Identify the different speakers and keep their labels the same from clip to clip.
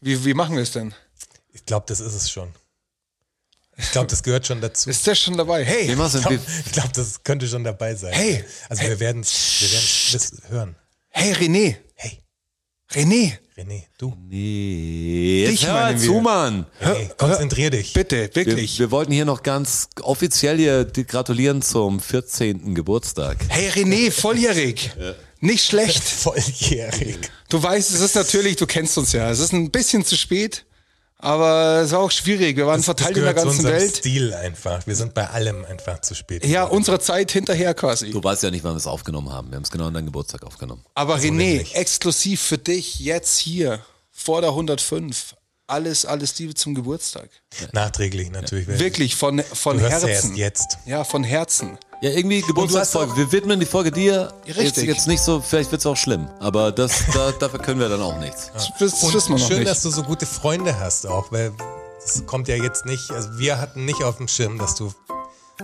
Speaker 1: Wie, wie machen wir es denn?
Speaker 2: Ich glaube, das ist es schon. Ich glaube, das gehört schon dazu.
Speaker 1: Ist der schon dabei?
Speaker 2: Ich
Speaker 1: Hey,
Speaker 3: mach's im
Speaker 2: glaube,
Speaker 3: Beat.
Speaker 2: glaub, das könnte schon dabei sein.
Speaker 1: Hey.
Speaker 2: Also wir werden es wir werden's wiss- hören.
Speaker 1: hey René,
Speaker 2: Hey,
Speaker 1: René,
Speaker 2: René, du.
Speaker 3: Nee, jetzt
Speaker 1: Dich
Speaker 3: hör
Speaker 1: meinen
Speaker 3: zu,
Speaker 1: wir.
Speaker 3: Mann.
Speaker 2: René, konzentrier dich.
Speaker 1: bitte,
Speaker 3: Wir,
Speaker 1: wirklich.
Speaker 3: wir wollten hier noch ganz offiziell hier die- gratulieren zum 14. Geburtstag.
Speaker 1: Hey René, volljährig. Nicht schlecht.
Speaker 2: Volljährig.
Speaker 1: Du weißt, es ist natürlich, du kennst uns ja. Es ist ein bisschen zu spät, aber es war auch schwierig. Wir waren verteilt in der
Speaker 2: zu
Speaker 1: ganzen
Speaker 2: unserem
Speaker 1: Welt.
Speaker 2: Stil einfach. Wir sind bei allem einfach zu spät. Genau.
Speaker 1: Ja, unserer Zeit hinterher quasi.
Speaker 3: Du weißt ja nicht, wann wir es aufgenommen haben. Wir haben es genau an deinem Geburtstag aufgenommen.
Speaker 1: Aber René,
Speaker 2: nämlich.
Speaker 1: exklusiv für dich jetzt hier vor der 105. Alles, alles Liebe zum Geburtstag.
Speaker 2: Nachträglich natürlich. Wir-
Speaker 1: Wirklich von, von
Speaker 2: Du hörst ja
Speaker 1: Herzen.
Speaker 2: erst jetzt.
Speaker 1: Ja, von Herzen.
Speaker 3: Ja, irgendwie Geburtstagsfolge. Wir widmen die Folge dir. Jetzt,
Speaker 1: Richtig.
Speaker 3: jetzt nicht so, vielleicht wird es auch schlimm. Aber das, da, dafür können wir dann auch nichts.
Speaker 1: Das, das
Speaker 2: Und
Speaker 1: wissen wir noch
Speaker 2: schön,
Speaker 1: nicht.
Speaker 2: dass du so gute Freunde hast auch, weil es kommt ja jetzt nicht, also wir hatten nicht auf dem Schirm, dass du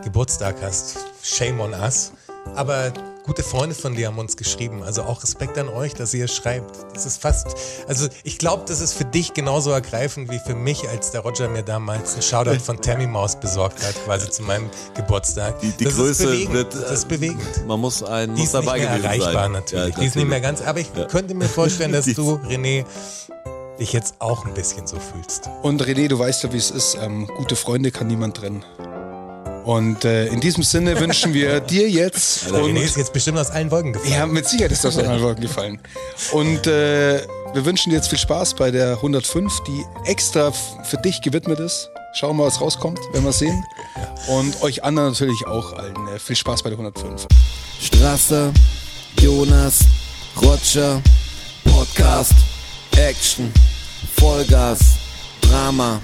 Speaker 2: Geburtstag hast. Shame on us. Aber gute Freunde von dir haben uns geschrieben. Also auch Respekt an euch, dass ihr schreibt. Das ist fast, also ich glaube, das ist für dich genauso ergreifend wie für mich, als der Roger mir damals einen Shoutout von Tammy Maus besorgt hat, quasi zu meinem Geburtstag.
Speaker 3: Die, die
Speaker 2: das
Speaker 3: Größe
Speaker 2: ist bewegend.
Speaker 3: wird. äh,
Speaker 2: das ist bewegend.
Speaker 3: Man muss ein
Speaker 2: Die
Speaker 3: muss
Speaker 2: ist nicht
Speaker 3: dabei
Speaker 2: mehr
Speaker 3: gewesen
Speaker 2: erreichbar
Speaker 3: sein.
Speaker 2: natürlich.
Speaker 3: Ja,
Speaker 2: Die ist nicht mehr ganz, aber ich könnte mir vorstellen, dass
Speaker 3: Die ist-
Speaker 2: du, René, dich jetzt auch ein bisschen so fühlst.
Speaker 1: Und René, du weißt ja, wie es ist. Ähm, gute Freunde kann niemand trennen. Und äh, in diesem Sinne wünschen wir dir jetzt und
Speaker 2: René ist jetzt bestimmt aus allen Wolken gefallen.
Speaker 1: Ja, mit Sicherheit ist das an Antworten gefallen. Und äh, wir wünschen dir jetzt viel Spaß bei der 105, die extra f- für dich gewidmet ist. Schauen wir mal, was rauskommt, werden wir sehen. Und euch anderen natürlich auch allen. Äh, viel Spaß bei der 105.
Speaker 4: Strasser, Jonas, Roger, Podcast, Action, Vollgas, Drama,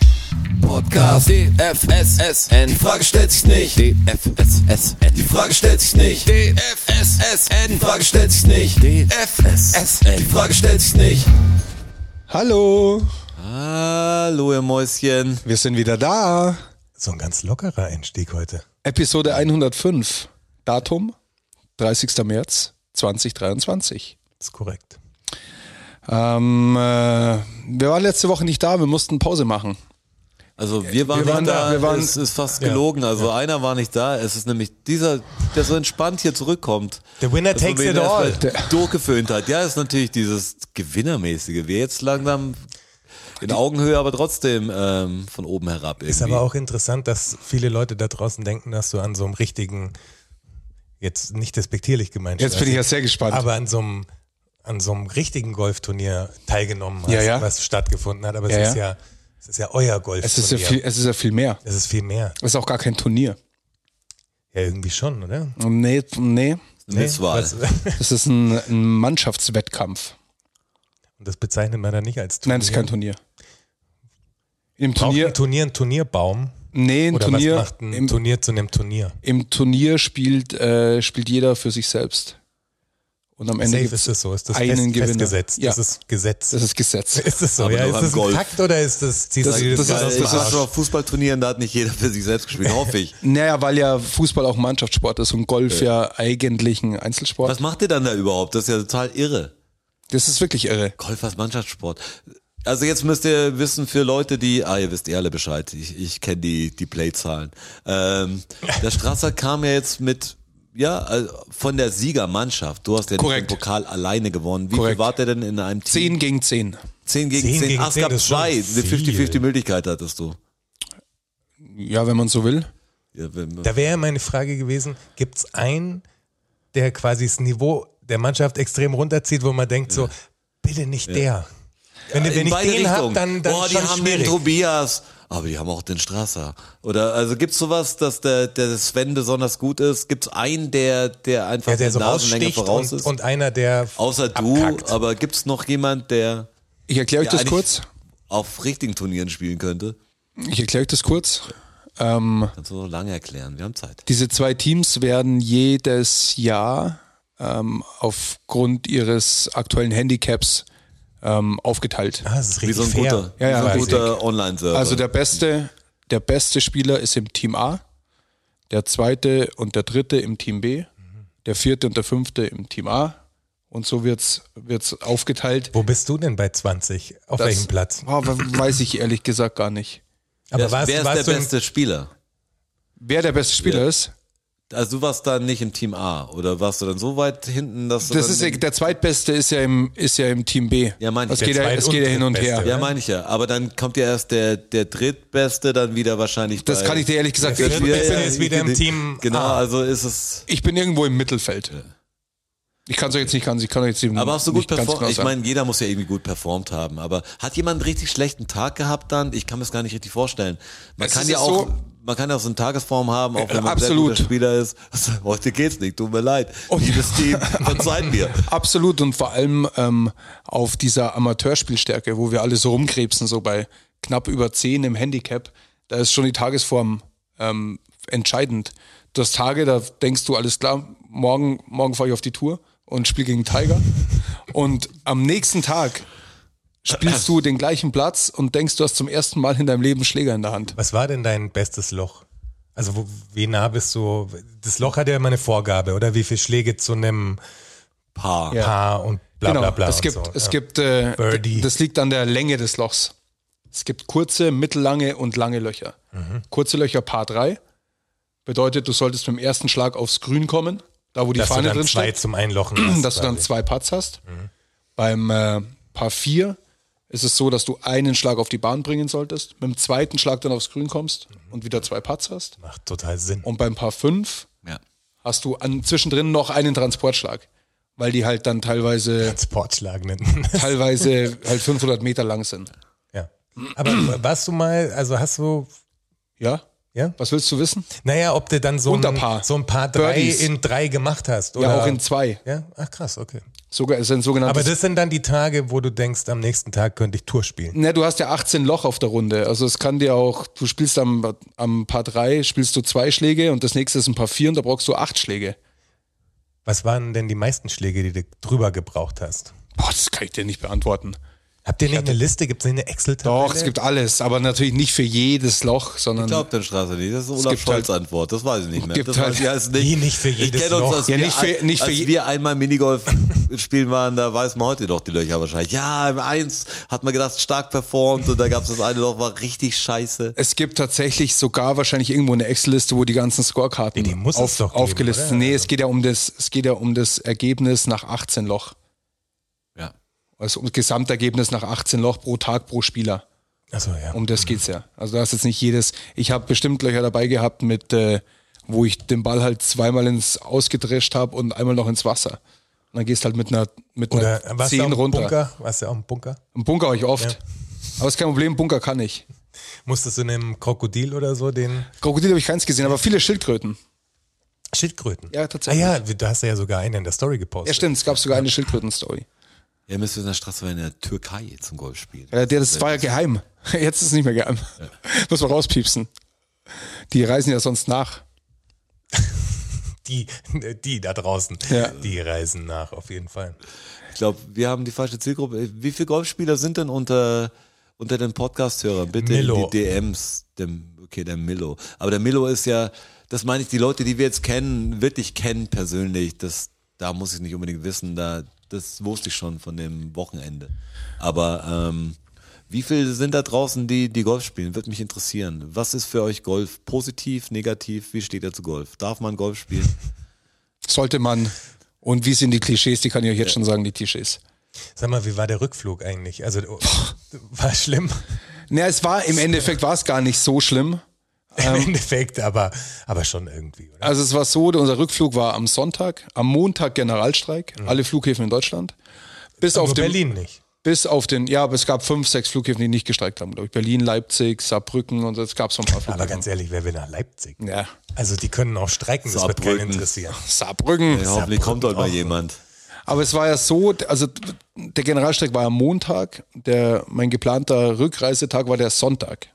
Speaker 4: Podcast, DFSSN, die Frage stellt sich nicht, DFSSN, die Frage stellt sich nicht, DFSSN, die Frage stellt sich nicht, DFSSN, die Frage stellt sich nicht.
Speaker 1: Hallo,
Speaker 3: Hallo, ihr Mäuschen.
Speaker 1: wir sind wieder da.
Speaker 2: So ein ganz lockerer Einstieg heute.
Speaker 1: Episode 105. Datum 30. März 2023.
Speaker 2: Ist korrekt.
Speaker 1: Ähm, äh, wir waren letzte Woche nicht da, wir mussten Pause machen.
Speaker 3: Also wir waren,
Speaker 1: Wir waren
Speaker 3: nicht da,
Speaker 1: da, wir waren-
Speaker 3: es ist fast gelogen. Also einer war nicht da. Es ist nämlich dieser, der so entspannt hier zurückkommt.
Speaker 2: The winner
Speaker 3: Dass man
Speaker 2: takes
Speaker 3: wen
Speaker 2: it all.
Speaker 3: erstmal Durchgeföhnt hat. Ja, ist natürlich dieses Gewinnermäßige. Wir jetzt langsam in Augenhöhe, aber trotzdem ähm, von oben herab. Irgendwie.
Speaker 2: Ist aber auch interessant, dass viele Leute da draußen denken, dass du an so einem richtigen, jetzt nicht despektierlich gemeint,
Speaker 1: Jetzt bin ich ja sehr gespannt.
Speaker 2: aber an so einem, an so einem richtigen Golfturnier teilgenommen hast,
Speaker 1: Ja, ja.
Speaker 2: was stattgefunden hat. Aber es
Speaker 1: Ja,
Speaker 2: ist
Speaker 1: ja.
Speaker 2: ja, es ist ja euer Golfturnier.
Speaker 1: es, ist ja viel, es ist ja viel mehr.
Speaker 2: es ist viel mehr.
Speaker 1: Es ist auch gar kein Turnier.
Speaker 2: Ja, irgendwie schon, oder?
Speaker 1: Nee, nee.
Speaker 3: eine Misswahl.
Speaker 2: was-
Speaker 1: Es ist ein, ein Mannschaftswettkampf.
Speaker 2: Und das bezeichnet man dann nicht als Turnier.
Speaker 1: Nein, es ist kein Turnier. Im
Speaker 2: Braucht
Speaker 1: Turnier,
Speaker 2: ein Turnier einen Turnierbaum?
Speaker 1: nee, ein
Speaker 2: Oder
Speaker 1: Turnier,
Speaker 2: was macht ein
Speaker 1: im,
Speaker 2: Turnier zu einem Turnier?
Speaker 1: im Turnier spielt, äh, spielt jeder für sich selbst. Und am Ende
Speaker 2: Safe
Speaker 1: gibt's
Speaker 2: ist es so, ist das
Speaker 1: einen
Speaker 2: fest,
Speaker 1: Gewinner.
Speaker 2: festgesetzt.
Speaker 1: Ja,
Speaker 2: Das ist Gesetz.
Speaker 1: das ist Gesetz.
Speaker 2: ist es so,
Speaker 3: Aber
Speaker 2: ja?
Speaker 3: nur
Speaker 2: Ist
Speaker 3: beim
Speaker 2: das ein
Speaker 3: Golf.
Speaker 2: Pakt oder ist das, ziehst
Speaker 1: Das-
Speaker 2: du dir das,
Speaker 1: das
Speaker 2: das,
Speaker 1: ist-
Speaker 3: das
Speaker 1: das
Speaker 3: war schon auf Fußballturnieren, da hat nicht jeder für sich selbst gespielt, hoffe ich.
Speaker 1: Naja, weil ja Fußball auch Mannschaftssport ist und Golf ja eigentlich ein Einzelsport.
Speaker 3: Was macht ihr dann da überhaupt? Das ist ja total irre.
Speaker 1: Das ist wirklich irre.
Speaker 3: Golf als Mannschaftssport. Also jetzt müsst ihr wissen für Leute, die, ah, ihr wisst eh alle Bescheid, ich, ich kenne die, die Playzahlen. Ähm, der Strasser kam ja jetzt mit, ja, also von der Siegermannschaft. Du hast ja nicht den
Speaker 1: Korrekt.
Speaker 3: Pokal alleine gewonnen. Wie
Speaker 1: Korrekt.
Speaker 3: viel war der denn in einem Team?
Speaker 1: 10 gegen 10.
Speaker 3: Zehn gegen
Speaker 2: Zehn
Speaker 3: zehn.
Speaker 2: gegen
Speaker 3: Ach, es
Speaker 2: zehn,
Speaker 3: gab
Speaker 2: das ist schon
Speaker 3: zwei. Eine
Speaker 2: viel.
Speaker 3: 50-50-Möglichkeit hattest du.
Speaker 1: Ja, wenn man so will.
Speaker 3: Ja, wenn,
Speaker 2: Da wäre meine Frage gewesen, gibt es einen, der quasi das Niveau der Mannschaft extrem runterzieht, wo man denkt so, bitte nicht der. Wenn, ihr- wenn ich den hab, dann, dann
Speaker 3: Boah, die
Speaker 2: schon
Speaker 3: haben
Speaker 2: schwierig.
Speaker 3: den Tobias. Aber die haben auch den Strasser. Oder also gibt's sowas, dass der, der Sven besonders gut ist? Gibt's einen, der, der einfach
Speaker 2: ja, der
Speaker 3: eine
Speaker 2: so
Speaker 3: Nasenlänge
Speaker 2: raussticht
Speaker 3: voraus
Speaker 2: und,
Speaker 3: ist?
Speaker 2: und einer, der
Speaker 3: Außer du,
Speaker 2: abkackt.
Speaker 3: aber gibt's noch jemand, der
Speaker 1: Ich erkläre euch
Speaker 3: der
Speaker 1: das
Speaker 3: eigentlich
Speaker 1: kurz.
Speaker 3: auf richtigen Turnieren spielen könnte?
Speaker 1: Ich erkläre euch das kurz. Ähm,
Speaker 3: Kannst du noch lange erklären, wir haben Zeit.
Speaker 1: Diese zwei Teams werden jedes Jahr ähm, aufgrund ihres aktuellen Handicaps ähm, aufgeteilt.
Speaker 2: Ah, das ist
Speaker 3: Wie
Speaker 2: richtig
Speaker 3: so ein
Speaker 2: fair.
Speaker 3: guter,
Speaker 1: Ja, ja,
Speaker 3: wie so ein
Speaker 1: richtig.
Speaker 3: guter Online-Server.
Speaker 1: Also der beste, der beste Spieler ist im Team A, der zweite und der dritte im Team B, der vierte und der fünfte im Team A Und so wird's, wird's aufgeteilt.
Speaker 2: Wo bist du denn bei 20? Auf
Speaker 1: Das-
Speaker 2: welchem Platz?
Speaker 1: Ah, we- weiß ich ehrlich gesagt gar nicht.
Speaker 2: Aber
Speaker 3: Wer,
Speaker 2: warst,
Speaker 3: wer ist
Speaker 2: warst
Speaker 3: der
Speaker 2: du in-
Speaker 3: beste Spieler?
Speaker 1: Wer der beste Spieler ist,
Speaker 3: Also du warst dann nicht im Team A oder warst du dann so weit hinten, dass du
Speaker 1: das
Speaker 3: dann
Speaker 1: ist ja-
Speaker 3: den-
Speaker 1: der zweitbeste ist ja im, ist ja im Team B.
Speaker 3: Ja, mein ich.
Speaker 1: es
Speaker 3: Der
Speaker 1: geht ja,
Speaker 2: Zweit-
Speaker 1: es
Speaker 2: und
Speaker 1: geht ja hin und
Speaker 2: Drittbeste.
Speaker 1: her.
Speaker 3: ja, meine ich ja. Aber dann kommt ja erst der, der drittbeste, dann wieder wahrscheinlich.
Speaker 1: Das
Speaker 3: bei,
Speaker 1: kann ich dir ehrlich gesagt
Speaker 2: Der
Speaker 1: nicht.
Speaker 2: Viertbeste ist wieder im Team
Speaker 3: Genau,
Speaker 2: A.
Speaker 3: also ist es.
Speaker 1: Ich bin irgendwo im Mittelfeld. Ich kann es euch jetzt nicht ganz, ich kann euch jetzt eben
Speaker 3: Aber hast du gut
Speaker 1: nicht ganz
Speaker 3: performt?
Speaker 1: genau
Speaker 3: ich
Speaker 1: sagen.
Speaker 3: meine, jeder muss ja irgendwie gut performt haben. Aber hat jemand einen richtig schlechten Tag gehabt dann? Ich kann mir das gar nicht richtig vorstellen. Man
Speaker 1: Es
Speaker 3: kann
Speaker 1: ist
Speaker 3: ja
Speaker 1: so- Äh,
Speaker 3: auch, man kann ja auch so eine Tagesform haben, auch wenn man
Speaker 1: Absolut. Oh
Speaker 3: ein sehr guter Spieler ist. Also, Heute geht's nicht, tut mir leid.
Speaker 1: Und-
Speaker 3: Liebes Team, verzeiht mir.
Speaker 1: Absolut und vor allem ähm, auf dieser Amateurspielstärke, wo wir alle so rumkrebsen, so bei knapp über 10 im Handicap, da ist schon die Tagesform ähm, entscheidend. Du hast Tage, da denkst du, alles klar, morgen, morgen fahre ich auf die Tour und spiele gegen Tiger. Und am nächsten Tag spielst du den gleichen Platz und denkst, du hast zum ersten Mal in deinem Leben Schläger in der Hand.
Speaker 2: Was war denn dein bestes Loch? Also wo, wie nah bist du? Das Loch hat ja immer eine Vorgabe, oder? Wie viele Schläge zu einem
Speaker 3: Paar.
Speaker 1: Ja.
Speaker 2: Paar und bla bla bla.
Speaker 1: Genau. Es
Speaker 2: und
Speaker 1: gibt,
Speaker 2: so.
Speaker 1: es
Speaker 2: ja.
Speaker 1: gibt, äh,
Speaker 2: Birdie.
Speaker 1: das liegt an der Länge des Lochs. Es gibt kurze, mittellange und lange Löcher.
Speaker 2: Mhm.
Speaker 1: Kurze Löcher Paar 3 bedeutet, du solltest mit dem ersten Schlag aufs Grün kommen, da wo die
Speaker 2: dass du
Speaker 1: Fahne
Speaker 2: dann
Speaker 1: drin
Speaker 2: zwei
Speaker 1: steht,
Speaker 2: zum Einlochen hast.
Speaker 1: dass du dann
Speaker 2: quasi. Mhm.
Speaker 1: zwei Putts hast. Beim äh, Paar 4 ist es so, dass du einen Schlag auf die Bahn bringen solltest, mit dem zweiten Schlag dann aufs Grün kommst
Speaker 2: Mhm.
Speaker 1: und wieder zwei Putts hast.
Speaker 2: Macht total Sinn.
Speaker 1: Und beim Paar 5
Speaker 3: Ja.
Speaker 1: hast du an, zwischendrin noch einen Transportschlag, weil die halt dann teilweise
Speaker 2: Transportschlag nennt man das.
Speaker 1: teilweise halt 500 Meter lang sind.
Speaker 2: Ja. Aber warst du mal, also hast du,
Speaker 1: Ja?
Speaker 2: ja?
Speaker 1: Was willst du wissen?
Speaker 2: Naja, ob du dann so
Speaker 1: Unter
Speaker 2: ein,
Speaker 1: Paar.
Speaker 2: so ein paar drei
Speaker 1: Birdies.
Speaker 2: in drei gemacht hast. Oder?
Speaker 1: Ja, auch in zwei.
Speaker 2: Ja? Ach krass, okay.
Speaker 1: Sogar, es sind sogenannte.
Speaker 2: Aber das sind dann die Tage, wo du denkst, am nächsten Tag könnte ich Tour spielen.
Speaker 1: ne, du hast ja 18 Loch auf der Runde. Also es kann dir auch, du spielst am, am Paar 3, spielst du zwei Schläge und das nächste ist ein Paar 4 und da brauchst du acht Schläge.
Speaker 2: Was waren denn die meisten Schläge, die du drüber gebraucht hast?
Speaker 1: Boah, das kann ich dir nicht beantworten.
Speaker 2: Habt ihr nicht eine Liste? Gibt es nicht eine Excel-Tabelle?
Speaker 1: Doch, es gibt alles, aber natürlich nicht für jedes Loch, sondern.
Speaker 3: Ich glaube den Straße nicht. Das ist Olaf
Speaker 1: gibt halt-
Speaker 3: Scholz Antwort. Das weiß ich nicht mehr.
Speaker 1: gibt
Speaker 3: das
Speaker 1: halt-
Speaker 3: weiß ich alles nicht.
Speaker 2: Nee, nicht für
Speaker 3: ich
Speaker 2: jedes
Speaker 3: kenne uns,
Speaker 2: Loch.
Speaker 3: als,
Speaker 1: Ja,
Speaker 3: wir,
Speaker 1: nicht für-
Speaker 3: ein-
Speaker 1: nicht für je-
Speaker 3: als wir einmal Minigolf spielen waren, da weiß man heute doch die Löcher wahrscheinlich. Ja, im Eins hat man gedacht, stark performt und da gab es das eine Loch, war richtig scheiße.
Speaker 1: Es gibt tatsächlich sogar wahrscheinlich irgendwo eine Excel-Liste, wo die ganzen Scorekarten
Speaker 2: die muss es
Speaker 1: auf,
Speaker 2: doch geben,
Speaker 1: aufgelistet
Speaker 2: oder?
Speaker 1: sind. Nee, es geht ja um das, es geht ja um das Ergebnis nach 18 Loch.
Speaker 3: Ja.
Speaker 1: Also um das Gesamtergebnis nach 18 Loch pro Tag pro Spieler.
Speaker 2: Achso, ja.
Speaker 1: Um das geht's ja. Also da ist jetzt nicht jedes. Ich habe bestimmt Löcher dabei gehabt, mit äh, wo ich den Ball halt zweimal ins Ausgedrescht habe und einmal noch ins Wasser. Und dann gehst halt mit einer mit
Speaker 2: Oder
Speaker 1: einer
Speaker 2: warst du auch
Speaker 1: 10
Speaker 2: im
Speaker 1: runter.
Speaker 2: Bunker? Warst du auch im Bunker?
Speaker 1: Im Bunker habe ich oft. Aber ist kein Problem, Bunker kann ich.
Speaker 2: Musstest du einem Krokodil oder so den
Speaker 1: Krokodil habe ich keins gesehen, aber viele Schildkröten.
Speaker 2: Schildkröten?
Speaker 1: Ja, tatsächlich.
Speaker 2: Ah ja, du hast ja sogar einen in der Story gepostet.
Speaker 1: Ja, stimmt, es gab sogar eine Schildkröten-Story.
Speaker 3: Ja, müssen wir in der Straße in der Türkei zum Golf spielen.
Speaker 1: Äh, der, das war ja geheim. Jetzt ist es nicht mehr geheim. Muss man rauspiepsen. Die reisen ja sonst nach.
Speaker 2: Die, die da draußen,
Speaker 1: Ja.
Speaker 2: die reisen nach auf jeden Fall.
Speaker 3: Ich glaube, wir haben die falsche Zielgruppe. Wie viele Golfspieler sind denn unter, unter den Podcast-Hörern? Bitte
Speaker 2: Milo.
Speaker 3: in die DMs. Dem, okay, der Milo. Aber der Milo ist ja, das meine ich, die Leute, die wir jetzt kennen, wirklich kennen persönlich, das, da muss ich nicht unbedingt wissen, da, das wusste ich schon von dem Wochenende. Aber ähm, wie viele sind da draußen, die, die Golf spielen? Würde mich interessieren. Was ist für euch Golf? Positiv, negativ? Wie steht ihr zu Golf? Darf man Golf spielen?
Speaker 1: Sollte man. Und wie sind die Klischees? Die kann ich euch jetzt schon sagen, die Klischees.
Speaker 2: Sag mal, wie war der Rückflug eigentlich? Also, oh, war schlimm
Speaker 1: Naja, es war im Endeffekt war es gar nicht so schlimm.
Speaker 2: im
Speaker 1: Ähm.
Speaker 2: Endeffekt, aber, aber schon irgendwie, oder?
Speaker 1: Also es war so, unser Rückflug war am Sonntag, am Montag Generalstreik, alle Flughäfen in Deutschland. Bis Also auf
Speaker 2: Nur
Speaker 1: den,
Speaker 2: Also Berlin nicht.
Speaker 1: Bis auf den, ja, aber es gab fünf, sechs Flughäfen, die nicht gestreikt haben, glaube ich. Berlin, Leipzig, Saarbrücken und so, es gab so ein paar Flughäfen.
Speaker 2: Aber ganz ehrlich, wer will nach Leipzig?
Speaker 1: ja,
Speaker 2: Also, die können auch streiken, das wird keinen
Speaker 3: Saarbrücken.
Speaker 2: interessieren.
Speaker 1: Saarbrücken.
Speaker 3: Ja, hoffentlich kommt heute mal jemand.
Speaker 1: Aber es war ja so, also der Generalstreik war am Montag, der, mein geplanter Rückreisetag war der Sonntag.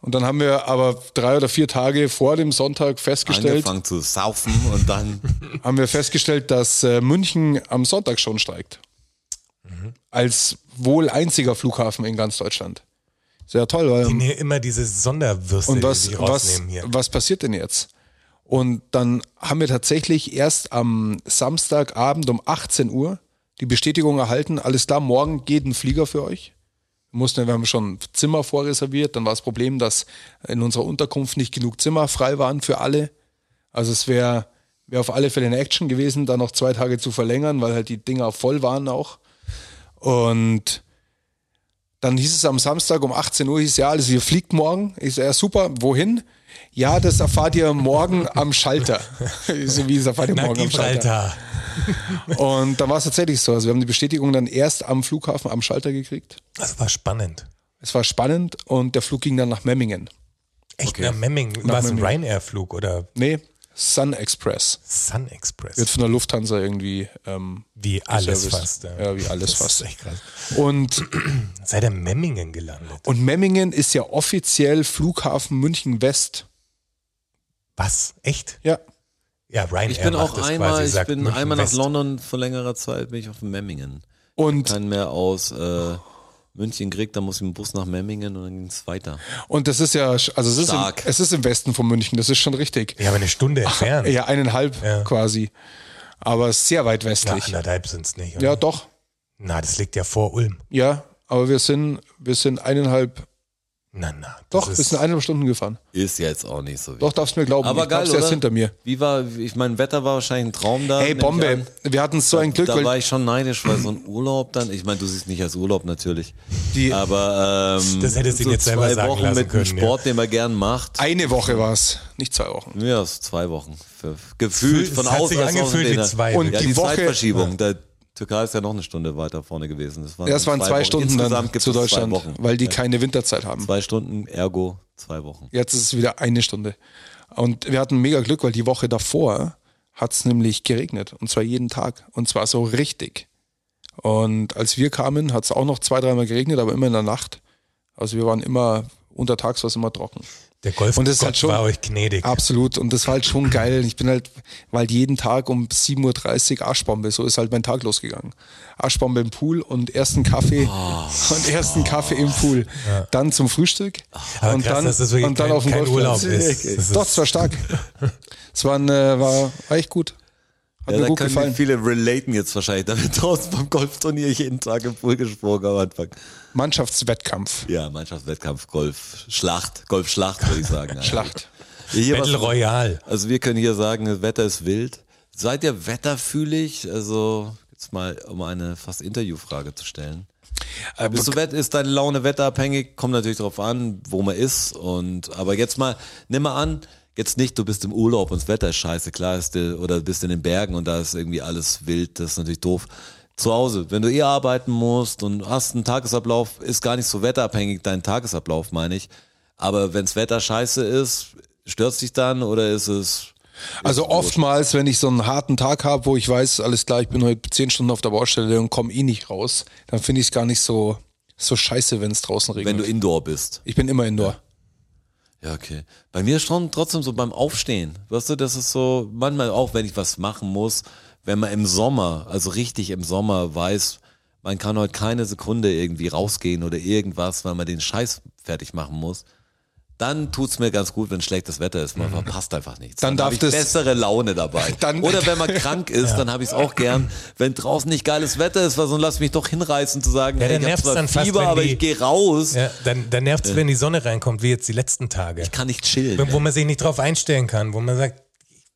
Speaker 1: Und dann haben wir aber drei oder vier Tage vor dem Sonntag festgestellt,
Speaker 3: Angefangen zu saufen und dann
Speaker 1: haben wir festgestellt, dass äh, München am Sonntag schon streikt. Als wohl einziger Flughafen in ganz Deutschland. Sehr toll, weil
Speaker 2: Nee, immer diese Sonderwürste,
Speaker 1: und
Speaker 2: die
Speaker 1: was,
Speaker 2: sie
Speaker 1: was,
Speaker 2: rausnehmen hier.
Speaker 1: was passiert denn jetzt? Und dann haben wir tatsächlich erst am Samstagabend um 18 Uhr die Bestätigung erhalten, alles klar, morgen geht ein Flieger für euch. Wir mussten, wir haben schon Zimmer vorreserviert, dann war das Problem, dass in unserer Unterkunft nicht genug Zimmer frei waren für alle. Also es wäre wär auf alle Fälle eine Action gewesen, da noch zwei Tage zu verlängern, weil halt die Dinger voll waren auch. Und dann hieß es am Samstag um 18 Uhr, hieß ja, alles, ihr fliegt morgen. Ich so, ja, super, wohin? Ja, das erfahrt ihr morgen am Schalter. Ich so, wie das erfahrt ihr
Speaker 2: Nach
Speaker 1: morgen am Schalter?
Speaker 2: Gibraltar.
Speaker 1: Und dann war es tatsächlich so. Also wir haben die Bestätigung dann erst am Flughafen am Schalter gekriegt.
Speaker 2: Das war spannend.
Speaker 1: Es war spannend und der Flug ging dann nach Memmingen.
Speaker 2: Echt nach Memming. War es ein Ryanair-Flug oder
Speaker 1: Nee, Sun Express.
Speaker 2: Sun Express?
Speaker 1: Wird von der Lufthansa irgendwie. Ähm,
Speaker 2: wie alles
Speaker 1: Service.
Speaker 2: fast.
Speaker 1: Ja, wie alles
Speaker 2: Das ist
Speaker 1: fast.
Speaker 2: echt krass.
Speaker 1: und,
Speaker 2: Seid ihr in Memmingen gelandet?
Speaker 1: und Memmingen ist ja offiziell Flughafen München West.
Speaker 2: Was? Echt?
Speaker 1: Ja.
Speaker 2: Ja, Ryanair
Speaker 3: Ich bin
Speaker 2: macht
Speaker 3: auch
Speaker 2: das
Speaker 3: einmal,
Speaker 2: quasi,
Speaker 3: ich
Speaker 2: sagt
Speaker 3: bin
Speaker 2: München
Speaker 3: einmal
Speaker 2: West.
Speaker 3: nach London vor längerer Zeit, bin ich auf Memmingen.
Speaker 1: Und,
Speaker 3: Kann mehr aus äh, München kriegt, dann muss ich mit dem Bus nach Memmingen und dann ging es weiter.
Speaker 1: und das ist ja, also es ist, im,
Speaker 3: Stark.
Speaker 1: es ist im Westen von München, das ist schon richtig.
Speaker 2: Ja, aber eine Stunde entfernt.
Speaker 1: Ja, eineinhalb
Speaker 2: Ja.
Speaker 1: quasi. Aber sehr weit
Speaker 2: Na,
Speaker 1: westlich.
Speaker 2: anderthalb sind es nicht. Oder?
Speaker 1: ja, doch.
Speaker 2: Na, das liegt ja vor Ulm.
Speaker 1: Ja, aber wir sind, wir sind eineinhalb,
Speaker 2: Na, na. das
Speaker 1: doch, wir
Speaker 2: ist,
Speaker 1: sind eineinhalb Stunden gefahren.
Speaker 3: Ist jetzt auch nicht so wichtig.
Speaker 1: Doch, darfst mir glauben.
Speaker 3: Aber
Speaker 1: ich
Speaker 3: geil,
Speaker 1: glaub's, der ist
Speaker 3: oder?
Speaker 1: hinter mir.
Speaker 3: Wie war, ich mein Wetter war wahrscheinlich ein Traum da.
Speaker 1: Hey,
Speaker 3: nehme ich
Speaker 1: Bombe,
Speaker 3: an.
Speaker 1: wir hatten so ein Glück,
Speaker 3: da war
Speaker 1: weil
Speaker 3: ich schon neidisch, weil so ein Urlaub dann, ich meine, du siehst nicht als Urlaub natürlich,
Speaker 1: die
Speaker 3: aber ähm,
Speaker 2: Das hättest du
Speaker 3: so
Speaker 2: dir selber
Speaker 3: zwei
Speaker 2: sagen
Speaker 3: Wochen
Speaker 2: lassen
Speaker 3: mit dem
Speaker 2: können, ja.
Speaker 3: Sport, den man gern macht,
Speaker 1: eine Woche war es, nicht zwei Wochen.
Speaker 3: ja, ist zwei Wochen. Für, gefühlt
Speaker 2: Es
Speaker 3: von
Speaker 2: hat
Speaker 3: außen.
Speaker 2: sich
Speaker 3: als
Speaker 2: angefühlt wie
Speaker 3: Außenstehender.
Speaker 2: zwei.
Speaker 1: Und
Speaker 3: Ja,
Speaker 1: die
Speaker 3: die,
Speaker 1: Woche-
Speaker 3: Zeitverschiebung. Der Türkei ist ja noch eine Stunde weiter vorne gewesen. Das waren,
Speaker 1: Ja, es waren zwei
Speaker 3: Also Wochen.
Speaker 1: Stunden dann
Speaker 3: Insgesamt gibt
Speaker 1: zu
Speaker 3: es zwei
Speaker 1: Deutschland,
Speaker 3: Wochen.
Speaker 1: weil die keine Winterzeit haben.
Speaker 3: Zwei Stunden, ergo zwei Wochen.
Speaker 1: Jetzt ist es wieder eine Stunde. Und wir hatten mega Glück, weil die Woche davor hat es nämlich geregnet. Und zwar jeden Tag. Und zwar so richtig. Und als wir kamen, hat es auch noch zwei, dreimal geregnet, aber immer in der Nacht. Also wir waren immer, untertags war es immer trocken.
Speaker 2: der Golf
Speaker 1: Und das ist
Speaker 2: Gott
Speaker 1: halt schon-
Speaker 2: war euch gnädig.
Speaker 1: Absolut. Und das war halt schon geil. Ich bin halt, weil halt jeden Tag um 7.30 Uhr Arschbombe, so ist halt mein Tag losgegangen. Arschbombe im Pool und ersten Kaffee
Speaker 2: Oh.
Speaker 1: und ersten Kaffee im Pool. Dann zum Frühstück
Speaker 2: Aber
Speaker 1: und
Speaker 2: krass,
Speaker 1: dann,
Speaker 2: dass das wirklich
Speaker 1: und dann
Speaker 2: kein-
Speaker 1: auf dem
Speaker 2: kein
Speaker 1: Golfplatz.
Speaker 2: Urlaub ist. Das ist-
Speaker 1: Doch, es war stark. es war, ein, äh, war war echt gut. Hat
Speaker 3: Ja,
Speaker 1: mir
Speaker 3: da
Speaker 1: gut
Speaker 3: können
Speaker 1: gefallen.
Speaker 3: viele relaten jetzt wahrscheinlich. Da wird draußen beim Golfturnier jeden Tag im Pool gesprungen am Anfang.
Speaker 1: Mannschaftswettkampf.
Speaker 3: Ja, Mannschaftswettkampf, Golf, Schlacht, Golfschlacht würde ich sagen. eigentlich.
Speaker 1: Schlacht.
Speaker 3: Hier
Speaker 2: Battle
Speaker 3: was-
Speaker 2: Royale.
Speaker 3: Also wir können hier sagen, das Wetter ist wild. Seid ihr wetterfühlig? Also jetzt mal, um eine fast Interviewfrage zu stellen. Bist du wett, ist deine Laune wetterabhängig? Kommt natürlich drauf an, wo man ist. Und aber jetzt mal, nimm mal an, jetzt nicht, du bist im Urlaub und das Wetter ist scheiße, klar ist dir, oder bist in den Bergen und da ist irgendwie alles wild, das ist natürlich doof. Zu Hause, wenn du eh arbeiten musst und hast einen Tagesablauf, ist gar nicht so wetterabhängig dein Tagesablauf, meine ich. Aber wenns Wetter scheiße ist, stört's dich dann oder ist es
Speaker 1: Also oftmals, wenn ich so einen harten Tag habe, wo ich weiß, alles klar, ich bin heute zehn Stunden auf der Baustelle und komme eh nicht raus, dann finde ich es gar nicht so, so scheiße, wenn es draußen regnet.
Speaker 3: wenn du eh indoor bist?
Speaker 1: ich bin immer indoor.
Speaker 3: Ja, okay. Bei mir schon trotzdem so beim Aufstehen. Weißt du, das ist so, manchmal auch, wenn ich was machen muss, wenn man im Sommer, also richtig im Sommer weiß, man kann heute keine Sekunde irgendwie rausgehen oder irgendwas, weil man den Scheiß fertig machen muss. Dann tut's mir ganz gut, wenn schlechtes Wetter ist.
Speaker 2: Mhm.
Speaker 3: Man verpasst einfach nichts.
Speaker 1: Dann darf
Speaker 3: hab ich
Speaker 1: das-
Speaker 3: bessere Laune dabei.
Speaker 1: Dann-
Speaker 3: Oder wenn man krank ist, dann habe ich es auch gern. Wenn draußen nicht geiles Wetter ist, weil sonst lass mich doch hinreißen zu sagen,
Speaker 2: Ja,
Speaker 3: hey,
Speaker 2: dann
Speaker 3: ich habe
Speaker 2: nervt's
Speaker 3: zwar
Speaker 2: dann fast,
Speaker 3: Fieber,
Speaker 2: wenn
Speaker 3: aber
Speaker 2: die-
Speaker 3: ich gehe raus.
Speaker 2: Ja, dann dann nervt es, wenn die Sonne reinkommt, wie jetzt die letzten Tage.
Speaker 3: Ich kann nicht chillen.
Speaker 2: Wo man sich nicht drauf einstellen kann, wo man sagt,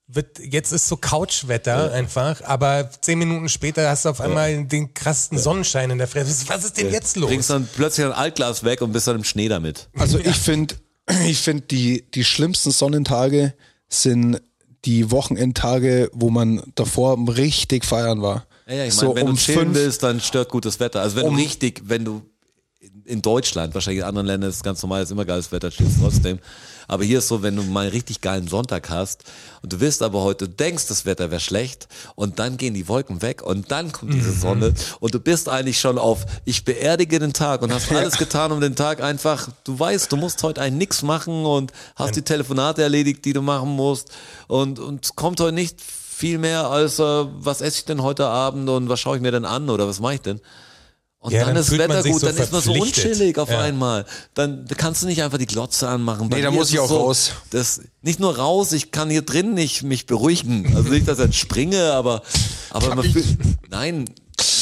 Speaker 2: wird, jetzt ist so Couchwetter einfach, aber zehn Minuten später hast du auf einmal den krassen Sonnenschein in der Fresse. Was ist denn jetzt los?
Speaker 3: Bringst dann plötzlich ein Altglas weg und bist dann im Schnee damit.
Speaker 1: Also ich finde, ich finde die, die schlimmsten Sonnentage sind die Wochenendtage, wo man davor richtig feiern war. so
Speaker 3: wenn
Speaker 1: um
Speaker 3: du chillen
Speaker 1: fünf,
Speaker 3: willst, dann stört gutes Wetter. Also wenn
Speaker 1: Um-
Speaker 3: du richtig, wenn du in Deutschland, wahrscheinlich in anderen Ländern ist es ganz normal, ist immer geiles Wetter, chillst trotzdem. Aber hier ist so, wenn du mal einen richtig geilen Sonntag hast und du wirst aber heute, du denkst, das Wetter wäre schlecht und dann gehen die Wolken weg und dann kommt diese Sonne und du bist eigentlich schon auf, ich beerdige den Tag und hast alles getan, um den Tag einfach, du weißt, du musst heute eigentlich nichts machen und hast die Telefonate erledigt, die du machen musst und, und es kommt heute nicht viel mehr als, äh, was esse ich denn heute Abend und was schaue ich mir denn an oder was mache ich denn? Und
Speaker 2: Ja,
Speaker 3: dann,
Speaker 2: dann
Speaker 3: ist das
Speaker 2: fühlt man
Speaker 3: Wetter
Speaker 2: sich
Speaker 3: gut,
Speaker 2: so
Speaker 3: dann ist man so
Speaker 2: verpflichtet.
Speaker 3: unchillig auf
Speaker 2: Ja.
Speaker 3: einmal. Dann kannst du nicht einfach die Glotze anmachen. Bei
Speaker 1: Nee, da
Speaker 3: mir
Speaker 1: muss
Speaker 3: ist
Speaker 1: ich auch
Speaker 3: es
Speaker 1: raus.
Speaker 3: Das, nicht nur raus, ich kann hier drin nicht mich beruhigen. Also nicht, dass ich jetzt springe, aber, aber man fühlt, nein,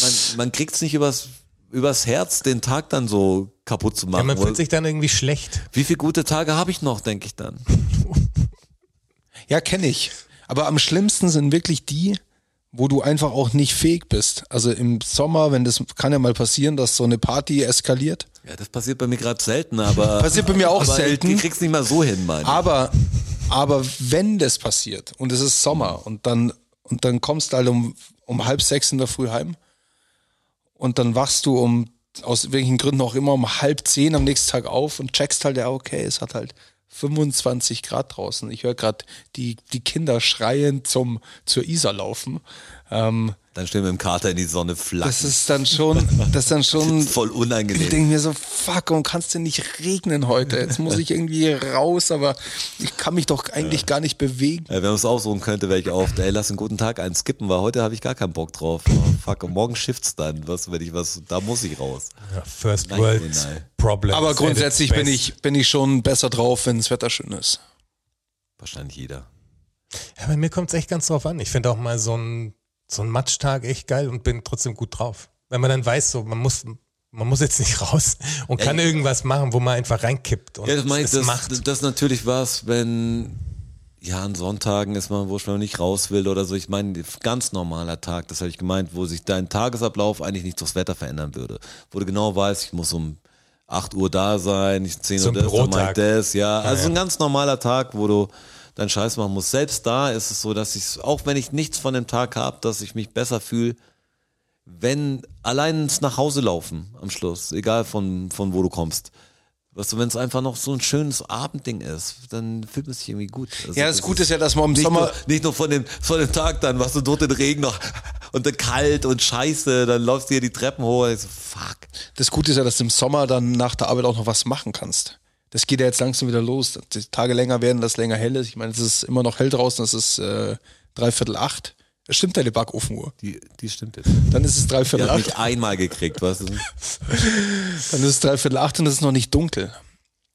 Speaker 3: man, man kriegt es nicht übers, übers Herz, den Tag dann so kaputt zu
Speaker 2: Ja,
Speaker 3: machen.
Speaker 2: man
Speaker 3: Wo-
Speaker 2: fühlt sich dann irgendwie schlecht.
Speaker 3: Wie viele gute Tage habe ich noch, denke ich dann.
Speaker 1: Ja, kenne ich. Aber am schlimmsten sind wirklich die, wo du einfach auch nicht fähig bist. Also im Sommer, wenn das kann ja mal passieren, dass so eine Party eskaliert.
Speaker 3: Ja, das passiert bei mir gerade selten, aber.
Speaker 1: Passiert bei mir auch
Speaker 3: aber
Speaker 1: selten. Ah.
Speaker 3: Ich, ich krieg's nicht mal so hin, mein.
Speaker 1: Aber, aber wenn das passiert und es ist Sommer und dann, und dann kommst du halt um, um halb sechs in der Früh heim und dann wachst du um, aus welchen Gründen auch immer, um halb zehn am nächsten Tag auf und checkst halt, ja, okay, es hat halt 25 Grad draußen. Ich höre gerade die, die Kinder schreien zum, zur Isar laufen. Ähm,
Speaker 3: Dann stehen wir im Kater in die Sonne flach.
Speaker 1: das ist dann schon, das ist dann schon
Speaker 3: Voll
Speaker 1: ich
Speaker 3: unangenehm.
Speaker 1: denke mir so, fuck, warum kannst denn nicht regnen heute? Jetzt muss ich irgendwie raus, aber ich kann mich doch eigentlich gar nicht bewegen.
Speaker 3: Ja, Äh, wenn man es ausruhen könnte, wäre ich auf. Ey, lass einen guten Tag einskippen, weil heute habe ich gar keinen Bock drauf. Oh, fuck, und morgen shifts dann. Was, wenn ich was, da muss ich raus.
Speaker 2: Ja, First
Speaker 3: Nein,
Speaker 2: World
Speaker 3: nein.
Speaker 2: Problems.
Speaker 1: Aber grundsätzlich
Speaker 2: at its
Speaker 1: bin
Speaker 2: best.
Speaker 1: ich, bin ich schon besser drauf, wenn das Wetter schön ist.
Speaker 3: Wahrscheinlich jeder.
Speaker 2: Ja, bei mir kommt es echt ganz drauf an. Ich finde auch mal so einen so einen Matschtag echt geil und bin trotzdem gut drauf. Wenn man dann weiß, so man muss, man muss jetzt nicht raus und kann irgendwas machen, wo man einfach reinkippt und
Speaker 3: Ja, das, meine ich,
Speaker 2: es
Speaker 3: das,
Speaker 2: macht.
Speaker 3: das, das natürlich was, wenn, ja, an Sonntagen ist man wurscht, wenn man nicht raus will oder so. Ich meine, ganz normaler Tag, das habe ich gemeint, wo sich dein Tagesablauf eigentlich nicht durchs Wetter verändern würde. Wo du genau weißt, ich muss um 8 Uhr da sein, ich 10
Speaker 2: So
Speaker 3: Uhr
Speaker 2: ein
Speaker 3: das, dann mach ich
Speaker 2: Bürotag.
Speaker 3: das, ja. Also
Speaker 2: ja.
Speaker 3: ein ganz normaler Tag, wo du deinen Scheiß machen musst. Selbst da ist es so, dass ich, auch wenn ich nichts von dem Tag habe, dass ich mich besser fühle, wenn allein ins nach Hause laufen am Schluss, egal von, von wo du kommst. Weißt du, wenn es einfach noch so ein schönes Abendding ist, dann fühlt man sich irgendwie gut. Also
Speaker 1: Ja, das Gute ist ja, dass man im
Speaker 3: nicht
Speaker 1: Sommer,
Speaker 3: nur, nicht nur von dem, von dem Tag dann, was du durch den Regen noch und dann kalt und scheiße, dann läufst du hier die Treppen hoch und ich so, fuck.
Speaker 1: das Gute ist ja, dass du im Sommer dann nach der Arbeit auch noch was machen kannst. Das geht ja jetzt langsam wieder los. Die Tage länger werden, dass länger hell ist. Ich meine, es ist immer noch hell draußen, es ist äh, dreiviertel acht. Es stimmt deine Backofenuhr.
Speaker 3: Die, die stimmt jetzt.
Speaker 1: Dann ist es
Speaker 3: Die
Speaker 1: dreiviertel
Speaker 3: hat
Speaker 1: acht.
Speaker 3: mich einmal gekriegt, weißt du?
Speaker 1: Dann ist es dreiviertel acht und es ist noch nicht dunkel.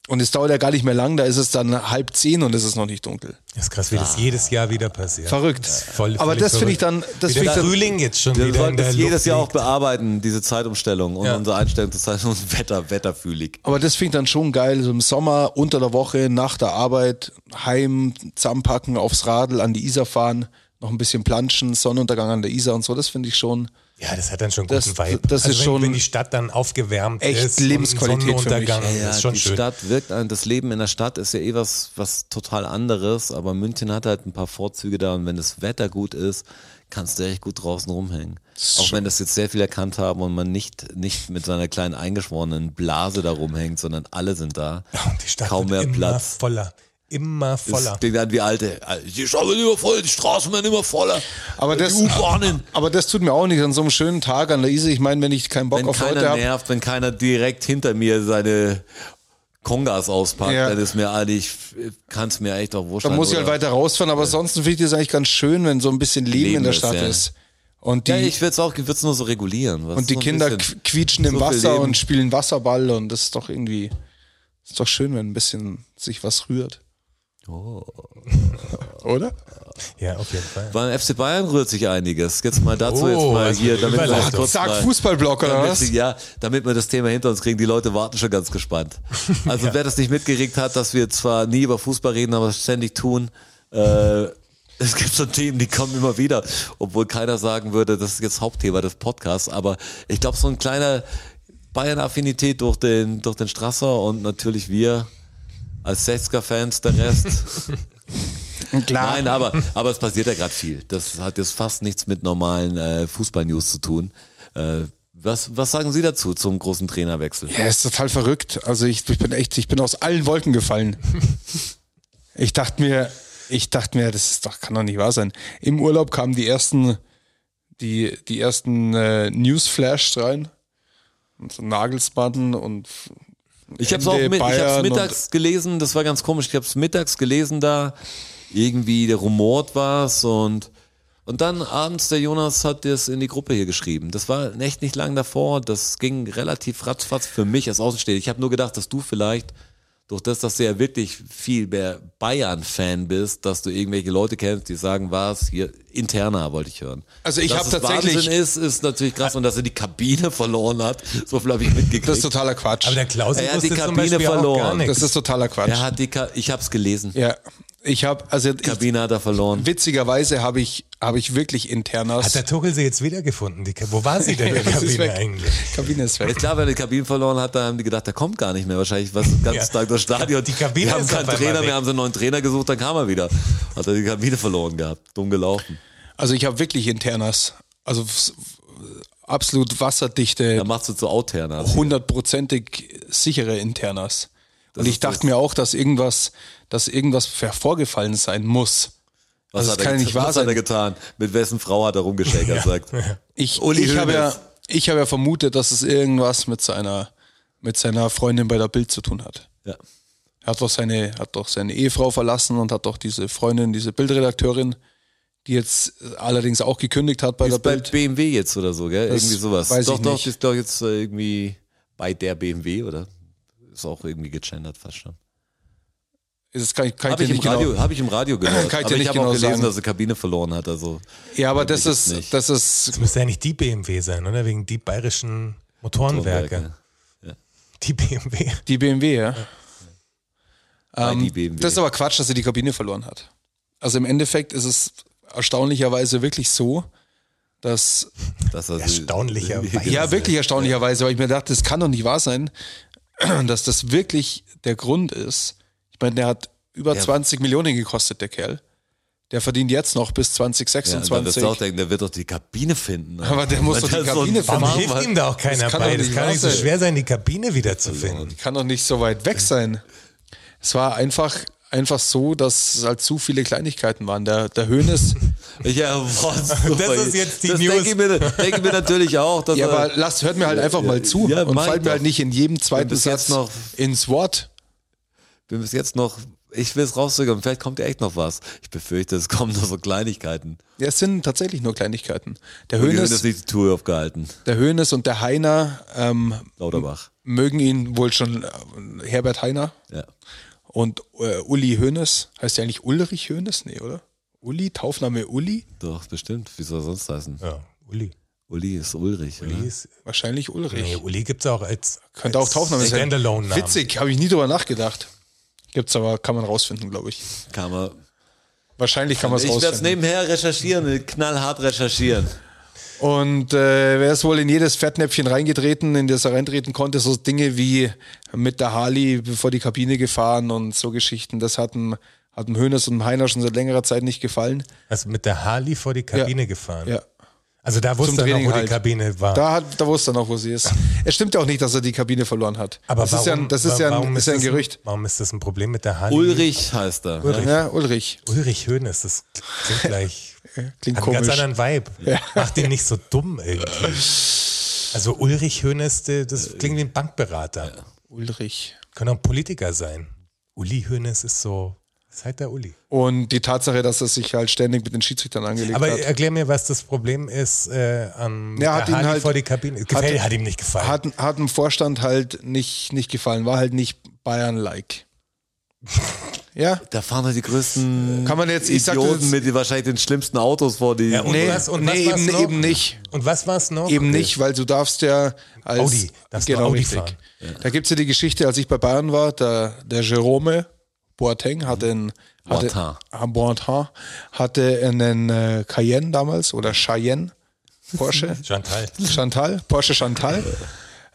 Speaker 1: Und es dauert ja gar nicht mehr lang, da ist es dann halb zehn und es ist noch nicht dunkel.
Speaker 2: Das ist krass, wie das
Speaker 3: Ah.
Speaker 2: jedes Jahr wieder passiert.
Speaker 1: Verrückt.
Speaker 2: Voll,
Speaker 1: Aber
Speaker 2: völlig
Speaker 1: das finde ich
Speaker 2: verrückt.
Speaker 1: dann, das finde
Speaker 2: wie
Speaker 1: ich
Speaker 2: der
Speaker 1: dann,
Speaker 2: Frühling jetzt schon
Speaker 3: Wir
Speaker 2: wieder in
Speaker 3: sollten
Speaker 2: der
Speaker 3: das
Speaker 2: Luft
Speaker 3: jedes Jahr auch
Speaker 2: liegt.
Speaker 3: bearbeiten, diese Zeitumstellung und
Speaker 2: Ja.
Speaker 3: unsere Einstellung zur Zeit und Wetter, wetterfühlig.
Speaker 1: aber das finde ich dann schon geil, so im Sommer, unter der Woche, nach der Arbeit, heim, zusammenpacken, aufs Radl, an die Isar fahren, noch ein bisschen planschen, Sonnenuntergang an der Isar und so, das finde ich schon.
Speaker 2: Ja, das hat dann schon
Speaker 1: Das-
Speaker 2: guten Vibe.
Speaker 1: das ist
Speaker 2: also wenn,
Speaker 1: schon
Speaker 2: wenn die Stadt dann aufgewärmt
Speaker 1: echt
Speaker 2: ist, und
Speaker 1: Lebensqualität für mich.
Speaker 2: Sonnenuntergang,
Speaker 1: Ja,
Speaker 3: Ja,
Speaker 2: das ist schon
Speaker 3: die
Speaker 2: schön.
Speaker 3: Stadt wirkt ein, das Leben in der Stadt ist ja eh was, was total anderes, aber München hat halt ein paar Vorzüge da und wenn das Wetter gut ist, kannst du echt gut draußen rumhängen. Auch wenn das jetzt sehr viel erkannt haben und man nicht, nicht mit seiner kleinen eingeschworenen Blase da rumhängt, sondern alle sind da.
Speaker 2: Und die Stadt
Speaker 3: Kaum
Speaker 2: wird
Speaker 3: mehr
Speaker 2: immer
Speaker 3: Platz.
Speaker 2: voller, immer voller.
Speaker 3: Das klingt an wie alte. äh, Die Stadt wird immer voll, die Straßen werden immer voller. Äh,
Speaker 1: Aber das,
Speaker 3: die U-Bahnen.
Speaker 1: aber das tut mir auch nicht an so einem schönen Tag an der Isar. Ich meine, wenn ich keinen Bock
Speaker 3: Wenn
Speaker 1: auf Leute
Speaker 3: keiner
Speaker 1: habe,
Speaker 3: nervt, wenn keiner direkt hinter mir seine Kongas auspackt,
Speaker 1: Ja.
Speaker 3: dann ist mir eigentlich, kann es mir echt auch wurscht
Speaker 1: dann
Speaker 3: sein,
Speaker 1: muss ich
Speaker 3: oder?
Speaker 1: halt weiter rausfahren. Aber ansonsten finde ich das eigentlich ganz schön, wenn so ein bisschen Leben,
Speaker 3: Leben
Speaker 1: in der
Speaker 3: ist,
Speaker 1: Stadt
Speaker 3: ja.
Speaker 1: ist. Und die,
Speaker 3: ja, ich würde es auch würd's nur so regulieren. Was
Speaker 1: Und die
Speaker 3: so ein
Speaker 1: Kinder
Speaker 3: bisschen-
Speaker 1: qu- quietschen im
Speaker 3: so viel
Speaker 1: Wasser
Speaker 3: Leben.
Speaker 1: und spielen Wasserball und das ist doch irgendwie, ist doch schön, wenn ein bisschen sich was rührt. Oh. Oder?
Speaker 2: Ja, auf jeden Fall.
Speaker 3: Beim FC Bayern rührt sich einiges. Jetzt mal dazu,
Speaker 2: Oh,
Speaker 3: jetzt mal
Speaker 2: also
Speaker 3: hier, damit wir
Speaker 2: Überleitung.
Speaker 3: auch kurz
Speaker 1: Zack,
Speaker 3: mal,
Speaker 1: Fußballblock oder
Speaker 3: damit
Speaker 1: was?
Speaker 3: sie- Ja, damit wir das Thema hinter uns kriegen. Die Leute warten schon ganz gespannt. Also wer das nicht mitgeregt hat, dass wir zwar nie über Fußball reden, aber ständig tun, äh, es gibt so Themen, die kommen immer wieder, obwohl keiner sagen würde, das ist jetzt Hauptthema des Podcasts. Aber ich glaube, so ein kleiner Bayern-Affinität durch den, durch den Strasser und natürlich wir als 60er-Fans, der Rest.
Speaker 1: Klar.
Speaker 3: Nein, aber, aber es passiert ja gerade viel. Das hat jetzt fast nichts mit normalen äh, Fußball-News zu tun. Äh, was, was sagen Sie dazu zum großen Trainerwechsel?
Speaker 1: Ja, ist total verrückt. Also ich, ich bin echt, ich bin aus allen Wolken gefallen. Ich dachte mir, ich dachte mir, das ist doch, kann doch nicht wahr sein. Im Urlaub kamen die ersten, die, die ersten äh, Newsflash rein. Und so Nagelsmann und
Speaker 3: Ich habe es
Speaker 1: MD
Speaker 3: auch mit, ich hab's
Speaker 1: Bayern
Speaker 3: mittags gelesen, das war ganz komisch. Ich habe es mittags gelesen da. Irgendwie der rumort war's und Und dann abends, der Jonas hat das in die Gruppe hier geschrieben. Das war echt nicht lang davor. Das ging relativ ratzfatz für mich als Außenstehender. Ich habe nur gedacht, dass du vielleicht durch das, dass du ja wirklich viel mehr Bayern-Fan bist, dass du irgendwelche Leute kennst, die sagen, was hier interner wollte ich hören.
Speaker 1: Also ich
Speaker 3: Dass
Speaker 1: hab
Speaker 3: es
Speaker 1: tatsächlich-
Speaker 3: Wahnsinn ist, ist natürlich krass und dass er die Kabine verloren hat. So viel habe ich mitgekriegt.
Speaker 1: Das ist totaler Quatsch.
Speaker 2: Aber der Klaus
Speaker 3: Er hat
Speaker 2: wusste
Speaker 3: die
Speaker 2: zum
Speaker 3: Kabine
Speaker 2: Beispiel auch gar
Speaker 3: verloren.
Speaker 1: Das
Speaker 2: nichts.
Speaker 1: ist totaler Quatsch.
Speaker 3: er hat die Ka ich habe es gelesen.
Speaker 1: Ja, ich habe, also ich,
Speaker 3: Kabine hat er verloren.
Speaker 1: witzigerweise habe ich, habe ich wirklich internas.
Speaker 2: Hat der Tuchel sie jetzt wiedergefunden? Die, Ka- wo war sie denn in der
Speaker 1: Das ist
Speaker 2: Kabine
Speaker 1: weg.
Speaker 2: eigentlich?
Speaker 1: Kabine ist
Speaker 3: Ist
Speaker 1: weg.
Speaker 3: klar, wenn er die Kabine verloren hat, da haben die gedacht, der kommt gar nicht mehr. Wahrscheinlich was den ganzen
Speaker 2: Ja.
Speaker 3: Tag das Stadion.
Speaker 2: Die Kabine
Speaker 3: wir haben
Speaker 2: ist
Speaker 3: keinen
Speaker 2: auf einmal
Speaker 3: Trainer,
Speaker 2: weg.
Speaker 3: wir haben so einen neuen Trainer gesucht, dann kam er wieder. Hat er die Kabine verloren gehabt. Dumm gelaufen.
Speaker 1: Also ich habe wirklich internas. Also s- absolut wasserdichte,
Speaker 3: Da machst du zu also. Outerner.
Speaker 1: hundertprozentig sichere Internas. Und ich dachte mir auch, dass irgendwas, dass irgendwas hervorgefallen sein muss.
Speaker 3: Was,
Speaker 1: Also
Speaker 3: hat,
Speaker 1: das kann
Speaker 3: er,
Speaker 1: ja nicht
Speaker 3: was
Speaker 1: wahr
Speaker 3: hat er
Speaker 1: sein.
Speaker 3: getan? Mit wessen Frau hat er rumgeschäkert? Sagt.
Speaker 1: Ich,
Speaker 3: Uli
Speaker 1: ich habe ja,
Speaker 3: Hoeneß.
Speaker 1: ich habe ja vermutet, dass es irgendwas mit seiner, mit seiner Freundin bei der Bild zu tun hat.
Speaker 3: Ja.
Speaker 1: Er hat doch seine, hat doch seine Ehefrau verlassen und hat doch diese Freundin, diese Bildredakteurin, die jetzt äh, allerdings auch gekündigt hat bei
Speaker 3: Ist
Speaker 1: der
Speaker 3: bei
Speaker 1: Bild.
Speaker 3: BMW jetzt oder so, gell?
Speaker 1: Das
Speaker 3: irgendwie sowas.
Speaker 1: weiß ich
Speaker 3: doch, doch,
Speaker 1: nicht.
Speaker 3: die ist doch jetzt äh, irgendwie bei der BMW, oder? Ist auch irgendwie gegendert fast schon.
Speaker 1: Das kann ich, kann ich
Speaker 3: Habe
Speaker 1: dir
Speaker 3: ich, im
Speaker 1: nicht genau.
Speaker 3: Radio, hab ich im Radio gehört.
Speaker 1: Kann ich dir
Speaker 3: Aber ich
Speaker 1: nicht
Speaker 3: habe auch
Speaker 1: genau
Speaker 3: gelesen,
Speaker 1: sagen.
Speaker 3: dass er Kabine verloren hat. Also
Speaker 1: Ja, aber das
Speaker 3: ich jetzt
Speaker 1: ist,
Speaker 3: nicht.
Speaker 1: das ist,
Speaker 2: Das müsste eigentlich die BMW sein, oder? Wegen die bayerischen Motorenwerke.
Speaker 3: Motorwerke.
Speaker 2: Die
Speaker 3: Äh,
Speaker 2: BMW.
Speaker 1: die BMW, ja.
Speaker 3: bei
Speaker 1: Ähm,
Speaker 3: die BMW.
Speaker 1: Das ist aber Quatsch, dass sie die Kabine verloren hat. Also im Endeffekt ist es erstaunlicherweise wirklich so, dass
Speaker 3: Das ist
Speaker 2: Erstaunlicherweise.
Speaker 1: Ja, wirklich erstaunlicherweise, weil ich mir dachte, das kann doch nicht wahr sein, dass das wirklich der Grund ist. Ich meine, der hat über
Speaker 3: Ja.
Speaker 1: 20 Millionen gekostet, der Kerl. Der verdient jetzt noch bis
Speaker 3: Ja, und dann wirst
Speaker 1: 2026.
Speaker 3: du auch denken, der wird doch die Kabine finden.
Speaker 1: Aber der muss doch die
Speaker 3: Das ist so ein
Speaker 1: Kabine
Speaker 2: Warum
Speaker 1: Mann,
Speaker 2: hilft
Speaker 1: Mann.
Speaker 2: ihm da auch keiner
Speaker 1: Das kann
Speaker 2: bei?
Speaker 1: doch
Speaker 2: Das
Speaker 1: nicht
Speaker 2: kann
Speaker 1: wahr
Speaker 2: nicht so
Speaker 1: sein.
Speaker 2: schwer sein, die Kabine wiederzufinden.
Speaker 1: kann doch nicht so weit weg sein. Es war einfach, einfach so, dass es halt zu viele Kleinigkeiten waren. Der, der Hönes,
Speaker 3: Ja, boah, super.
Speaker 2: Das ist jetzt die
Speaker 3: das
Speaker 2: News.
Speaker 3: Denke ich, mir, denke ich mir natürlich auch. Dass
Speaker 1: ja,
Speaker 3: er-
Speaker 1: aber lasst, hört mir halt einfach mal zu
Speaker 3: Äh, ja,
Speaker 1: und
Speaker 3: mein
Speaker 1: fällt mir
Speaker 3: doch.
Speaker 1: halt nicht in jedem zweiten
Speaker 3: bis jetzt
Speaker 1: Satz
Speaker 3: noch-
Speaker 1: ins Wort.
Speaker 3: wir müssen jetzt noch, ich will es rauszögern, vielleicht kommt ja echt noch was. Ich befürchte, es kommen nur so Kleinigkeiten.
Speaker 1: Ja, es sind tatsächlich nur Kleinigkeiten. Der
Speaker 3: Wir haben
Speaker 1: Hönes,
Speaker 3: das nicht die Tour aufgehalten.
Speaker 1: der Hönes und der Heiner ähm,
Speaker 3: Lauterbach.
Speaker 1: mögen ihn wohl schon äh, Herbert Heiner
Speaker 3: Ja.
Speaker 1: und äh, Uli Hoeneß. Heißt der eigentlich Ulrich Hoeneß? Nee, oder? Uli, Taufname Uli?
Speaker 3: Doch, bestimmt. Wie soll er sonst heißen?
Speaker 2: Ja, Uli.
Speaker 3: Uli ist Ulrich.
Speaker 2: Uli,
Speaker 1: Hm.
Speaker 3: Oder?
Speaker 2: ist,
Speaker 1: Wahrscheinlich Ulrich.
Speaker 2: nee, Uli gibt's auch als,
Speaker 1: Könnte auch
Speaker 2: als
Speaker 1: Taufname sein.
Speaker 2: Standalone-Namen.
Speaker 1: Witzig, habe ich nie drüber nachgedacht. Gibt's aber, kann man rausfinden, glaube ich.
Speaker 3: Kam er.
Speaker 1: Wahrscheinlich kann man es
Speaker 3: Also Ich werde es
Speaker 1: rausfinden.
Speaker 3: nebenher recherchieren, knallhart recherchieren.
Speaker 1: Und äh, wer ist wohl in jedes Fettnäpfchen reingetreten, in das er reintreten konnte, so Dinge wie mit der Harley vor die Kabine gefahren und so Geschichten. Das hat dem, hat dem Hoeneß und dem Heiner schon seit längerer Zeit nicht gefallen.
Speaker 2: Also mit der Harley vor die Kabine
Speaker 1: Ja.
Speaker 2: gefahren.
Speaker 1: Ja.
Speaker 2: Also da
Speaker 1: Zum
Speaker 2: wusste er noch,
Speaker 1: Training
Speaker 2: wo die
Speaker 1: halt.
Speaker 2: Kabine war.
Speaker 1: Da, hat, da wusste er noch, wo sie ist. Es stimmt ja auch nicht, dass er die Kabine verloren hat.
Speaker 2: Aber
Speaker 1: das
Speaker 2: warum,
Speaker 1: ist ja ein, das ist ja
Speaker 2: warum
Speaker 1: ein, ist ja ein
Speaker 2: das
Speaker 1: Gerücht.
Speaker 2: warum ist das ein Problem mit der Harley?
Speaker 3: Ulrich heißt er.
Speaker 2: Ulrich.
Speaker 1: Ja, Ulrich.
Speaker 2: Ulrich Hoeneß, das klingt gleich.
Speaker 1: Klingt
Speaker 2: Hat einen ganz
Speaker 1: komisch.
Speaker 2: anderen Vibe. Macht ihn nicht so dumm irgendwie. Also Ulrich Hoeneß, der- das klingt wie ein Bankberater.
Speaker 1: Ulrich.
Speaker 2: Kann auch ein Politiker sein. Uli Hoeneß ist so, ist halt der Uli.
Speaker 1: Und die Tatsache, dass er sich halt ständig mit den Schiedsrichtern angelegt
Speaker 2: Aber
Speaker 1: hat.
Speaker 2: erklär mir, was das Problem ist äh, an
Speaker 1: Ja,
Speaker 2: der
Speaker 1: hat ihn
Speaker 2: Harley
Speaker 1: halt-
Speaker 2: vor die Kabine. Gefällt,
Speaker 1: hat-
Speaker 2: hat ihm nicht gefallen.
Speaker 1: Hat, hat dem Vorstand halt nicht, nicht gefallen, war halt nicht Bayern-like. ja?
Speaker 3: Da fahren doch die größten
Speaker 1: Kann man jetzt- ich sag das
Speaker 3: Idioten
Speaker 1: jetzt-
Speaker 3: mit den wahrscheinlich den schlimmsten Autos vor die.
Speaker 2: Ja, und-
Speaker 1: Nee,
Speaker 2: was- und was
Speaker 1: nee
Speaker 2: war's
Speaker 1: eben,
Speaker 2: noch?
Speaker 1: eben nicht.
Speaker 2: Und was war es noch?
Speaker 1: Eben nicht, weil du darfst ja als
Speaker 2: Audi, darfst du Audi fahren.
Speaker 1: Da gibt's ja die Geschichte, als ich bei Bayern war, der, der Jerome Boateng hatte einen
Speaker 3: Boateng.
Speaker 1: hatte, ah, Boateng, hatte einen äh, Cayenne damals oder Cheyenne Porsche.
Speaker 2: Chantal.
Speaker 1: Chantal, Porsche Chantal.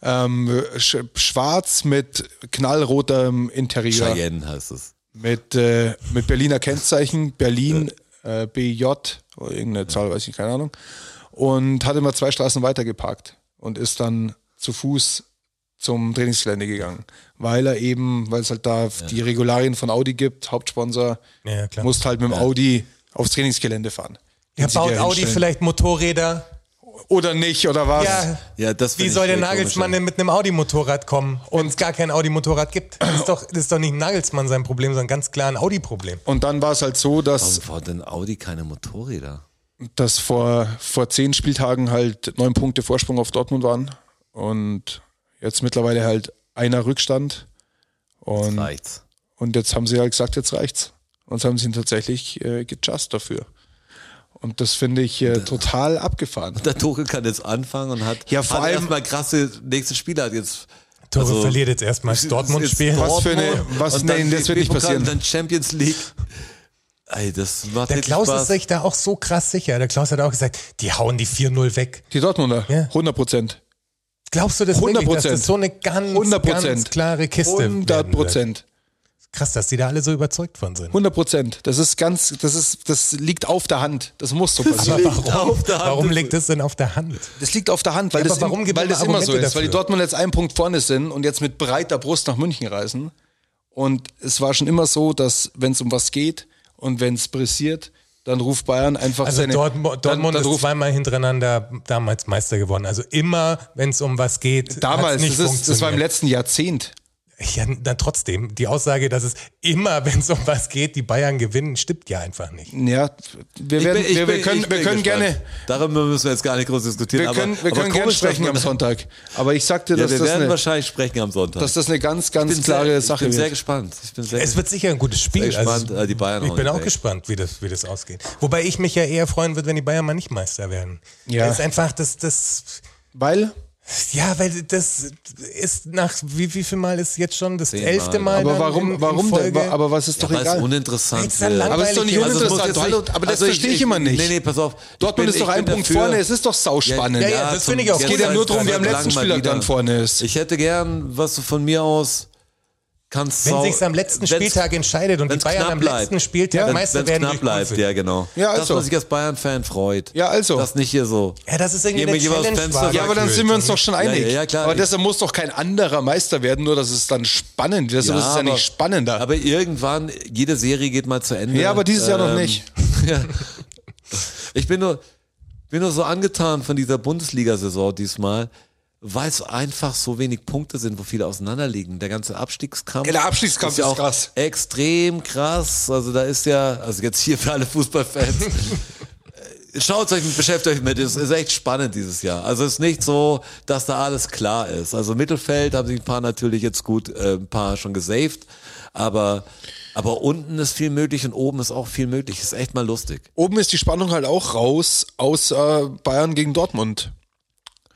Speaker 1: Ähm, sch schwarz mit knallrotem Interieur.
Speaker 3: Cheyenne heißt es.
Speaker 1: Mit, äh, mit Berliner Kennzeichen, Berlin, äh, BJ, oder irgendeine Zahl, weiß ich, keine Ahnung. Und hat immer zwei Straßen weiter geparkt und ist dann zu Fuß zum Trainingsgelände gegangen. Weil er eben, weil es halt da die Regularien von Audi gibt, Hauptsponsor,
Speaker 2: Ja, klar.
Speaker 1: musst halt mit dem Audi aufs Trainingsgelände fahren.
Speaker 2: Ja,
Speaker 1: Den sie
Speaker 2: baut
Speaker 1: dir
Speaker 2: Audi
Speaker 1: hinstellen.
Speaker 2: vielleicht Motorräder?
Speaker 1: Oder nicht, oder was?
Speaker 2: Ja.
Speaker 3: Ja, das
Speaker 2: Wie
Speaker 3: find
Speaker 2: soll
Speaker 3: ich
Speaker 2: der
Speaker 3: echt
Speaker 2: Nagelsmann
Speaker 3: komisch,
Speaker 2: denn mit einem Audi-Motorrad kommen, wenn es gar kein Audi-Motorrad gibt? Das ist, doch, das ist doch nicht Nagelsmann sein Problem, sondern ganz klar ein Audi-Problem.
Speaker 1: Und dann war es halt so, dass
Speaker 3: Warum fahren denn Audi keine Motorräder?
Speaker 1: dass vor, vor zehn Spieltagen halt neun Punkte Vorsprung auf Dortmund waren und jetzt mittlerweile halt einer Rückstand. Und,
Speaker 3: Reicht's.
Speaker 1: und jetzt haben sie halt gesagt, jetzt reicht's. Und jetzt haben sie ihn tatsächlich äh, gejust dafür. Und das finde ich äh, total abgefahren.
Speaker 3: Der Tuchel kann jetzt anfangen und hat,
Speaker 1: Ja, vor
Speaker 3: hat
Speaker 1: allem-
Speaker 3: erstmal krasse nächste Spieler hat jetzt
Speaker 2: Tore
Speaker 3: Also-
Speaker 2: verliert jetzt erstmal das Dortmund-Spiel.
Speaker 1: Dortmund. Was für eine- was-
Speaker 3: und dann
Speaker 1: nee, das wird nicht
Speaker 3: DFB-Pokal
Speaker 1: passieren.
Speaker 3: und Dann Champions League. Ey, das macht
Speaker 2: Der
Speaker 3: richtig
Speaker 2: Klaus
Speaker 3: Spaß.
Speaker 2: ist sich da auch so krass sicher. Der Klaus hat auch gesagt, die hauen die 4-0 weg.
Speaker 1: Die Dortmunder,
Speaker 2: Ja.
Speaker 1: 100 Prozent.
Speaker 2: Glaubst du das
Speaker 1: 100%.
Speaker 2: wirklich, dass das so eine ganz,
Speaker 1: 100%.
Speaker 2: ganz klare Kiste werden
Speaker 1: 100
Speaker 2: wird?
Speaker 1: Prozent.
Speaker 2: Krass, dass die da alle so überzeugt von sind.
Speaker 1: 100 Prozent. Das ist ganz, das ist, das liegt auf der Hand. Das muss so passieren.
Speaker 2: Aber warum,
Speaker 3: auf der Hand.
Speaker 2: warum liegt das denn auf der Hand?
Speaker 1: Das liegt auf der Hand, weil
Speaker 2: Ja, aber
Speaker 1: das, im-
Speaker 2: warum gibt
Speaker 1: weil
Speaker 2: immer
Speaker 1: das immer so ist.
Speaker 2: Argumente
Speaker 1: Weil die
Speaker 2: dafür?
Speaker 1: Dortmund jetzt einen Punkt vorne sind und jetzt mit breiter Brust nach München reisen. Und es war schon immer so, dass wenn es um was geht und wenn es pressiert, dann ruft Bayern einfach
Speaker 2: Also
Speaker 1: seine...
Speaker 2: Dortmund,
Speaker 1: dann,
Speaker 2: Dortmund
Speaker 1: dann
Speaker 2: ist
Speaker 1: ruft,
Speaker 2: zweimal hintereinander damals Meister geworden. Also immer, wenn es um was geht, hat's
Speaker 1: damals,
Speaker 2: nicht
Speaker 1: das, ist, das war im
Speaker 2: funktioniert.
Speaker 1: letzten Jahrzehnt.
Speaker 2: Ja, dann trotzdem, die Aussage, dass es immer, wenn es um was geht, die Bayern gewinnen, stimmt ja einfach nicht.
Speaker 1: Ja, wir, werden, wir, wir können, wir
Speaker 3: ich bin
Speaker 1: können
Speaker 3: gespannt.
Speaker 1: gerne...
Speaker 3: Darüber müssen wir jetzt gar nicht groß diskutieren.
Speaker 1: Wir
Speaker 3: aber,
Speaker 1: können, wir
Speaker 3: aber
Speaker 1: können gerne
Speaker 3: komisch, dass
Speaker 1: sprechen
Speaker 3: man-
Speaker 1: am Sonntag. Aber ich sagte,
Speaker 3: Ja,
Speaker 1: dass,
Speaker 3: wir
Speaker 1: das
Speaker 3: werden
Speaker 1: eine,
Speaker 3: wahrscheinlich sprechen am Sonntag.
Speaker 1: dass das eine ganz, ganz
Speaker 3: ich bin
Speaker 1: klare
Speaker 3: sehr,
Speaker 1: Sache
Speaker 3: Ich bin
Speaker 1: wird.
Speaker 3: sehr gespannt. Ich bin sehr
Speaker 2: Es wird sicher ein gutes Spiel. Also
Speaker 3: Sehr gespannt, äh, die Bayern
Speaker 2: ich
Speaker 3: hauen
Speaker 2: bin
Speaker 3: nicht
Speaker 2: auch
Speaker 3: weg.
Speaker 2: gespannt, wie das, wie das ausgeht. Wobei ich mich ja eher freuen würde, wenn die Bayern mal nicht Meister werden.
Speaker 1: Ja.
Speaker 2: Das ist einfach, das, das,
Speaker 1: Weil,
Speaker 2: ja, weil das ist nach, wie, wie viel Mal ist jetzt schon das
Speaker 3: Zehnmal.
Speaker 2: elfte Mal?
Speaker 1: aber
Speaker 2: dann
Speaker 1: warum,
Speaker 2: in, in
Speaker 1: warum,
Speaker 2: Folge?
Speaker 1: denn, aber was ist doch
Speaker 3: weil es
Speaker 1: egal.
Speaker 3: uninteressant.
Speaker 2: Jetzt dann
Speaker 3: wird. Also
Speaker 1: Aber es ist doch nicht
Speaker 2: langweilig.
Speaker 3: es muss
Speaker 1: uninteressant.
Speaker 3: jetzt
Speaker 1: Hallo,
Speaker 3: nicht-
Speaker 1: aber das
Speaker 3: also
Speaker 1: verstehe ich, immer nicht.
Speaker 3: Nee, nee, pass auf.
Speaker 1: Dortmund
Speaker 3: Ich bin-
Speaker 1: ist doch
Speaker 3: ich
Speaker 1: ein
Speaker 3: bin
Speaker 1: Punkt
Speaker 3: dafür-
Speaker 1: vorne, es ist doch sauspannend.
Speaker 2: Ja, ja, das finde ich auch
Speaker 1: Es
Speaker 3: zum-
Speaker 1: geht ja
Speaker 2: gut.
Speaker 1: nur darum,
Speaker 2: Jetzt
Speaker 1: wer am
Speaker 2: seit
Speaker 1: letzten
Speaker 3: langem mal
Speaker 1: Spieltag
Speaker 3: wieder.
Speaker 1: dann vorne ist.
Speaker 3: Ich hätte gern, was du von mir aus kannst.
Speaker 2: Wenn
Speaker 3: sau-
Speaker 2: sich's am letzten
Speaker 3: wenn's-
Speaker 2: Spieltag entscheidet und die
Speaker 3: wenn's
Speaker 2: Bayern
Speaker 3: knapp
Speaker 2: am
Speaker 3: bleibt.
Speaker 2: letzten Spieltag
Speaker 3: Wenn
Speaker 2: Meister
Speaker 3: es
Speaker 2: werden
Speaker 3: knapp
Speaker 2: durch
Speaker 3: bleibt,
Speaker 2: Unfall.
Speaker 3: ja genau.
Speaker 1: Ja,
Speaker 3: Dass
Speaker 1: also.
Speaker 3: man sich als Bayern-Fan freut.
Speaker 1: Ja, also.
Speaker 3: Dass nicht hier so.
Speaker 2: Ja, das ist irgendwie
Speaker 3: Gehen wir
Speaker 2: eine
Speaker 3: jeweils
Speaker 2: Challenge.
Speaker 3: Fenster-
Speaker 2: war
Speaker 1: ja, aber dann
Speaker 2: gefühlt,
Speaker 1: sind wir uns
Speaker 2: oder?
Speaker 1: doch schon einig.
Speaker 3: ja, ja, klar.
Speaker 1: aber deshalb muss doch kein anderer Meister werden, nur dass es dann spannend wird. Ja, ist es ja
Speaker 3: aber-
Speaker 1: nicht spannender.
Speaker 3: Aber irgendwann, jede Serie geht mal zu Ende.
Speaker 1: ja, aber dieses Jahr noch
Speaker 3: Ähm,
Speaker 1: nicht.
Speaker 3: ja. Ich bin nur, bin nur so angetan von dieser Bundesliga-Saison diesmal, weil es einfach so wenig Punkte sind, wo viele auseinanderliegen. Der ganze Abstiegskampf.
Speaker 1: Ja, der Abstiegskampf
Speaker 3: ja
Speaker 1: ist
Speaker 3: auch
Speaker 1: krass.
Speaker 3: Extrem krass. Also da ist ja, also jetzt hier für alle Fußballfans. Schaut euch, beschäftigt euch mit, es ist echt spannend dieses Jahr. Also es ist nicht so, dass da alles klar ist. Also Mittelfeld haben sich ein paar natürlich jetzt gut, äh, ein paar schon gesaved, aber, aber unten ist viel möglich und oben ist auch viel möglich. Ist echt mal lustig.
Speaker 1: Oben ist die Spannung halt auch raus aus äh, Bayern gegen Dortmund.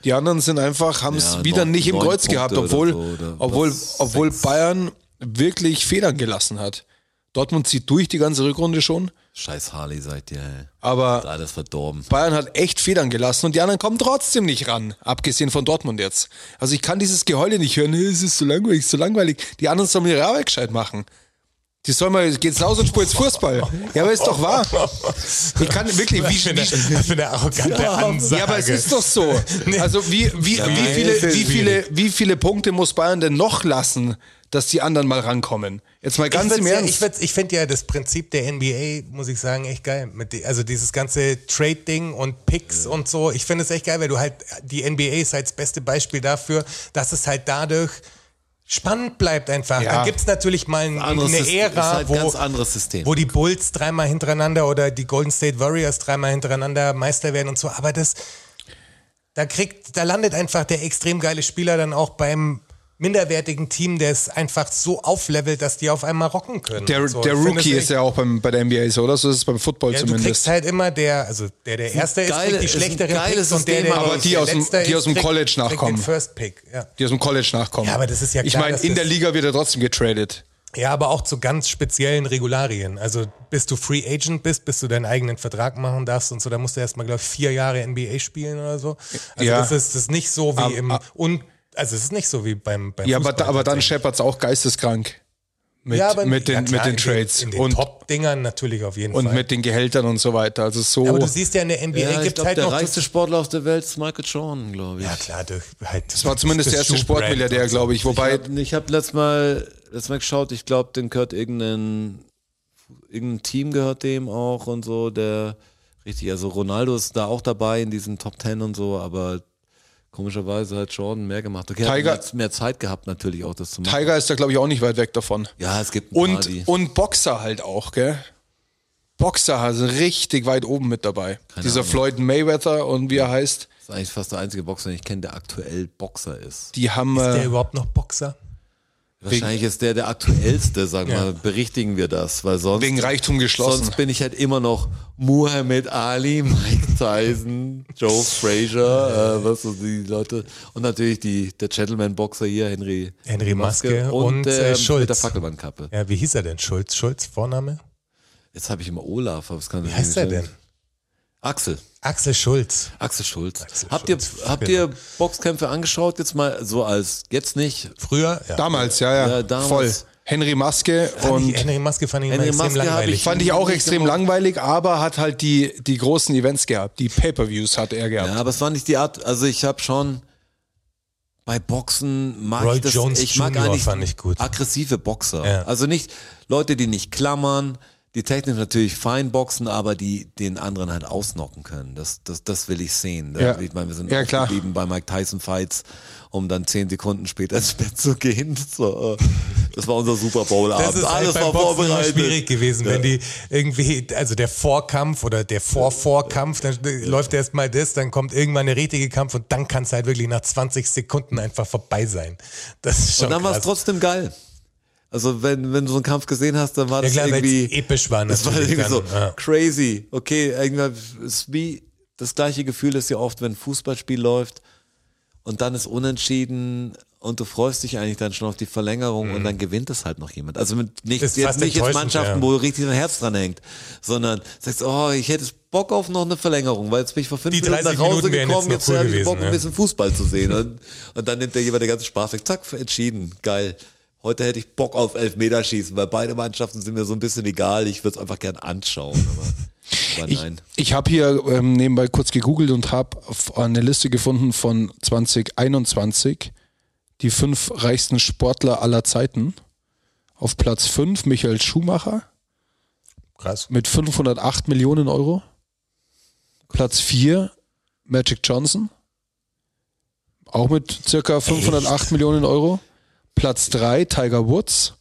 Speaker 1: Die anderen sind einfach, haben es
Speaker 3: Ja,
Speaker 1: wieder
Speaker 3: neun-
Speaker 1: nicht im
Speaker 3: neun
Speaker 1: Kreuz
Speaker 3: Punkte
Speaker 1: gehabt,
Speaker 3: oder
Speaker 1: obwohl,
Speaker 3: so, oder
Speaker 1: obwohl,
Speaker 3: was,
Speaker 1: obwohl
Speaker 3: sechs.
Speaker 1: Bayern wirklich Federn gelassen hat. Dortmund zieht durch die ganze Rückrunde schon,
Speaker 3: Scheiß Harley seid ihr, ey.
Speaker 1: aber
Speaker 3: Ist alles verdorben.
Speaker 1: Bayern hat echt Federn gelassen und die anderen kommen trotzdem nicht ran, abgesehen von Dortmund jetzt. Also ich kann dieses Geheule nicht hören, es ist so langweilig, es ist so langweilig. Die anderen sollen ihre Arbeit gescheit machen. Die sollen mal, geht's raus und spielt jetzt Fußball. Ja, aber ist doch wahr. Ich kann wirklich,
Speaker 2: Was
Speaker 1: wie,
Speaker 2: für eine,
Speaker 1: wie,
Speaker 2: was für eine arrogante Ansage.
Speaker 1: ja, aber es ist doch so.
Speaker 2: Nee.
Speaker 1: Also wie, wie,
Speaker 2: Ja,
Speaker 1: wie,
Speaker 2: nein,
Speaker 1: viele,
Speaker 2: es ist
Speaker 1: wie, viele, wie viele Punkte muss Bayern denn noch lassen, dass die anderen mal rankommen? Jetzt mal ganz
Speaker 2: ich
Speaker 1: im
Speaker 2: würd's ja,
Speaker 1: Ernst.
Speaker 2: Ich, würd's- ich finde ja das Prinzip der NBA, muss ich sagen, echt geil. Mit die, also dieses ganze Trade-Ding und Picks und so. Ich finde es echt geil, weil du halt, die NBA ist halt das beste Beispiel dafür, dass es halt dadurch spannend bleibt einfach.
Speaker 1: Ja.
Speaker 2: Dann gibt es natürlich mal ein,
Speaker 3: Anderes
Speaker 2: eine
Speaker 3: System, ist
Speaker 2: Ära,
Speaker 3: halt
Speaker 2: wo,
Speaker 3: ganz anderes System.
Speaker 2: wo die Bulls dreimal hintereinander oder die Golden State Warriors dreimal hintereinander Meister werden und so. Aber das, da kriegt, da landet einfach der extrem geile Spieler dann auch beim minderwertigen Team, der es einfach so auflevelt, dass die auf einmal rocken können.
Speaker 1: der,
Speaker 2: Und so.
Speaker 1: der
Speaker 2: Ich find
Speaker 1: Rookie
Speaker 2: das
Speaker 1: ist ja auch beim, bei der NBA so, oder? So ist es beim Football
Speaker 2: echt- ja, du kriegst
Speaker 1: zumindest.
Speaker 2: halt immer der, also der, der Erste ist,
Speaker 3: geile-
Speaker 2: kriegt die
Speaker 3: ist ein
Speaker 2: schlechteren
Speaker 3: geiles
Speaker 2: Picks und der,
Speaker 3: System,
Speaker 2: der,
Speaker 3: aber
Speaker 2: der
Speaker 1: die aus dem-
Speaker 2: Letzter
Speaker 1: die aus dem
Speaker 2: ist, kriegt-
Speaker 1: College
Speaker 2: kriegt den
Speaker 1: nachkommen.
Speaker 2: First Pick, ja.
Speaker 1: die aus dem College nachkommen.
Speaker 2: Ja, aber das ist ja
Speaker 1: Ich
Speaker 2: klar,
Speaker 1: meine,
Speaker 2: dass
Speaker 1: in der
Speaker 2: das-
Speaker 1: Liga wird er trotzdem getradet.
Speaker 2: Ja, aber auch zu ganz speziellen Regularien. Also bis du Free Agent bist, bis du deinen eigenen Vertrag machen darfst und so, da musst du erstmal, glaube ich, vier Jahre NBA spielen oder so. Also
Speaker 1: Ja.
Speaker 2: das, ist, das ist nicht so wie
Speaker 1: Ab-
Speaker 2: im
Speaker 1: ab-
Speaker 2: und also es ist nicht so wie beim, beim
Speaker 1: Ja, aber,
Speaker 2: Fußball
Speaker 1: da, aber dann
Speaker 2: tatsächlich.
Speaker 1: scheppert's auch geisteskrank. Mit,
Speaker 2: Ja, aber-
Speaker 1: mit, den,
Speaker 2: ja, klar,
Speaker 1: mit den
Speaker 2: in
Speaker 1: Trades
Speaker 2: In den
Speaker 1: und,
Speaker 2: Top-Dingern natürlich auf jeden
Speaker 1: und
Speaker 2: Fall.
Speaker 1: mit den Gehältern und so weiter. Also so.
Speaker 2: aber du siehst ja in der NBA
Speaker 3: Ja, ich
Speaker 2: gibt
Speaker 3: glaub,
Speaker 2: halt
Speaker 3: der
Speaker 2: noch
Speaker 3: reichste Sportler auf der Welt ist Michael Jordan, glaube ich.
Speaker 2: ja klar, durch halt
Speaker 1: das war zumindest der erste Sportmilliardär, glaube ich. Wobei,
Speaker 3: hab- ich habe letztes Mal, letztes Mal geschaut, ich glaube, den gehört irgendein, irgendein Team gehört dem auch und so, der richtig, also Ronaldo ist da auch dabei in diesen Top Ten und so, aber komischerweise hat Jordan mehr gemacht. Okay,
Speaker 1: Tiger-
Speaker 3: hat mehr, mehr Zeit gehabt natürlich auch das zu machen.
Speaker 1: Tiger ist da, glaube ich, auch nicht weit weg davon.
Speaker 3: ja, es gibt ein paar,
Speaker 1: Und,
Speaker 3: die-
Speaker 1: und Boxer halt auch, gell? Boxer also richtig weit oben mit dabei. Dieser Floyd Mayweather und wie er heißt,
Speaker 3: Das ist eigentlich fast der einzige Boxer, den ich kenne, der aktuell Boxer ist.
Speaker 1: die haben.
Speaker 2: Ist der
Speaker 1: Äh,
Speaker 2: überhaupt noch Boxer?
Speaker 3: Wahrscheinlich ist der der aktuellste, sag
Speaker 2: Ja.
Speaker 3: mal, berichtigen wir das, weil sonst.
Speaker 1: Wegen Reichtum geschlossen.
Speaker 3: Sonst bin ich halt immer noch Muhammad Ali, Mike Tyson, Joe Frazier, äh, was so die Leute. Und natürlich die, der Gentleman-Boxer hier, Henry,
Speaker 2: Henry Maske und, äh,
Speaker 3: ähm,
Speaker 2: Schulz.
Speaker 3: mit der Fackelbandkappe.
Speaker 2: Ja, wie hieß er denn? Schulz? Schulz, Vorname?
Speaker 3: Jetzt habe ich immer Olaf, aber es kann
Speaker 2: Wie heißt er denn?
Speaker 3: Axel.
Speaker 2: Axel Schulz.
Speaker 3: Axel Schulz.
Speaker 2: Axel Genau.
Speaker 3: habt
Speaker 2: Schulz,
Speaker 3: ihr, habt ihr Boxkämpfe angeschaut? Jetzt mal so als, jetzt nicht.
Speaker 2: Früher, ja.
Speaker 1: damals, ja, ja.
Speaker 3: Ja, damals.
Speaker 1: Voll. Henry Maske
Speaker 2: Fand
Speaker 1: und
Speaker 2: ich, Henry Maske fand ich immer
Speaker 3: Henry
Speaker 2: extrem
Speaker 3: Maske hab
Speaker 2: langweilig.
Speaker 3: ich
Speaker 1: fand ich auch
Speaker 3: nicht
Speaker 1: extrem
Speaker 3: gemacht.
Speaker 1: langweilig, aber hat halt die, die großen Events gehabt. Die Pay-Per-Views hat er gehabt.
Speaker 3: Ja, aber es war nicht die Art, also ich habe schon bei Boxen mag
Speaker 2: Roy
Speaker 3: ich das,
Speaker 2: Jones
Speaker 3: ich mag
Speaker 2: Jr.
Speaker 3: eigentlich
Speaker 2: fand ich gut.
Speaker 3: aggressive Boxer.
Speaker 2: Ja.
Speaker 3: Also nicht Leute, die nicht klammern, die technisch natürlich fein boxen, aber die den anderen halt ausnocken können. Das, das, das will ich sehen. Da-
Speaker 1: Ja.
Speaker 3: Ich meine, wir sind
Speaker 1: Ja, klar.
Speaker 3: aufgeblieben bei Mike Tyson Fights, um dann zehn Sekunden später ins Bett zu gehen. So, äh, das war unser Super Bowl Abend.
Speaker 2: Das ist
Speaker 3: Alles
Speaker 2: halt beim
Speaker 3: war
Speaker 2: Boxen immer
Speaker 3: vorbereitet.
Speaker 2: schwierig gewesen, wenn die irgendwie, also der Vorkampf oder der Vorvorkampf, dann läuft erst mal das, dann kommt irgendwann der richtige Kampf und dann kann es halt wirklich nach 20 Sekunden einfach vorbei sein. Das ist schon
Speaker 3: Und dann war es
Speaker 2: krass.
Speaker 3: trotzdem geil. Also wenn, wenn du so einen Kampf gesehen hast, dann war
Speaker 2: Ja
Speaker 3: das
Speaker 2: klar, weil
Speaker 3: irgendwie
Speaker 2: es episch war
Speaker 3: Das war
Speaker 2: natürlich
Speaker 3: irgendwie so
Speaker 2: dann, ja.
Speaker 3: crazy. Okay, irgendwie ist wie das gleiche Gefühl ist ja oft, wenn ein Fußballspiel läuft und dann ist unentschieden und du freust dich eigentlich dann schon auf die Verlängerung und dann gewinnt es halt noch jemand. Also mit nicht,
Speaker 2: Mhm. Ist
Speaker 3: jetzt
Speaker 2: fast
Speaker 3: nicht jetzt
Speaker 2: enttäuschend,
Speaker 3: Mannschaften,
Speaker 2: ja.
Speaker 3: wo richtig dein Herz dran hängt, sondern sagst, oh, ich hätte Bock auf noch eine Verlängerung, weil jetzt bin ich vor fünf
Speaker 2: Die
Speaker 3: Minuten
Speaker 2: 30
Speaker 3: nach Hause
Speaker 2: Minuten wären
Speaker 3: gekommen,
Speaker 2: jetzt
Speaker 3: jetzt,
Speaker 2: noch cool
Speaker 3: habe ich
Speaker 2: gewesen,
Speaker 3: Bock, ein
Speaker 2: ja.
Speaker 3: bisschen Fußball zu sehen. Und, und dann nimmt der jemand den ganzen Spaß weg, zack, entschieden, geil. Heute hätte ich Bock auf Elfmeterschießen, weil beide Mannschaften sind mir so ein bisschen egal. Ich würde es einfach gern anschauen, aber, aber
Speaker 1: Ich,
Speaker 3: nein.
Speaker 1: ich habe hier ähm, nebenbei kurz gegoogelt und habe eine Liste gefunden von 2021, die fünf reichsten Sportler aller Zeiten. Auf Platz 5 Michael Schumacher
Speaker 2: krass.
Speaker 1: mit 508 Millionen Euro. Platz 4 Magic Johnson, auch mit circa 508 Millionen Euro. Platz 3 Tiger Woods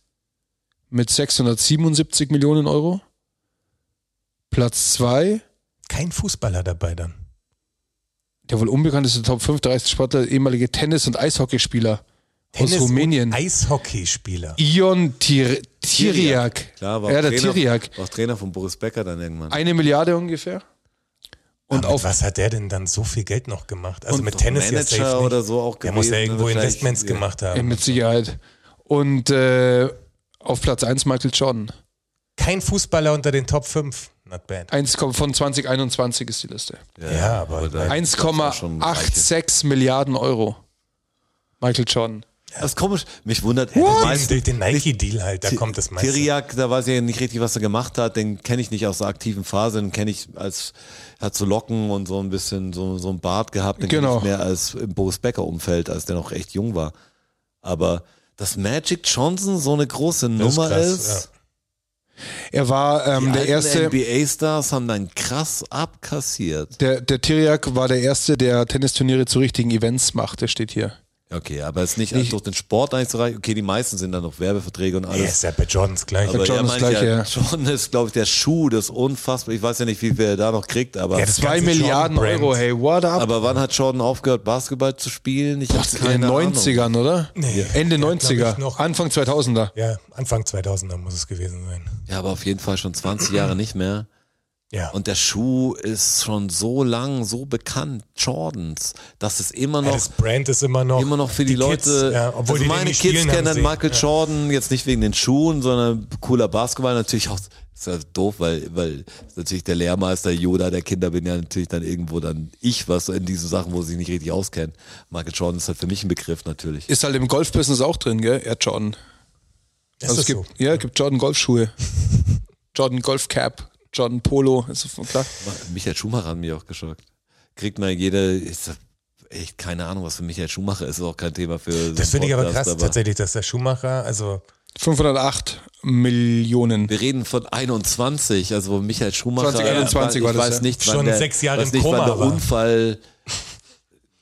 Speaker 1: mit 677 Millionen Euro. Platz 2
Speaker 2: Kein Fußballer dabei dann.
Speaker 1: Der wohl unbekannteste Top 5 der reichsten Sportler, ehemalige Tennis- und Eishockeyspieler aus
Speaker 2: und
Speaker 1: Rumänien.
Speaker 2: Eishockeyspieler.
Speaker 1: Ion Tir Tiriak.
Speaker 3: Klar, war
Speaker 1: ja,
Speaker 3: auch,
Speaker 1: der
Speaker 3: Trainer,
Speaker 1: Tiriak.
Speaker 3: war auch Trainer von Boris Becker dann irgendwann.
Speaker 1: Eine Milliarde ungefähr. Und
Speaker 2: Aber mit
Speaker 1: auf,
Speaker 2: was hat der denn dann so viel Geld noch gemacht? Also
Speaker 3: Und
Speaker 2: mit
Speaker 3: doch
Speaker 2: Tennis ja
Speaker 3: Manager
Speaker 2: safe nicht.
Speaker 3: oder so auch
Speaker 2: Der muss ja
Speaker 3: gewesen,
Speaker 2: irgendwo
Speaker 3: wahrscheinlich.
Speaker 2: Investments
Speaker 3: Ja.
Speaker 2: gemacht
Speaker 1: ja,
Speaker 2: haben.
Speaker 1: Äh, mit Sicherheit. Und äh, auf Platz 1 Michael Jordan.
Speaker 2: Kein Fußballer unter den Top 5. Not bad.
Speaker 1: 1, von 2021 ist die Liste.
Speaker 2: Ja, aber-
Speaker 3: da- das war schon reiche.
Speaker 1: 1,86 Milliarden Euro. Michael Jordan.
Speaker 3: Das ist komisch. Mich wundert,
Speaker 2: Den-
Speaker 3: die meisten-
Speaker 2: den, den Nike-Deal halt, da
Speaker 3: Ti-
Speaker 2: kommt das meiste.
Speaker 3: Tiriak, da weiß ich ja nicht richtig, was er gemacht hat. Den kenne ich nicht aus der aktiven Phase. Den kenne ich als, er hat so Locken und so ein bisschen so, so ein Bart gehabt. Den
Speaker 1: Genau.
Speaker 3: kenn ich mehr als im Boris Becker-Umfeld, als der noch echt jung war. Aber dass Magic Johnson so eine große
Speaker 2: Das
Speaker 3: Nummer
Speaker 2: krass,
Speaker 3: ist.
Speaker 1: Er war
Speaker 3: die
Speaker 1: ähm, der
Speaker 3: alten
Speaker 1: erste.
Speaker 3: NBA-Stars haben dann krass abkassiert.
Speaker 1: Der, der Tiriak war der erste, der Tennisturniere zu richtigen Events machte, steht hier.
Speaker 3: Okay, aber es ist nicht durch den Sport eigentlich so reich. Okay, die meisten sind dann noch Werbeverträge und
Speaker 2: Ja,
Speaker 3: alles.
Speaker 2: ist ja bei Jordans gleich.
Speaker 3: Aber
Speaker 1: John
Speaker 3: er
Speaker 1: das
Speaker 3: meint
Speaker 1: Gleiche, ja.
Speaker 3: ja, John ist, glaube ich, der Schuh, das ist unfassbar. Ich weiß ja nicht, wie viel er da noch kriegt, aber.
Speaker 2: Ja, das
Speaker 1: Zwei
Speaker 2: ganze
Speaker 1: Milliarden
Speaker 2: Jordan-Brand.
Speaker 1: Euro, hey, what up?
Speaker 3: Aber wann hat Jordan aufgehört, Basketball zu spielen? Ich
Speaker 1: Boah,
Speaker 3: habe
Speaker 1: in
Speaker 3: keine
Speaker 1: den
Speaker 3: Ahnung.
Speaker 1: 90ern, oder?
Speaker 2: Nee.
Speaker 1: Ende
Speaker 2: Ja, glaub ich
Speaker 1: 90er,
Speaker 2: noch.
Speaker 1: Anfang 2000er.
Speaker 2: ja, Anfang 2000er muss es gewesen sein.
Speaker 3: Ja, aber auf jeden Fall schon 20 Jahre nicht mehr.
Speaker 2: Ja.
Speaker 3: Und der Schuh ist schon so lang, so bekannt, Jordans, dass es immer
Speaker 2: ja,
Speaker 3: noch,
Speaker 2: das Brand ist immer noch.
Speaker 3: immer noch für die, Leute,
Speaker 2: Kids, ja, obwohl die
Speaker 3: also meine
Speaker 2: den nicht
Speaker 3: Kids
Speaker 2: spielen, haben
Speaker 3: kennen dann
Speaker 2: sie-
Speaker 3: Michael
Speaker 2: ja.
Speaker 3: Jordan jetzt nicht wegen den Schuhen, sondern cooler Basketball natürlich auch. Ist ja doof, weil, weil natürlich der Lehrmeister Yoda der Kinder bin ja natürlich dann irgendwo dann ich, was so in diesen Sachen, wo sie sich nicht richtig auskennen. Michael Jordan ist halt für mich ein Begriff natürlich.
Speaker 1: Ist halt im Golfbusiness auch drin, gell? Ja, Jordan.
Speaker 2: Ist das
Speaker 1: Also es gibt,
Speaker 2: so?
Speaker 1: Ja, gibt Jordan Golfschuhe. Jordan Golf Cap, Jordan Polo, ist so klar.
Speaker 3: Michael Schumacher hat mich auch geschockt. Kriegt mal jeder, ist das echt keine Ahnung, was für Michael Schumacher ist, ist auch kein Thema für. so einen
Speaker 2: Das finde ich aber
Speaker 3: Podcast,
Speaker 2: krass, tatsächlich, dass der Schuhmacher, also
Speaker 1: 508 Millionen.
Speaker 3: Wir reden von 21, also wo Michael Schumacher.
Speaker 1: 2021
Speaker 3: ich
Speaker 1: war das,
Speaker 3: weiß
Speaker 1: ja.
Speaker 3: nicht, wann
Speaker 2: Schon
Speaker 3: der,
Speaker 2: sechs Jahre
Speaker 3: weiß
Speaker 2: im
Speaker 3: nicht,
Speaker 2: Koma
Speaker 3: wann der
Speaker 2: war.
Speaker 3: Unfall.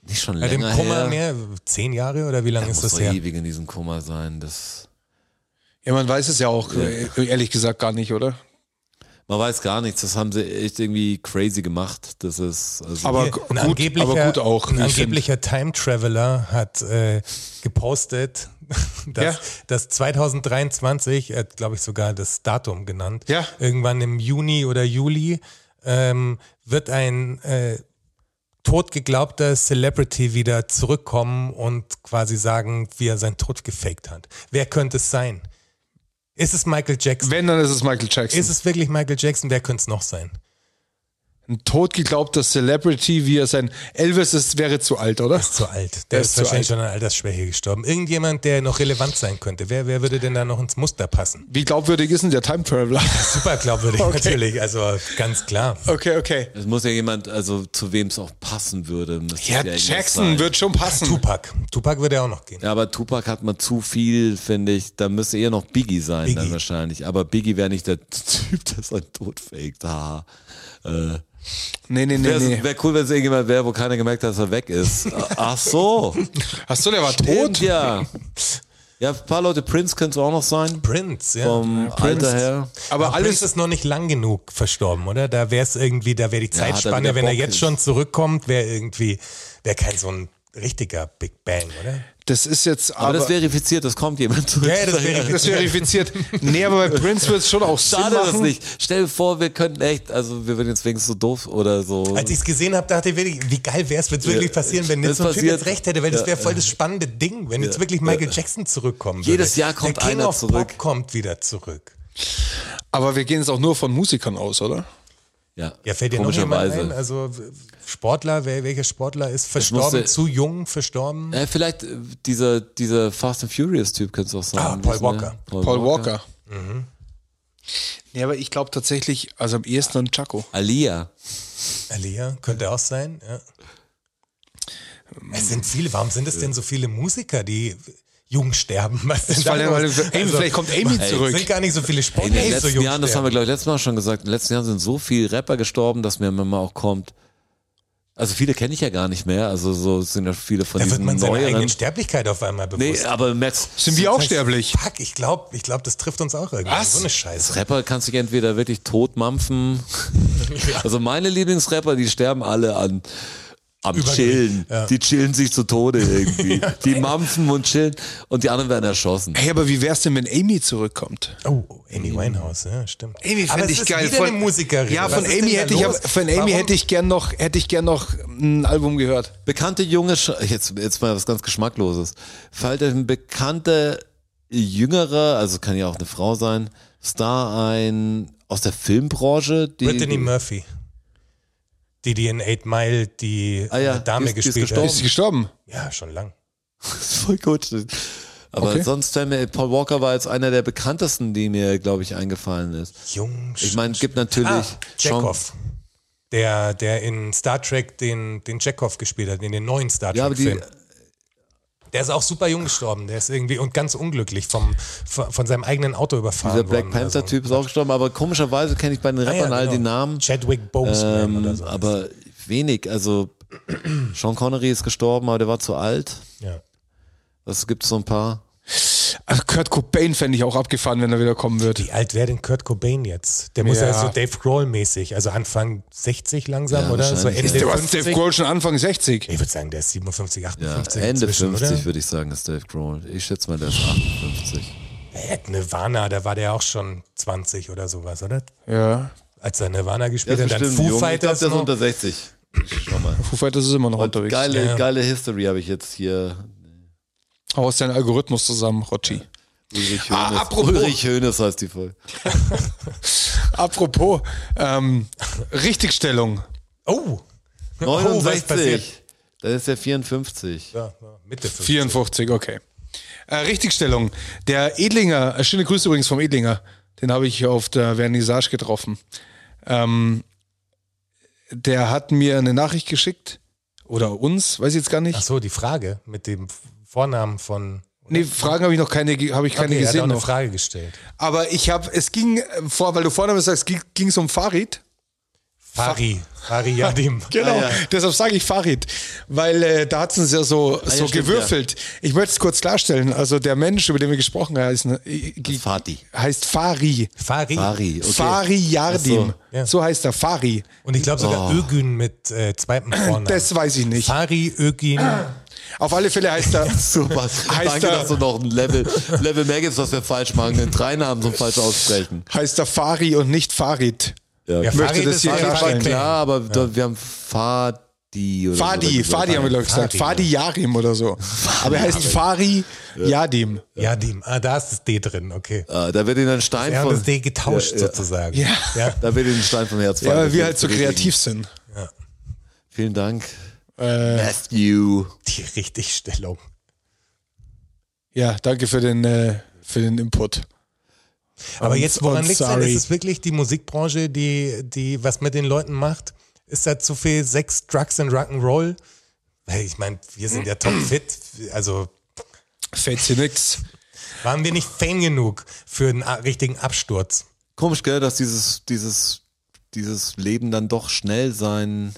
Speaker 3: Nicht schon
Speaker 2: bei dem
Speaker 3: länger
Speaker 2: Kummer
Speaker 3: her.
Speaker 2: mehr, zehn Jahre oder wie
Speaker 3: Er
Speaker 2: lange
Speaker 3: muss eh
Speaker 2: ist das
Speaker 3: doch
Speaker 2: her?
Speaker 3: ewig in diesem Koma sein. Das,
Speaker 1: Ja, man weiß es ja auch, äh, ehrlich gesagt, gar nicht, oder?
Speaker 3: Man weiß gar nichts. Das haben sie echt irgendwie crazy gemacht. Das ist also
Speaker 1: Aber
Speaker 2: Hier,
Speaker 1: gu-
Speaker 2: ein
Speaker 1: gut,
Speaker 2: angeblicher-
Speaker 1: aber gut auch.
Speaker 2: Ein
Speaker 1: wie ich
Speaker 2: angeblicher Time Traveler hat äh, gepostet, dass,
Speaker 1: Ja.
Speaker 2: dass 2023, er hat glaube ich sogar das Datum genannt,
Speaker 1: Ja.
Speaker 2: irgendwann im Juni oder Juli, ähm, wird ein äh, totgeglaubter Celebrity wieder zurückkommen und quasi sagen, wie er seinen Tod gefaked hat. Wer könnte es sein? Ist es Michael
Speaker 1: find.
Speaker 2: Jackson?
Speaker 1: Wenn, dann ist es Michael Jackson.
Speaker 2: Ist es wirklich Michael Jackson? Wer könnte es noch sein?
Speaker 1: ein totgeglaubter Celebrity, wie er sein Elvis ist, wäre zu alt, oder?
Speaker 2: Ist zu alt. Der
Speaker 1: Er
Speaker 2: ist,
Speaker 1: ist zu
Speaker 2: wahrscheinlich
Speaker 1: alt.
Speaker 2: schon an Altersschwäche gestorben. Irgendjemand, der noch relevant sein könnte. Wer, wer würde denn da noch ins Muster passen?
Speaker 1: Wie glaubwürdig ist denn der Time Traveler?
Speaker 2: Super glaubwürdig
Speaker 1: Okay.
Speaker 2: natürlich, also ganz klar.
Speaker 1: Okay, okay.
Speaker 3: es muss ja jemand, also zu wem es auch passen würde. müsste
Speaker 1: Ja,
Speaker 3: es irgendwas
Speaker 1: Jackson
Speaker 3: sein.
Speaker 1: wird schon passen.
Speaker 2: Tupac. Tupac würde ja auch noch gehen.
Speaker 3: Ja, aber Tupac hat man zu viel, finde ich. Da müsste eher noch Biggie sein, dann
Speaker 2: Biggie.
Speaker 3: wahrscheinlich. Aber Biggie wäre nicht der Typ, der seinen Tod faked. Haha. Äh,
Speaker 1: Nee, nee, nee,
Speaker 3: wäre
Speaker 1: nee.
Speaker 3: wär cool, wenn es irgendjemand wäre, wo keiner gemerkt hat, dass er weg ist. Ach so.
Speaker 1: Ach so, der war
Speaker 3: Stimmt,
Speaker 1: tot?
Speaker 3: ja. Ja, ein paar Leute. Prince könnte es auch noch sein.
Speaker 2: Prince, ja.
Speaker 3: Vom Alter her.
Speaker 1: Aber
Speaker 2: Prince
Speaker 1: alles,
Speaker 2: ist noch nicht lang genug verstorben, oder? Da wäre es irgendwie, da wäre die
Speaker 3: hat er
Speaker 2: Zeitspanne,
Speaker 3: wieder
Speaker 2: wenn er
Speaker 3: Bock
Speaker 2: jetzt
Speaker 3: ist.
Speaker 2: schon zurückkommt, wäre irgendwie, wäre kein so ein richtiger Big Bang, oder?
Speaker 1: das ist jetzt
Speaker 3: Aber
Speaker 1: aber...
Speaker 3: das verifiziert, das kommt jemand zurück.
Speaker 2: Ja, ja, das wäre
Speaker 1: das verifiziert. Nee, aber bei Prince wird es schon auch Sinn
Speaker 3: Schade das
Speaker 1: machen.
Speaker 3: nicht. Stell dir vor, wir könnten echt, also wir würden jetzt wenigstens so doof oder so.
Speaker 2: Als ich es gesehen habe, dachte ich wirklich, wie geil wäre es, wenn es wirklich passieren, wenn jetzt
Speaker 3: das
Speaker 2: so ein Typ
Speaker 3: passiert.
Speaker 2: jetzt recht hätte, weil das
Speaker 3: Ja,
Speaker 2: wäre voll das spannende Ding, wenn jetzt wirklich Michael Jackson zurückkommen würde.
Speaker 3: Jedes Jahr kommt
Speaker 2: Der King
Speaker 3: einer
Speaker 2: of Pop
Speaker 3: zurück.
Speaker 2: kommt wieder zurück.
Speaker 1: Aber wir gehen jetzt auch nur von Musikern aus, oder?
Speaker 3: Ja,
Speaker 2: Ja, fällt dir noch jemand ein? Also w- Sportler, wer, welcher Sportler ist verstorben,
Speaker 3: musste-
Speaker 2: zu jung verstorben?
Speaker 3: Äh, vielleicht äh, dieser, dieser Fast and Furious Typ könnte es auch sein.
Speaker 2: Ah, Paul
Speaker 3: Wissen,
Speaker 2: Walker.
Speaker 3: ne?
Speaker 1: Paul Walker. Mhm. Nee, aber ich glaube tatsächlich, also am ehesten an Chaco.
Speaker 3: Alia.
Speaker 2: Alia, könnte auch sein. Ja. Es sind viele, warum sind es denn so viele Musiker, die jung sterben? Was denn da
Speaker 1: Weil, weil,
Speaker 2: los?
Speaker 1: Amy,
Speaker 2: Also,
Speaker 1: vielleicht kommt Amy
Speaker 3: ey,
Speaker 1: zurück.
Speaker 2: sind gar nicht so viele Sportler,
Speaker 3: In den
Speaker 2: die so
Speaker 3: letzten
Speaker 2: jung
Speaker 3: Jahren, das haben wir glaube ich letztes Mal schon gesagt, in den letzten Jahren sind so viele Rapper gestorben, dass mir immer auch kommt. Also viele kenne ich ja gar nicht mehr. Also so es sind ja viele von
Speaker 2: Da wird
Speaker 3: diesen
Speaker 2: man seiner eigenen
Speaker 3: neueren.
Speaker 2: Sterblichkeit auf einmal bewusst.
Speaker 3: Nee, aber Max,
Speaker 1: Sind wir auch
Speaker 2: Das heißt,
Speaker 1: sterblich?
Speaker 2: Fuck, ich glaube, ich glaub, das trifft uns auch irgendwie.
Speaker 1: Was?
Speaker 2: So eine Scheiße.
Speaker 3: Rapper kannst dich entweder wirklich totmampfen. Also meine Lieblingsrapper, die sterben alle an am
Speaker 2: Übergewicht,
Speaker 3: Chillen.
Speaker 2: ja.
Speaker 3: Die chillen sich zu Tode irgendwie. die mampfen und chillen und die anderen werden erschossen.
Speaker 1: Hey, aber wie wär's denn, wenn Amy zurückkommt?
Speaker 2: Oh, Amy Winehouse, ja, stimmt.
Speaker 1: Amy
Speaker 2: Aber
Speaker 1: fand
Speaker 2: es
Speaker 1: ich
Speaker 2: ist
Speaker 1: geil.
Speaker 2: Wieder
Speaker 1: Von-
Speaker 2: eine Musikerin.
Speaker 1: Ja,
Speaker 2: Was
Speaker 1: von
Speaker 2: ist denn
Speaker 1: Amy,
Speaker 2: da
Speaker 1: hätte ich,
Speaker 2: los?
Speaker 1: aber- von Amy
Speaker 2: Warum-
Speaker 1: hätte ich gern noch, hätte ich gern noch ein Album gehört.
Speaker 3: Bekannte junge, Sch jetzt, jetzt mal was ganz Geschmackloses. Fällt euch ein bekannter, jüngerer, also kann ja auch eine Frau sein, Star ein aus der Filmbranche, die.
Speaker 2: Brittany Murphy. Die, die in Eight Mile die
Speaker 3: Ah ja,
Speaker 2: äh, Dame
Speaker 3: die ist- die ist
Speaker 2: gespielt
Speaker 1: Ist sie gestorben?
Speaker 2: hat. Ja, schon lang.
Speaker 3: Voll gut. Aber
Speaker 1: Okay.
Speaker 3: sonst, fällt mir- Paul Walker war jetzt einer der bekanntesten, die mir, glaube ich, eingefallen ist.
Speaker 2: Jung.
Speaker 3: Ich meine, es gibt natürlich
Speaker 2: ah,
Speaker 3: schon.
Speaker 2: Chekhov. Der, der in Star Trek den, den Chekhov gespielt hat, in den neuen Star
Speaker 3: Ja, aber die,
Speaker 2: Trek-Film. der ist auch super jung gestorben. Der ist irgendwie und ganz unglücklich vom, von, von seinem eigenen Auto überfahren
Speaker 3: dieser
Speaker 2: worden.
Speaker 3: Black Panther-Typ ist auch gestorben, aber komischerweise kenne ich bei den
Speaker 2: also. Ah ja,
Speaker 3: Rappern all die
Speaker 2: genau.
Speaker 3: Namen.
Speaker 2: Chadwick Boseman oder
Speaker 3: Ähm,
Speaker 2: so.
Speaker 3: aber wenig. Also Sean Connery ist gestorben, aber der war zu alt.
Speaker 2: Ja.
Speaker 3: Das gibt so ein paar.
Speaker 1: Ach, Also Kurt Cobain fände ich auch abgefahren, wenn er wieder kommen wird.
Speaker 2: Wie alt wäre denn Kurt Cobain jetzt? Der muss ja,
Speaker 1: Ja.
Speaker 2: so Dave Grohl-mäßig, also Anfang 60 langsam,
Speaker 3: Ja,
Speaker 2: oder? So
Speaker 3: wahrscheinlich.
Speaker 2: Ende
Speaker 3: Ist
Speaker 1: Der war Dave
Speaker 2: 50.
Speaker 1: Grohl schon Anfang 60.
Speaker 2: Ich würde sagen, der ist 57,
Speaker 3: Ja,
Speaker 2: 58.
Speaker 3: Ende
Speaker 2: inzwischen,
Speaker 3: 50
Speaker 2: 50. Oder?
Speaker 3: würde ich sagen, ist Dave Grohl. Ich schätze mal, der ist 58.
Speaker 2: Er hat Nirvana, da war der auch schon 20 oder sowas, oder?
Speaker 1: Ja.
Speaker 2: Als er Nirvana gespielt
Speaker 3: Der
Speaker 2: hat, dann
Speaker 3: ist bestimmt
Speaker 2: Foo
Speaker 3: jung. Ich glaub,
Speaker 2: Fighters
Speaker 3: der ist
Speaker 2: noch.
Speaker 3: unter 60. Schau mal.
Speaker 1: Foo Fighters ist immer noch
Speaker 3: Und
Speaker 1: unterwegs.
Speaker 3: geile,
Speaker 2: Ja.
Speaker 3: geile History habe ich jetzt hier.
Speaker 1: Hau aus deinem Algorithmus zusammen, Rotschi.
Speaker 3: Ulrich Hönes.
Speaker 1: Ah, apropos-
Speaker 3: Ulrich Hönes heißt die Folge.
Speaker 1: Apropos, ähm, Richtigstellung.
Speaker 2: Oh! Oh, was
Speaker 3: 69.
Speaker 2: passiert?
Speaker 3: da ist der 54.
Speaker 2: Ja, ja, Mitte 50.
Speaker 1: 54, okay. Äh, Richtigstellung. Der Edlinger, äh, schöne Grüße übrigens vom Edlinger, den habe ich auf der Vernissage getroffen. Ähm, der hat mir eine Nachricht geschickt. Oder uns, weiß ich jetzt gar nicht.
Speaker 2: Ach so, die Frage mit dem Vornamen von.
Speaker 1: Nee, Fragen habe ich noch keine, ge- habe ich keine
Speaker 2: er hat auch
Speaker 1: gesehen
Speaker 2: eine
Speaker 1: noch.
Speaker 2: Frage gestellt.
Speaker 1: Aber ich habe, es ging äh, vor, weil du vorne sagst, ging es um Farid.
Speaker 2: Fari. Fari Yadim.
Speaker 1: Genau,
Speaker 3: Ah, ja. Ah,
Speaker 1: deshalb sage ich Farid, weil äh, da hat es ja so,
Speaker 3: ja,
Speaker 1: so
Speaker 3: stimmt,
Speaker 1: gewürfelt. Ich möchte es kurz klarstellen. Also der Mensch, über den wir gesprochen haben, ne,
Speaker 3: Fadi.
Speaker 1: heißt Fari.
Speaker 2: Fari.
Speaker 3: Fari, okay.
Speaker 1: Fari Yardim.
Speaker 2: Ach so, ja.
Speaker 1: So heißt er, Fari.
Speaker 2: Und ich glaube sogar Ögün mit äh, zweitem Vornamen.
Speaker 1: Oh. Das weiß ich nicht.
Speaker 2: Fari, Ögün.
Speaker 1: Auf alle Fälle heißt er.
Speaker 3: Super. Danke,
Speaker 1: er-
Speaker 3: dass du noch ein Level, Level mehr gibst, was wir falsch machen. Den drei Namen so falsch aussprechen.
Speaker 1: heißt er Fari und nicht Farid.
Speaker 2: Ja,
Speaker 1: Möchte das hier
Speaker 2: ja
Speaker 1: klarstellen.
Speaker 2: Fari-
Speaker 3: Klar, aber da, wir haben Fadi oder so
Speaker 1: Fadi,
Speaker 3: gesagt.
Speaker 1: Fadi haben wir doch gesagt.
Speaker 2: Fadi,
Speaker 1: Fadi Yarim oder so. Aber er heißt Fari Yadim.
Speaker 2: Yadim. Ah, da ist das D drin, okay.
Speaker 3: Ah, Da wird ihnen ein Stein
Speaker 2: Wir haben das
Speaker 3: von,
Speaker 2: D getauscht sozusagen.
Speaker 1: Ja.
Speaker 2: ja.
Speaker 3: da wird ihnen ein Stein vom Herz
Speaker 1: Ja,
Speaker 3: fallen.
Speaker 1: weil wir
Speaker 3: Das
Speaker 1: halt so
Speaker 3: wird verlegen.
Speaker 1: kreativ sind.
Speaker 3: Vielen Dank.
Speaker 1: Äh.
Speaker 3: Matthew.
Speaker 2: Die Richtigstellung.
Speaker 1: Ja, danke für den, äh, für den Input.
Speaker 2: Aber
Speaker 1: Und-
Speaker 2: jetzt, woran
Speaker 1: und
Speaker 2: liegt es denn?
Speaker 1: sorry.
Speaker 2: Ist es wirklich die Musikbranche, die, die was mit den Leuten macht? Ist da zu viel Sex, Drugs und Rock'n'Roll? Hey, ich meine, wir sind ja topfit. Also
Speaker 1: Fällt dir nix.
Speaker 2: waren wir nicht fame genug für einen a- richtigen Absturz?
Speaker 3: Komisch, gell, dass dieses, dieses, dieses Leben dann doch schnell sein,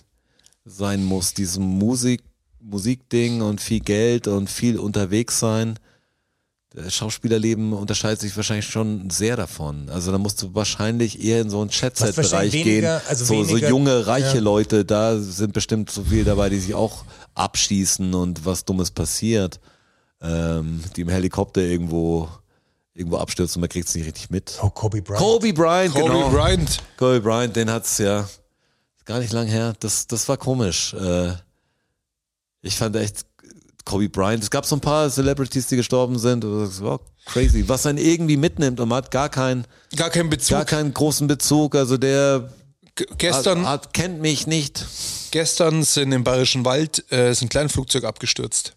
Speaker 3: sein muss. Diesem Musik, Musikding und viel Geld und viel unterwegs sein. Das Schauspielerleben unterscheidet sich wahrscheinlich schon sehr davon. Also da musst du wahrscheinlich eher in so einen
Speaker 2: Was
Speaker 3: Chatset-Bereich
Speaker 2: wahrscheinlich
Speaker 3: gehen.
Speaker 2: weniger- also
Speaker 3: so, so
Speaker 2: weniger-
Speaker 3: junge, reiche
Speaker 2: ja.
Speaker 3: Leute, da sind bestimmt so viele dabei, die sich auch abschießen und was Dummes passiert. Ähm, die im Helikopter irgendwo, irgendwo abstürzen und man kriegt es nicht richtig mit.
Speaker 2: Oh, Kobe Bryant.
Speaker 3: Kobe Bryant,
Speaker 1: Kobe
Speaker 3: genau.
Speaker 1: Bryant.
Speaker 3: Kobe Bryant, den hat's ja gar nicht lang her. Das, das war komisch. Äh, ich fand echt Kobe Bryant. Es gab so ein paar Celebrities, die gestorben sind. Also, Das war crazy. Was einen irgendwie mitnimmt und man hat gar keinen,
Speaker 1: Gar kein Bezug.
Speaker 3: gar keinen großen Bezug. Also der
Speaker 1: G-
Speaker 2: Also,
Speaker 1: gestern,
Speaker 3: hat, hat, kennt mich nicht.
Speaker 1: gestern sind im Bayerischen Wald äh, ist ein kleines Flugzeug abgestürzt.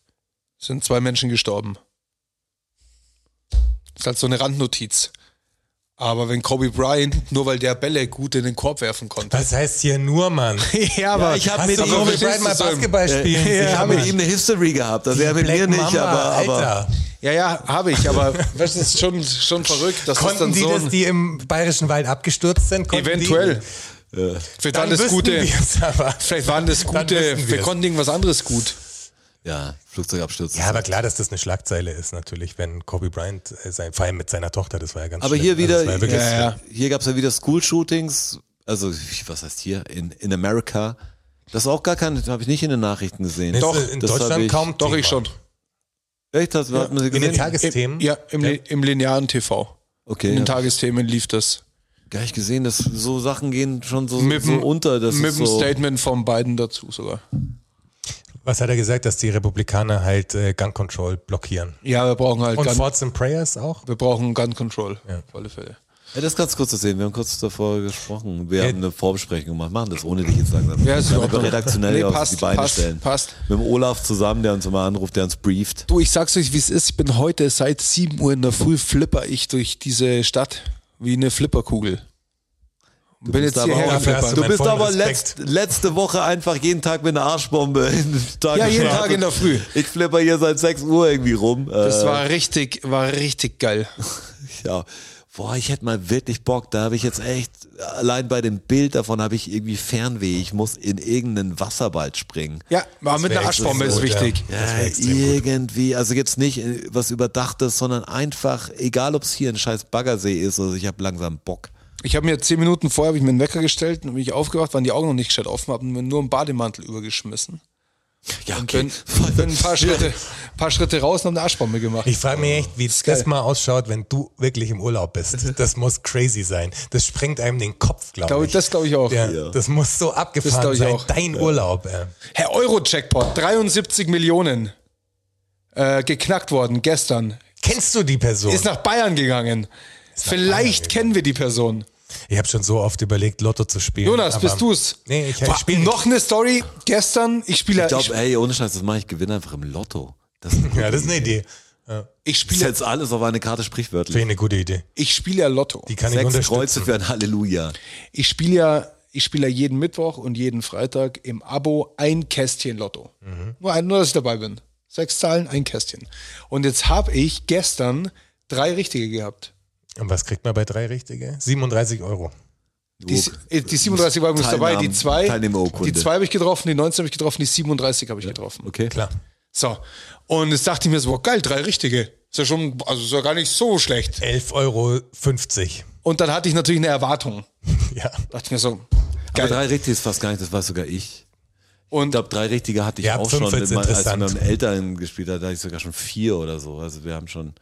Speaker 1: Sind zwei Menschen gestorben. Ist halt so eine Randnotiz. Aber wenn Kobe Bryant, nur weil der Bälle gut in den Korb werfen konnte.
Speaker 2: Was heißt hier nur, Mann?
Speaker 1: ja, aber
Speaker 3: ich hab
Speaker 2: Hast
Speaker 3: mit
Speaker 2: du
Speaker 3: ihm-
Speaker 2: Kobe
Speaker 1: verstehst
Speaker 2: Bryant mal
Speaker 1: du's so im-
Speaker 2: Basketball
Speaker 1: Äh, Ja,
Speaker 2: spielen? sehen,
Speaker 3: Äh, Ich habe
Speaker 2: Mann?
Speaker 3: mit ihm eine History gehabt. Also er mit
Speaker 2: Black
Speaker 3: mir nicht,
Speaker 2: Mamba,
Speaker 3: aber, aber
Speaker 2: Alter.
Speaker 1: ja, ja, habe ich, aber das ist schon, schon verrückt. Das ist
Speaker 2: Konnten
Speaker 1: dann
Speaker 2: die
Speaker 1: so
Speaker 2: das,
Speaker 1: ein,
Speaker 2: die im Bayerischen Wald abgestürzt sind? Konnten
Speaker 1: eventuell.
Speaker 2: Die,
Speaker 3: äh,
Speaker 1: Für dann,
Speaker 2: dann
Speaker 1: das
Speaker 2: wüssten
Speaker 1: Gute.
Speaker 2: wir's aber.
Speaker 1: Vielleicht waren das
Speaker 2: Dann
Speaker 1: gute,
Speaker 2: wüssten
Speaker 1: wir
Speaker 2: wir's.
Speaker 1: konnten irgendwas anderes gut.
Speaker 3: ja, Flugzeugabsturz.
Speaker 2: Ja, aber klar, dass das eine Schlagzeile ist natürlich, wenn Kobe Bryant, äh, sein, vor allem mit seiner Tochter, das war ja ganz
Speaker 3: Aber
Speaker 2: schlimm.
Speaker 3: hier wieder,
Speaker 2: Also, das war ja wirklich
Speaker 1: Ja, ja.
Speaker 3: hier gab's ja wieder School-Shootings, also was heißt hier, in, in America. Das ist auch gar kein, habe ich nicht in den Nachrichten gesehen.
Speaker 2: Nee,
Speaker 1: Doch,
Speaker 2: ist in
Speaker 3: das hab
Speaker 2: Deutschland
Speaker 3: ich-
Speaker 2: kaum
Speaker 1: Doch,
Speaker 2: Thema.
Speaker 1: ich schon.
Speaker 3: Echt, das hat man sie
Speaker 2: In den
Speaker 3: gesehen?
Speaker 2: Tagesthemen?
Speaker 1: Ja, im, Li- im linearen TV.
Speaker 3: Okay,
Speaker 1: In den
Speaker 3: ja.
Speaker 1: Tagesthemen lief das.
Speaker 3: Gar nicht gesehen, dass so Sachen gehen schon so,
Speaker 1: Mit
Speaker 3: so
Speaker 1: dem-
Speaker 3: unter. Das
Speaker 1: Mit
Speaker 3: ist
Speaker 1: dem
Speaker 3: so,
Speaker 1: Statement von Biden dazu sogar.
Speaker 2: Was hat er gesagt, dass die Republikaner halt äh, Gun Control blockieren?
Speaker 1: Ja, wir brauchen halt
Speaker 2: Und
Speaker 1: Gun,
Speaker 2: Thoughts and Prayers auch?
Speaker 1: wir brauchen Gun Control. Auf alle Fälle.
Speaker 3: Ja, das ist ganz kurz zu sehen. Wir haben kurz davor gesprochen. Wir
Speaker 2: Ja.
Speaker 3: haben eine Vorbesprechung gemacht. Machen das ohne dich jetzt langsam.
Speaker 1: Ja, ist in
Speaker 3: Damit wir
Speaker 1: Ordnung.
Speaker 3: redaktionell
Speaker 1: Nee,
Speaker 3: auf
Speaker 1: passt,
Speaker 3: die Beine
Speaker 1: passt,
Speaker 3: stellen.
Speaker 1: passt.
Speaker 3: Mit dem Olaf zusammen, der uns immer anruft, der uns brieft.
Speaker 1: Du, ich sag's euch, wie es ist. Ich bin heute seit 7 Uhr in der Früh flipper ich durch diese Stadt wie eine Flipperkugel. Und bin
Speaker 3: bist
Speaker 1: jetzt
Speaker 3: aber
Speaker 1: hierher
Speaker 3: auch-
Speaker 2: Dafür hast
Speaker 1: geflippert.
Speaker 2: du
Speaker 3: Du
Speaker 2: Mein
Speaker 3: bist
Speaker 2: vollen
Speaker 3: aber
Speaker 2: Respekt.
Speaker 3: letzt, letzte Woche einfach jeden Tag mit einer Arschbombe. Tag
Speaker 1: Ja, jeden
Speaker 3: gestartet.
Speaker 1: Tag in der Früh.
Speaker 3: Ich flipper hier seit 6 Uhr irgendwie rum.
Speaker 1: Das
Speaker 3: äh,
Speaker 1: war richtig, war richtig geil.
Speaker 3: ja. Boah, ich hätte mal wirklich Bock. Da habe ich jetzt echt, allein bei dem Bild davon habe ich irgendwie Fernweh. Ich muss in irgendeinen Wasserbald springen.
Speaker 1: Ja, aber mit
Speaker 2: wär
Speaker 1: einer Arschbombe ist
Speaker 2: extrem gut,
Speaker 1: wichtig.
Speaker 2: Ja. Das
Speaker 3: Ja,
Speaker 2: wär extrem gut.
Speaker 3: irgendwie, also jetzt nicht äh, was Überdachtes, sondern einfach, egal ob es hier ein scheiß Baggersee ist, also ich habe langsam Bock.
Speaker 1: Ich habe mir zehn Minuten vorher hab ich mir einen Wecker gestellt und bin ich aufgewacht, waren die Augen noch nicht gescheit offen, habe mir nur einen Bademantel übergeschmissen.
Speaker 3: Ja,
Speaker 1: Und bin, bin ein paar Schritte, paar Schritte raus und habe eine Arschbombe gemacht.
Speaker 2: Ich frage mich echt, wie es
Speaker 1: geil.
Speaker 2: das mal ausschaut, wenn du wirklich im Urlaub bist. Das muss crazy sein. Das sprengt einem den Kopf, glaube
Speaker 1: Glaub ich-
Speaker 2: ich.
Speaker 1: das glaube ich auch.
Speaker 2: ja,
Speaker 3: Ja.
Speaker 2: Das muss so
Speaker 1: Das glaub
Speaker 2: abgefahren
Speaker 1: ich
Speaker 2: sein.
Speaker 1: auch.
Speaker 2: Dein Urlaub. Äh.
Speaker 1: Herr Euro-Checkpot, 73 Millionen äh, geknackt worden gestern.
Speaker 2: Kennst du die Person?
Speaker 1: Ist nach Bayern gegangen. Vielleicht
Speaker 2: Bayern gegangen.
Speaker 1: kennen wir die Person.
Speaker 2: ich habe schon so oft überlegt, Lotto zu spielen.
Speaker 1: Jonas,
Speaker 2: aber-
Speaker 1: bist du's?
Speaker 2: Nee, ich,
Speaker 1: Boah,
Speaker 2: ich spiele
Speaker 1: Noch eine Story. Gestern, ich spiele,
Speaker 3: Ich
Speaker 1: ich,
Speaker 3: glaube, ey, ohne Scheiß, das mache ich, gewinne einfach im Lotto. Das ist,
Speaker 2: Ja, das ist eine Idee.
Speaker 1: ich
Speaker 3: ist
Speaker 1: spiele,
Speaker 3: jetzt alles auf eine Karte sprichwörtlich.
Speaker 2: Finde ich eine gute Idee.
Speaker 1: ich spiele ja Lotto.
Speaker 2: Die kann ich
Speaker 3: Sechs
Speaker 2: unterstützen.
Speaker 3: Kreuze für ein Halleluja.
Speaker 1: Ich spiele ja, ich spiele ja jeden Mittwoch und jeden Freitag im Abo ein Kästchen Lotto.
Speaker 3: Mhm.
Speaker 1: Nur, ein, nur, dass ich dabei bin. Sechs Zahlen, ein Kästchen. Und jetzt habe ich gestern drei richtige gehabt.
Speaker 2: Und was kriegt man bei drei richtige? 37 Euro.
Speaker 1: Die, äh, die 37 war übrigens dabei, die
Speaker 3: Teilnahmen-
Speaker 1: zwei,
Speaker 3: Teilnehmerurkunde.
Speaker 1: die zwei habe ich getroffen, die 19 habe ich getroffen, die 37 habe ich getroffen.
Speaker 3: Okay.
Speaker 2: Klar.
Speaker 1: So. Und jetzt dachte ich mir so, boah, geil, drei richtige. Ist ja schon, also ist ja gar nicht so schlecht.
Speaker 2: 11,50
Speaker 1: Und dann hatte ich natürlich eine Erwartung.
Speaker 2: Euro. Ja.
Speaker 1: Dachte ich mir so,
Speaker 3: Aber
Speaker 1: geil.
Speaker 3: drei richtige ist fast gar nicht, das weiß sogar ich. Ich
Speaker 1: und
Speaker 3: glaube, drei richtige hatte ich
Speaker 2: Ja,
Speaker 3: auch
Speaker 2: fünf
Speaker 3: schon,
Speaker 2: wird's
Speaker 3: wenn man, als man
Speaker 2: interessant.
Speaker 3: mit meinen Eltern gespielt hat, da hatte ich sogar schon vier oder so. Also wir haben schon,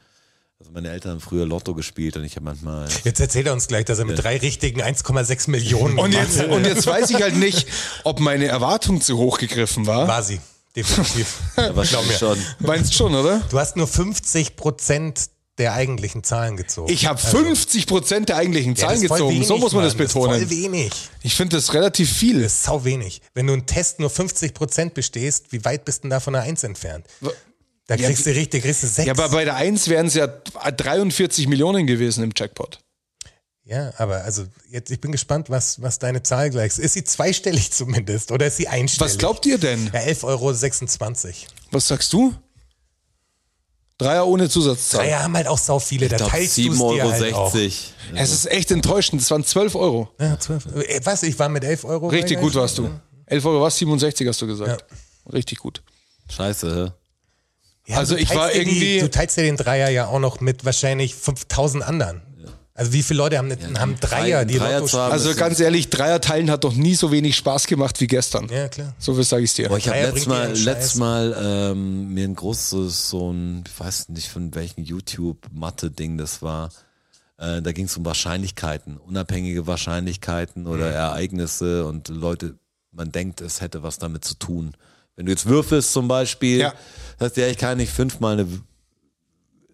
Speaker 3: also meine Eltern haben früher Lotto gespielt und ich habe manchmal.
Speaker 2: Jetzt erzählt er uns gleich, dass er mit drei richtigen 1,6 Millionen
Speaker 1: und,
Speaker 2: gemacht
Speaker 1: jetzt,
Speaker 2: hat.
Speaker 1: und jetzt weiß ich halt nicht, ob meine Erwartung zu hoch gegriffen war.
Speaker 2: war sie. Definitiv. Glaub
Speaker 3: wahrscheinlich
Speaker 2: mir.
Speaker 3: schon.
Speaker 1: Meinst schon, oder?
Speaker 2: Du hast nur 50 Prozent der eigentlichen Zahlen gezogen.
Speaker 1: Ich habe 50 Prozent der eigentlichen
Speaker 2: Also- Ja, das
Speaker 1: Zahlen
Speaker 2: ist voll
Speaker 1: gezogen. so
Speaker 2: wenig,
Speaker 1: muss man das
Speaker 2: Mann. Das
Speaker 1: betonen.
Speaker 2: ist voll wenig.
Speaker 1: ich finde das relativ viel.
Speaker 2: Das ist sau wenig. Wenn du einen Test nur 50 Prozent bestehst, wie weit bist du denn da von einer 1 entfernt? Da
Speaker 1: Ja,
Speaker 2: kriegst du richtig, kriegst du 6.
Speaker 1: Ja, aber bei der 1 wären es ja 43 Millionen gewesen im Jackpot.
Speaker 2: Ja, aber also jetzt, ich bin gespannt, was, was deine Zahl gleich ist. Ist sie zweistellig zumindest oder ist sie einstellig?
Speaker 1: Was glaubt ihr denn?
Speaker 2: Ja, 11,26 Euro.
Speaker 1: Was sagst du? Dreier ohne Zusatzzahl.
Speaker 2: Naja, haben halt auch sau viele. Da
Speaker 3: Ich glaube,
Speaker 2: teilst du es
Speaker 3: 7,60
Speaker 2: dir
Speaker 3: Euro.
Speaker 2: halt auch.
Speaker 1: Es ist echt enttäuschend. Es waren 12 Euro.
Speaker 2: Ja, 12. Äh, Was, ich war mit 11 Euro?
Speaker 1: Richtig
Speaker 2: bei
Speaker 1: gut
Speaker 2: euch?
Speaker 1: warst du. 11 Euro warst 67, hast du gesagt. Richtig gut.
Speaker 3: Scheiße, hä?
Speaker 2: Ja,
Speaker 1: Also
Speaker 2: du
Speaker 1: ich
Speaker 2: teilst
Speaker 1: war
Speaker 2: dir
Speaker 1: irgendwie-
Speaker 2: Die, du teilst dir den Dreier ja auch noch mit wahrscheinlich 5000 anderen. Also wie viele Leute haben, ne, haben Dreier, die
Speaker 3: Dreier
Speaker 2: Lotto
Speaker 3: zu haben-
Speaker 1: Also
Speaker 3: das-
Speaker 1: ganz ehrlich, Dreier teilen hat doch nie so wenig Spaß gemacht wie gestern.
Speaker 2: Ja, klar.
Speaker 1: So viel sage ich dir.
Speaker 3: Boah, ich habe
Speaker 2: Dreier
Speaker 3: letztes
Speaker 2: bringt dir
Speaker 3: Mal,
Speaker 2: einen
Speaker 3: letztes
Speaker 2: Scheiß.
Speaker 3: Mal ähm, mir ein großes, so ein, ich weiß nicht von welchem YouTube-Mathe-Ding das war. Äh, da ging es um Wahrscheinlichkeiten, unabhängige Wahrscheinlichkeiten oder
Speaker 2: Mhm.
Speaker 3: Ereignisse und Leute, man denkt, es hätte was damit zu tun. Wenn du jetzt würfelst zum Beispiel,
Speaker 1: Ja.
Speaker 3: sagst du, ja, ich kann nicht fünfmal eine,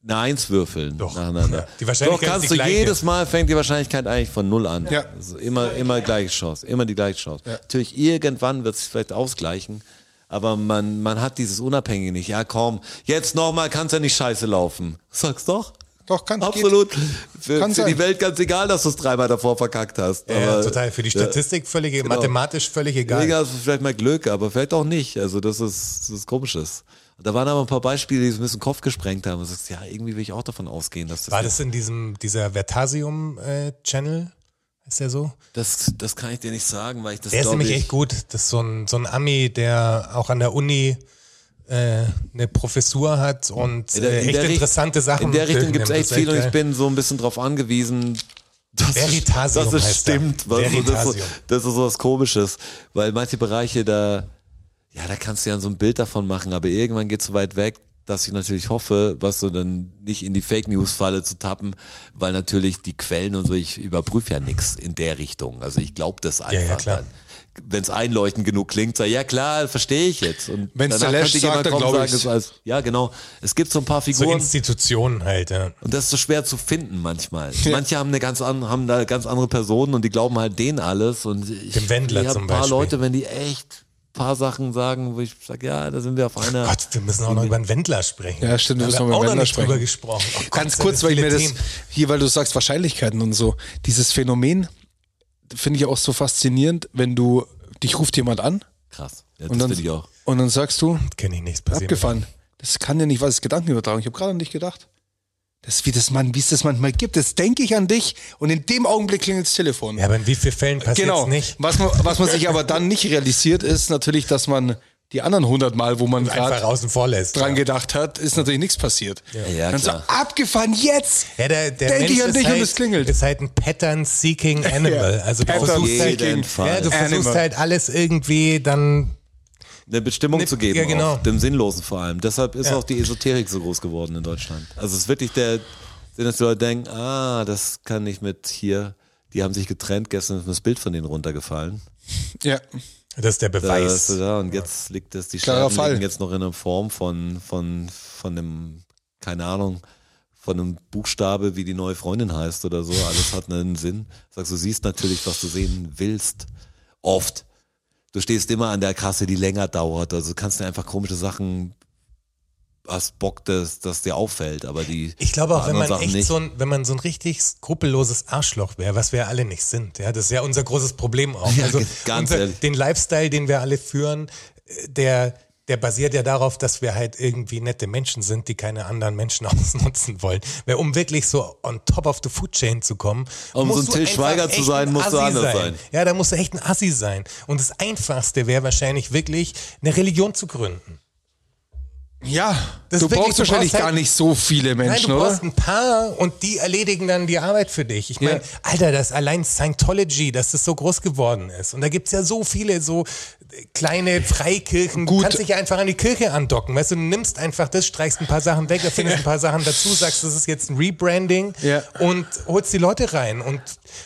Speaker 3: eine Eins würfeln.
Speaker 2: Doch.
Speaker 3: nacheinander.
Speaker 2: Ja. Die Wahrscheinlichkeit
Speaker 3: Doch,
Speaker 2: ist
Speaker 3: kannst
Speaker 2: die
Speaker 3: du
Speaker 2: gleiche.
Speaker 3: jedes Mal fängt die Wahrscheinlichkeit eigentlich von null an.
Speaker 1: Ja.
Speaker 3: Also immer, immer gleiche Chance, immer die gleiche Chance. Natürlich, irgendwann wird es vielleicht ausgleichen, aber man, man hat dieses Unabhängige nicht. Ja, komm, jetzt nochmal kann es ja nicht scheiße laufen. Sag's doch.
Speaker 1: Doch, kann-
Speaker 3: Absolut. Für,
Speaker 1: Kann
Speaker 3: für
Speaker 1: sein.
Speaker 3: die Welt ganz egal, dass du es dreimal davor verkackt hast.
Speaker 2: Ja, ja,
Speaker 3: aber, Genau.
Speaker 2: total. Für die Statistik völlig, mathematisch völlig egal.
Speaker 3: Deswegen hast du vielleicht mal Glück, aber vielleicht auch nicht. Also das ist das ist Komisches. Und da waren aber ein paar Beispiele, die so ein bisschen den Kopf gesprengt haben. Und sagst, ja, irgendwie will ich auch davon ausgehen, dass das
Speaker 2: War das in diesem, dieser Vertasium-Channel? ist der so?
Speaker 3: Das, das kann ich dir nicht sagen, weil ich das
Speaker 2: Der ist
Speaker 3: glaub
Speaker 2: nämlich
Speaker 3: ich,
Speaker 2: echt gut. Das ist so ein, so ein Ami, der auch an der Uni äh, eine Professur hat und
Speaker 3: In der-
Speaker 2: äh,
Speaker 3: in
Speaker 2: echt
Speaker 3: der Richt-
Speaker 2: interessante Sachen.
Speaker 3: In der Richtung
Speaker 2: filmen.
Speaker 3: gibt's
Speaker 2: Das
Speaker 3: echt
Speaker 2: ist
Speaker 3: viel und
Speaker 2: geil.
Speaker 3: ich bin so ein bisschen drauf angewiesen, dass,
Speaker 2: Veritasium
Speaker 3: dass es
Speaker 2: heißt er.
Speaker 3: stimmt. Weißt du, das, ist so-
Speaker 2: Veritasium.
Speaker 3: das ist so was Komisches, weil manche Bereiche da, ja, da kannst du ja so ein Bild davon machen, aber irgendwann geht's so weit weg, dass ich natürlich hoffe, was so dann nicht in die Fake News Falle zu tappen, weil natürlich die Quellen und so, ich überprüfe ja nichts in der Richtung. Also ich glaube das einfach.
Speaker 2: ja, klar.
Speaker 3: dann. Wenn's einleuchtend genug klingt, sag ich, ja klar, verstehe ich jetzt. Und
Speaker 1: Wenn's der
Speaker 3: danach
Speaker 1: Lash
Speaker 3: könnte jemand
Speaker 1: sagt, dann
Speaker 3: kommen und
Speaker 1: glaub
Speaker 3: sagen,
Speaker 1: ich's.
Speaker 3: es ist alles- Ja, genau. Es gibt so ein paar
Speaker 2: So
Speaker 3: Figuren.
Speaker 2: Institutionen halt, ja.
Speaker 3: Und das ist so schwer zu finden manchmal. Manche haben eine ganz andere, haben da ganz andere Personen und die glauben halt denen alles. Und ich,
Speaker 2: Dem Wendler
Speaker 3: ich hab
Speaker 2: zum
Speaker 3: ein paar
Speaker 2: Beispiel.
Speaker 3: Leute, wenn die echt ein paar Sachen sagen, wo ich sage, ja, da sind wir auf einer.
Speaker 2: Gott, wir müssen auch noch über den Wendler sprechen.
Speaker 1: Ja, stimmt, wir
Speaker 2: Da
Speaker 1: müssen
Speaker 2: haben
Speaker 1: noch über
Speaker 2: auch
Speaker 1: Wendler
Speaker 2: noch nicht
Speaker 1: sprechen.
Speaker 2: drüber gesprochen. Oh Gott,
Speaker 1: Ganz
Speaker 2: sind
Speaker 1: kurz,
Speaker 2: das
Speaker 1: weil ich mir
Speaker 2: viele
Speaker 1: das
Speaker 2: Themen.
Speaker 1: hier, weil du sagst Wahrscheinlichkeiten und so, dieses Phänomen finde ich auch so faszinierend, wenn du dich ruft jemand an
Speaker 3: Krass. Ja, das
Speaker 1: und dann,
Speaker 3: finde ich auch.
Speaker 1: und dann sagst du,
Speaker 2: Kenn ich nichts passiert.
Speaker 1: abgefahren. Das kann ja nicht, was ist Gedankenübertragung? Ich habe gerade an dich gedacht. Das, wie, das man, wie es das manchmal gibt, das denke ich an dich und in dem Augenblick klingelt das Telefon.
Speaker 2: Ja, aber in wie vielen Fällen passiert es
Speaker 1: genau.
Speaker 2: nicht?
Speaker 1: Was, man, was man sich aber dann nicht realisiert, ist natürlich, dass man die anderen 100 Mal, wo man
Speaker 2: Einfach
Speaker 1: gerade
Speaker 2: außen vor lässt.
Speaker 1: dran
Speaker 2: ja.
Speaker 1: gedacht hat, ist natürlich nichts passiert.
Speaker 3: Ja,
Speaker 1: dann so,
Speaker 3: klar.
Speaker 1: abgefahren, jetzt!
Speaker 2: Ja, der, der
Speaker 1: Denk
Speaker 2: Mensch
Speaker 1: ich an
Speaker 2: ist
Speaker 1: dich und
Speaker 2: halt,
Speaker 1: es klingelt.
Speaker 2: ist halt ein Pattern-Seeking Animal.
Speaker 1: Ja.
Speaker 2: Also du
Speaker 1: Pattern-
Speaker 2: versuchst,
Speaker 1: Jeden
Speaker 2: halt,
Speaker 3: Fall.
Speaker 2: ja, du versuchst
Speaker 1: Animal.
Speaker 2: halt alles irgendwie dann
Speaker 3: Eine Bestimmung
Speaker 2: Ne-
Speaker 3: zu geben.
Speaker 2: ja, genau.
Speaker 3: Auch, dem Sinnlosen vor allem. Deshalb ist
Speaker 2: Ja.
Speaker 3: auch die Esoterik so groß geworden in Deutschland. Also es ist wirklich der, dass die Leute denken, ah, das kann ich mit hier. Die haben sich getrennt, gestern ist mir das Bild von denen runtergefallen.
Speaker 1: Ja,
Speaker 2: Das ist der
Speaker 3: Da
Speaker 2: Beweis.
Speaker 3: ist er da und jetzt liegt das, die
Speaker 1: Klarer
Speaker 3: Scherben
Speaker 1: Fall.
Speaker 3: liegen jetzt noch in einer Form von, von, von einem, keine Ahnung, von einem Buchstabe, wie die neue Freundin heißt oder so. Alles hat einen Sinn. Sagst du, siehst natürlich, was du sehen willst. Oft. Du stehst immer an der Kasse, die länger dauert. Also kannst du einfach komische Sachen, hast Bock, dass, dass dir auffällt, aber die.
Speaker 2: Ich glaube auch, wenn
Speaker 3: anderen
Speaker 2: man
Speaker 3: Sachen
Speaker 2: echt
Speaker 3: nicht.
Speaker 2: so ein, wenn man so ein richtig skrupelloses Arschloch wäre, was wir ja alle nicht sind, ja, das ist ja unser großes Problem auch.
Speaker 3: Ja,
Speaker 2: also
Speaker 3: ganz
Speaker 2: unser,
Speaker 3: ehrlich.
Speaker 2: den Lifestyle, den wir alle führen, äh, der der basiert ja darauf, dass wir halt irgendwie nette Menschen sind, die keine anderen Menschen ausnutzen wollen. Weil um wirklich so on top of the food chain zu kommen,
Speaker 3: Um
Speaker 2: musst
Speaker 3: so ein
Speaker 2: du
Speaker 3: Til
Speaker 2: einfach
Speaker 3: Schweiger zu
Speaker 2: echt
Speaker 3: sein,
Speaker 2: ein
Speaker 3: musst du
Speaker 2: Assi
Speaker 3: anders sein.
Speaker 2: Ja, da musst du echt ein Assi sein. Und das Einfachste wäre wahrscheinlich wirklich, eine Religion zu gründen.
Speaker 1: Ja,
Speaker 2: Das
Speaker 1: du
Speaker 2: ist wirklich-
Speaker 1: brauchst
Speaker 2: du
Speaker 1: wahrscheinlich
Speaker 2: brauchst halt-
Speaker 1: gar nicht so viele
Speaker 2: Nein,
Speaker 1: Menschen,
Speaker 2: du
Speaker 1: oder?
Speaker 2: brauchst ein paar und die erledigen dann die Arbeit für dich. Ich meine,
Speaker 1: Ja.
Speaker 2: Alter, das allein Scientology, dass das so groß geworden ist. Und da gibt's ja so viele so äh, kleine Freikirchen.
Speaker 1: Gut.
Speaker 2: Du kannst dich ja einfach an die Kirche andocken. Weißt du, du nimmst einfach das, streichst ein paar Sachen weg, erfindest ein paar Sachen dazu, sagst, das ist jetzt ein Rebranding
Speaker 1: Ja.
Speaker 2: und holst die Leute rein und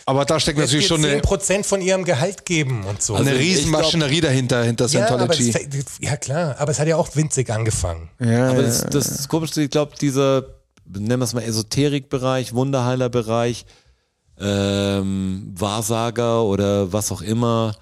Speaker 1: Aber da steckt natürlich schon eine,
Speaker 2: 10% von ihrem Gehalt geben und so.
Speaker 3: Also
Speaker 1: eine
Speaker 3: ich
Speaker 1: Riesenmaschinerie dahinter, hinter
Speaker 2: ja, aber es,
Speaker 1: Scientology.
Speaker 2: fängt- ja, klar, aber es hat ja auch winzig angefangen.
Speaker 3: Aber das, das ist komisch, ich glaube, dieser, nennen wir es mal Esoterikbereich, Wunderheilerbereich, ähm, Wahrsager oder was auch immer,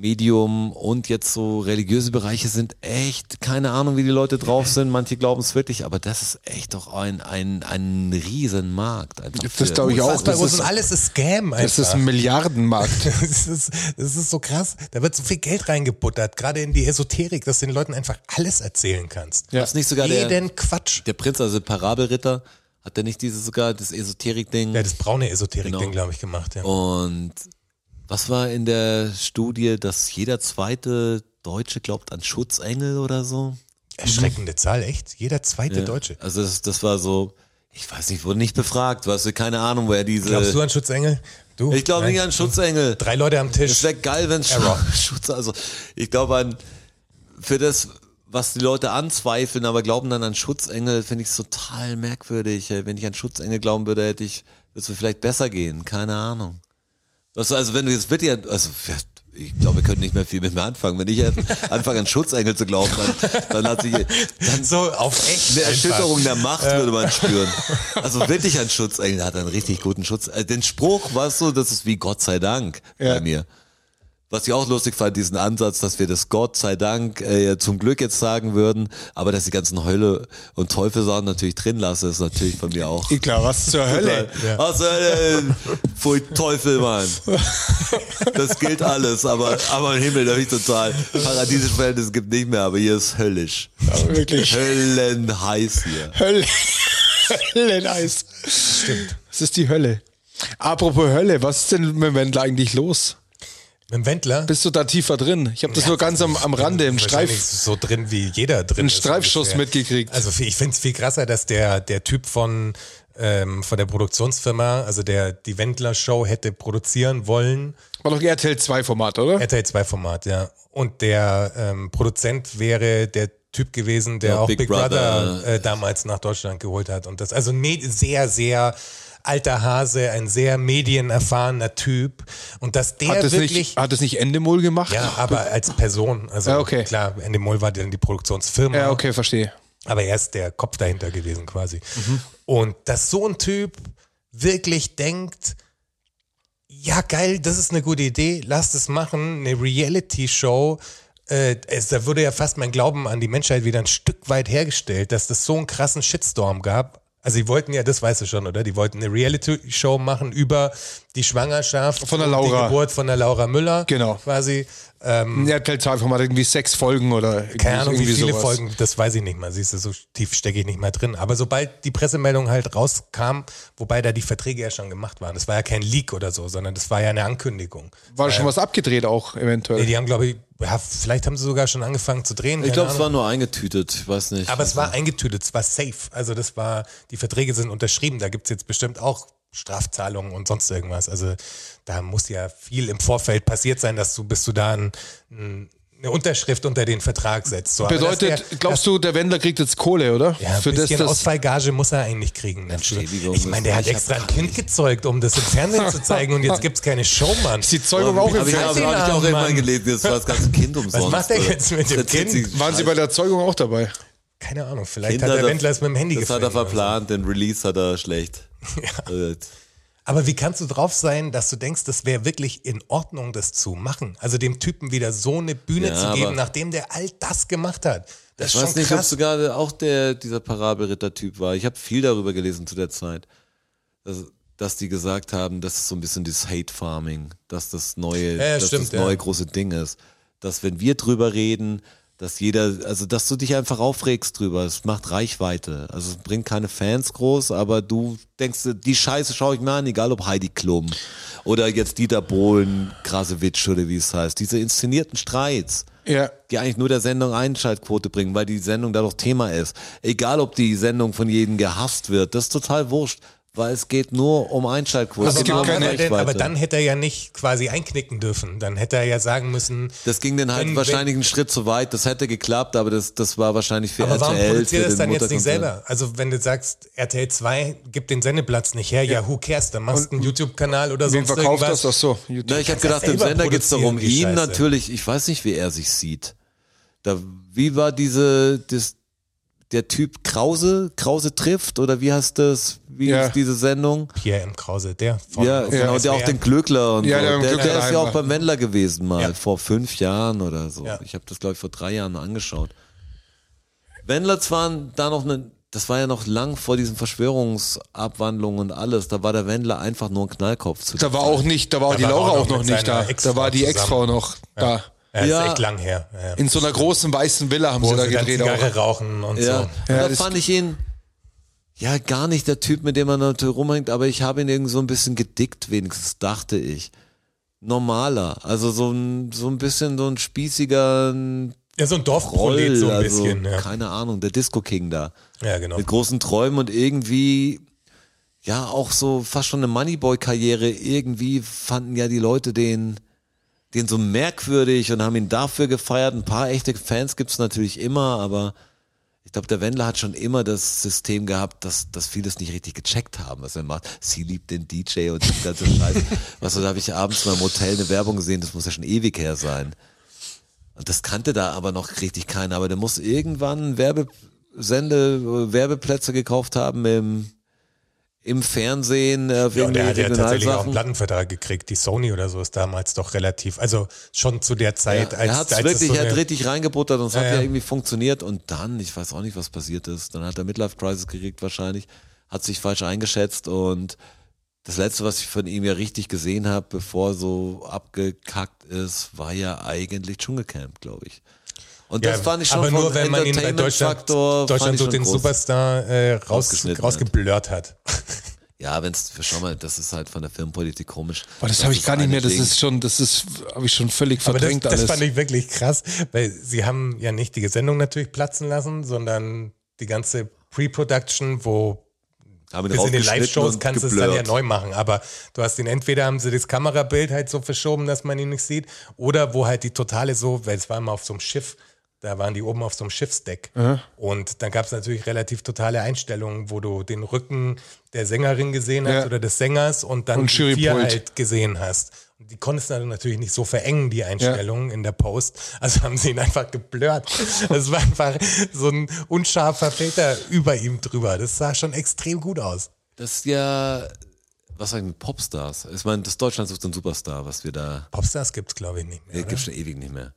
Speaker 3: Medium und jetzt so religiöse Bereiche sind echt, keine Ahnung, wie die Leute drauf sind, manche glauben es wirklich, aber das ist echt doch ein, ein, ein Riesenmarkt. Einfach
Speaker 1: Das
Speaker 3: für-
Speaker 1: glaube ich auch.
Speaker 2: Unfassbar
Speaker 1: Das
Speaker 2: groß und
Speaker 1: ist,
Speaker 2: alles ist Scam einfach.
Speaker 1: das ist ein Milliardenmarkt.
Speaker 2: Das ist, das ist so krass. Da wird so viel Geld reingebuttert, gerade in die Esoterik, dass du den Leuten einfach alles erzählen kannst.
Speaker 3: Was nicht sogar der,
Speaker 2: Jeden Quatsch.
Speaker 3: der Prinz, also der Parabelritter, hat der nicht dieses sogar das Esoterik-Ding?
Speaker 2: Ja, das braune Esoterik-Ding,
Speaker 3: Genau.
Speaker 2: glaube ich, gemacht. Ja.
Speaker 3: Und was war in der Studie, dass jeder zweite Deutsche glaubt an Schutzengel oder so?
Speaker 2: Erschreckende Zahl, echt. Jeder zweite Deutsche.
Speaker 3: Also das, das war so, ich weiß nicht, wurde nicht befragt, weißt du, keine Ahnung, wer diese...
Speaker 2: Glaubst du an Schutzengel? Du?
Speaker 3: ich glaube
Speaker 2: Nein.
Speaker 3: nicht an Schutzengel.
Speaker 2: Drei Leute am
Speaker 3: Es
Speaker 2: Tisch.
Speaker 3: wäre geil, wenn
Speaker 2: Error.
Speaker 3: Schutz, also ich glaube an, für das, was die Leute anzweifeln, aber glauben dann an Schutzengel, finde ich es total merkwürdig. Wenn ich an Schutzengel glauben würde, hätte ich, würde es mir vielleicht besser gehen, keine Ahnung. Weißt du, also wenn du jetzt wirklich, an- also ich glaube, wir können nicht mehr viel mit mir anfangen. Wenn ich jetzt anfange an Schutzengel zu glauben, dann, dann hat sich dann
Speaker 2: So, auf echt.
Speaker 3: eine
Speaker 2: einfach.
Speaker 3: Erschütterung der Macht würde man spüren. Also wirklich ein Schutzengel hat einen richtig guten Schutz. Äh, Den Spruch, weißt du, das ist wie Gott sei Dank bei
Speaker 1: Ja.
Speaker 3: mir. Was ich auch lustig fand, diesen Ansatz, dass wir das Gott sei Dank äh, zum Glück jetzt sagen würden, aber dass die ganzen Heule und Teufelsachen natürlich drin lasse, ist natürlich von mir auch.
Speaker 1: Klar, was zur Hölle?
Speaker 3: Ja. Also, äh, pfui Teufel, Mann. Das gilt alles, aber, aber im Himmel natürlich total. Paradiesische Verhältnisse gibt nicht mehr, aber hier ist höllisch.
Speaker 1: Aber wirklich.
Speaker 3: Höllenheiß hier.
Speaker 1: Hölle. Hölleneis. Stimmt. Es ist die Hölle. Apropos Hölle, was ist denn mit dem Wendler eigentlich los?
Speaker 2: Mit dem Wendler.
Speaker 1: Bist du da tiefer drin? Ich habe das nur ganz am, am Rande im
Speaker 2: Wahrscheinlich
Speaker 1: Streif.
Speaker 2: so drin wie jeder drin.
Speaker 1: Einen
Speaker 2: ist
Speaker 1: Streifschuss
Speaker 2: ungefähr.
Speaker 1: mitgekriegt.
Speaker 2: Also viel- ich finde es viel krasser, dass der der Typ von ähm, von der Produktionsfirma, also der die Wendler Show hätte produzieren wollen,
Speaker 1: War doch ein RTL 2 Format, oder?
Speaker 2: RTL 2 Format, ja. Und der ähm, Produzent wäre der Typ gewesen, der
Speaker 3: Ja,
Speaker 2: auch
Speaker 3: Big
Speaker 2: Big, Brother,
Speaker 3: Brother.
Speaker 2: äh, damals nach Deutschland geholt hat und das also ein Med- sehr sehr alter Hase, ein sehr medienerfahrener Typ und dass der
Speaker 1: Hat es
Speaker 2: wirklich
Speaker 1: nicht, hat es nicht Endemol gemacht?
Speaker 2: ja, aber als Person, also
Speaker 1: Ja, okay.
Speaker 2: klar, Endemol war dann die Produktionsfirma.
Speaker 1: Ja, okay, verstehe.
Speaker 2: Aber er ist der Kopf dahinter gewesen quasi.
Speaker 1: Mhm.
Speaker 2: Und dass so ein Typ wirklich denkt, ja geil, das ist eine gute Idee, lasst es machen, eine Reality-Show. Äh, es, da würde ja fast mein Glauben an die Menschheit wieder ein Stück weit hergestellt, dass das so einen krassen Shitstorm gab. Also die wollten ja, das weißt du schon, oder? Die wollten eine Reality-Show machen über die Schwangerschaft
Speaker 1: Von der
Speaker 2: und
Speaker 1: Laura.
Speaker 2: die Geburt von der Laura Müller.
Speaker 1: Genau.
Speaker 2: Quasi.
Speaker 1: Ein RTL 2 Format, irgendwie sechs Folgen oder irgendwie,
Speaker 2: Keine Ahnung, wie
Speaker 1: irgendwie
Speaker 2: viele
Speaker 1: sowas.
Speaker 2: Folgen, das weiß ich nicht mal. Siehst du, so tief stecke ich nicht mehr drin. Aber sobald die Pressemeldung halt rauskam, wobei da die Verträge ja schon gemacht waren, das war ja kein Leak oder so, sondern das war ja eine Ankündigung.
Speaker 1: War schon was abgedreht auch eventuell.
Speaker 2: Nee, die haben, glaube ich, ja, vielleicht haben sie sogar schon angefangen zu drehen.
Speaker 3: Ich
Speaker 2: keine
Speaker 3: glaube, es
Speaker 2: Ahnung.
Speaker 3: war nur eingetütet, ich weiß nicht.
Speaker 2: Aber es war eingetütet, es war safe. Also das war, die Verträge sind unterschrieben, da gibt's jetzt bestimmt auch Strafzahlungen und sonst irgendwas. Also da muss ja viel im Vorfeld passiert sein, dass du, bis du da ein, ein, eine Unterschrift unter den Vertrag setzt. So, aber dass
Speaker 1: Bedeutet,
Speaker 2: der-
Speaker 1: glaubst du, der Wendler kriegt jetzt Kohle, oder?
Speaker 2: Ja, ein
Speaker 1: Für das,
Speaker 2: bisschen
Speaker 1: das
Speaker 2: Ausfallgage muss er eigentlich kriegen. Dafür.
Speaker 3: Entschädigung
Speaker 2: Ich meine, der
Speaker 3: ist-
Speaker 2: hat
Speaker 3: ich
Speaker 2: extra
Speaker 3: hab
Speaker 2: ein Kind gezeugt, um das im Fernsehen zu zeigen und jetzt gibt's keine Show, Mann.
Speaker 1: ist die Zeugung auch im
Speaker 3: Habe ich, hab ich
Speaker 1: Fernsehen.
Speaker 3: auch
Speaker 2: Mann.
Speaker 3: irgendwann gelesen, jetzt war das ganze Kind umsonst.
Speaker 2: macht er jetzt mit dem
Speaker 3: Das hat
Speaker 2: Kind?
Speaker 3: sich-
Speaker 1: Waren sie bei der Zeugung auch dabei?
Speaker 2: Keine Ahnung, vielleicht
Speaker 3: Kinder,
Speaker 2: hat der
Speaker 3: das-
Speaker 2: Wendler es mit dem Handy
Speaker 3: Das hat er
Speaker 2: gefilmt oder so.
Speaker 3: verplant, den Release hat er schlecht. Äh,
Speaker 2: Aber wie kannst du drauf sein, dass du denkst, das wäre wirklich in Ordnung, das zu machen? Also dem Typen wieder so eine Bühne
Speaker 3: Ja,
Speaker 2: zu
Speaker 3: aber-
Speaker 2: geben, nachdem der all das gemacht hat. Das
Speaker 3: Ich
Speaker 2: ist
Speaker 3: weiß
Speaker 2: schon
Speaker 3: nicht, ob
Speaker 2: krass.
Speaker 3: sogar auch der, dieser Parabelritter-Typ war. Ich habe viel darüber gelesen zu der Zeit, dass, dass die gesagt haben, das ist so ein bisschen dieses Hate-Farming, dass das neue,
Speaker 2: Ja,
Speaker 3: dass
Speaker 2: stimmt,
Speaker 3: das neue
Speaker 2: ja.
Speaker 3: große Ding ist. Dass wenn wir drüber reden, dass jeder, also dass du dich einfach aufregst drüber. Es macht Reichweite. Also es bringt keine Fans groß, aber du denkst, dir, die Scheiße schaue ich mir an, egal ob Heidi Klum oder jetzt Dieter Bohlen, Krasewitsch oder wie es heißt. Diese inszenierten Streits
Speaker 1: Ja.
Speaker 3: die eigentlich nur der Sendung Einschaltquote bringen, weil die Sendung dadurch Thema ist. Egal, ob die Sendung von jedem gehasst wird, das ist total wurscht, weil es geht nur um Einschaltquote.
Speaker 1: Aber
Speaker 3: Es geht
Speaker 1: genau,
Speaker 3: nur um
Speaker 1: keine-
Speaker 2: aber, denn, aber
Speaker 3: Reichweite.
Speaker 2: dann hätte er ja nicht quasi einknicken dürfen. Dann hätte er ja sagen müssen,
Speaker 3: Das ging dann halt
Speaker 2: Wenn-
Speaker 3: wahrscheinlich einen Schritt zu weit. Das hätte geklappt, aber das, das war wahrscheinlich für
Speaker 2: aber warum
Speaker 3: RTL. Für
Speaker 2: produziert er
Speaker 3: den
Speaker 2: es dann jetzt nicht
Speaker 3: Mutterkonzern.
Speaker 2: selber? Also wenn du sagst, RTL 2 gibt den Sendeplatz nicht her, ja, who cares, dann machst du einen YouTube-Kanal oder
Speaker 1: Wen
Speaker 2: sonst
Speaker 1: verkauft
Speaker 2: irgendwas.
Speaker 1: das? Ach so, YouTube.
Speaker 3: Na, ich habe
Speaker 2: kannst ja
Speaker 3: gedacht, im
Speaker 2: selber
Speaker 3: Sender geht's darum,
Speaker 2: produzieren, die
Speaker 3: ihm
Speaker 2: Scheiße.
Speaker 3: natürlich, ich weiß nicht, wie er sich sieht. Da, wie war diese, das, der Typ Krause, Krause trifft oder wie heißt das, wie
Speaker 1: Ja.
Speaker 3: ist diese Sendung?
Speaker 2: Pierre M. Krause, der von
Speaker 3: Ja,
Speaker 2: von
Speaker 3: genau, der
Speaker 2: SWR.
Speaker 3: auch den Glöckler und
Speaker 1: Ja, der
Speaker 3: so. Der,
Speaker 1: im
Speaker 3: der,
Speaker 1: Glöckler
Speaker 3: ist ja auch
Speaker 1: rein
Speaker 3: beim Wendler gewesen mal,
Speaker 2: Ja.
Speaker 3: vor fünf Jahren oder so.
Speaker 2: Ja.
Speaker 3: Ich habe das, glaube ich, vor drei Jahren angeschaut. Wendlers waren da noch eine, das war ja noch lang vor diesen Verschwörungsabwandlungen und alles. Da war der Wendler einfach nur ein Knallkopf zu
Speaker 1: Da war auch nicht, da war die
Speaker 2: war
Speaker 1: Laura
Speaker 2: auch noch
Speaker 1: auch noch
Speaker 2: mit
Speaker 1: nicht da.
Speaker 2: seiner
Speaker 1: Da war die
Speaker 2: Ex-Frau
Speaker 1: Ex-Frau noch da.
Speaker 2: Ja, ist
Speaker 3: Ja.
Speaker 2: echt lang her. Ja.
Speaker 1: In so einer großen weißen Villa haben
Speaker 2: Wo
Speaker 1: sie da
Speaker 2: sie dann
Speaker 1: gedreht. Auch.
Speaker 2: Zigarre rauchen und
Speaker 3: Ja,
Speaker 2: so.
Speaker 1: Ja,
Speaker 3: und da
Speaker 1: das-
Speaker 3: fand ich ihn ja gar nicht der Typ, mit dem man natürlich rumhängt, aber ich habe ihn irgendwie so ein bisschen gedickt, wenigstens dachte ich. Normaler, also so ein, so ein bisschen so ein spießiger ein
Speaker 2: Ja, so ein
Speaker 3: Roll,
Speaker 2: Dorfprolet so ein
Speaker 3: also
Speaker 2: bisschen. Ja,
Speaker 3: keine Ahnung, der Disco King da
Speaker 2: ja genau.
Speaker 3: mit großen Träumen und irgendwie ja auch so fast schon eine Moneyboy-Karriere. Irgendwie fanden ja die Leute den den so merkwürdig und haben ihn dafür gefeiert. Ein paar echte Fans gibt's natürlich immer, aber ich glaube, der Wendler hat schon immer das System gehabt, dass, dass viele es nicht richtig gecheckt haben, was er macht. Sie liebt den DJ und das ganze Scheiß. was so, da habe ich abends mal im Hotel eine Werbung gesehen, das muss ja schon ewig her sein. Und das kannte da aber noch richtig keiner. Aber der muss irgendwann Werbe, Sende, Werbeplätze gekauft haben im, im Fernsehen. Äh,
Speaker 2: Ja,
Speaker 3: wegen
Speaker 2: und der
Speaker 3: den
Speaker 2: hat ja tatsächlich auch einen
Speaker 3: Regionalsachen.
Speaker 2: Plattenvertrag gekriegt. Die Sony oder so ist damals doch relativ, also schon zu der Zeit,
Speaker 3: Ja,
Speaker 2: als,
Speaker 3: er hat's
Speaker 2: als
Speaker 3: wirklich,
Speaker 2: es so
Speaker 3: er hat
Speaker 2: eine,
Speaker 3: richtig reingebuttert und es
Speaker 2: Ja,
Speaker 3: hat ja
Speaker 2: ja.
Speaker 3: irgendwie funktioniert und dann, ich weiß auch nicht, was passiert ist, dann hat er Midlife Crisis gekriegt wahrscheinlich, hat sich falsch eingeschätzt und das letzte, was ich von ihm ja richtig gesehen habe, bevor so abgekackt ist, war ja eigentlich Dschungelcamp, glaube ich. Und das
Speaker 2: Ja,
Speaker 3: fand ich schon
Speaker 2: aber
Speaker 3: vom
Speaker 2: nur wenn man ihn bei Deutschland,
Speaker 3: Entertainment-Faktor fand
Speaker 2: Deutschland
Speaker 3: ich
Speaker 2: so
Speaker 3: schon
Speaker 2: den
Speaker 3: groß.
Speaker 2: Superstar äh, raus,
Speaker 3: Rausgeschnitten hat.
Speaker 2: rausgeblurrt hat.
Speaker 3: Ja, wenn's, schau mal, das ist halt von der Filmpolitik komisch.
Speaker 1: Boah, das
Speaker 3: Das
Speaker 1: habe ich
Speaker 3: ist
Speaker 1: gar nicht
Speaker 3: eine
Speaker 1: mehr. Das
Speaker 3: Ding.
Speaker 1: ist schon, das ist, habe ich schon völlig
Speaker 2: Aber das,
Speaker 1: verdrängt
Speaker 2: das
Speaker 1: alles.
Speaker 2: fand ich wirklich krass, weil sie haben ja nicht die Sendung natürlich platzen lassen, sondern die ganze Pre-Production, wo
Speaker 3: Haben ihn
Speaker 2: bis in den
Speaker 3: rausgeschnitten
Speaker 2: Live-Shows
Speaker 3: und
Speaker 2: kannst du es dann ja
Speaker 3: geblurrt.
Speaker 2: neu machen, aber du hast ihn entweder haben sie das Kamerabild halt so verschoben, dass man ihn nicht sieht, oder wo halt die totale so, weil es war immer auf so einem Schiff, da waren die oben auf so einem Schiffsdeck. Und dann gab es natürlich relativ totale Einstellungen, wo du den Rücken der Sängerin gesehen hast
Speaker 1: Ja.
Speaker 2: oder des Sängers und dann
Speaker 1: Und
Speaker 2: die vier
Speaker 1: Jurypult.
Speaker 2: halt gesehen hast. Und die konntest du natürlich nicht so verengen, die Einstellungen in der Post. Also haben sie ihn einfach geblurrt. Es war einfach so ein unscharfer Filter über ihm drüber. Das sah schon extrem gut aus.
Speaker 3: Das ist ja, was sagen Popstars? Ich meine, das Deutschland sucht einen Superstar, was wir da,
Speaker 2: Popstars gibt's glaube ich nicht mehr.
Speaker 3: äh, gibt schon ewig nicht mehr.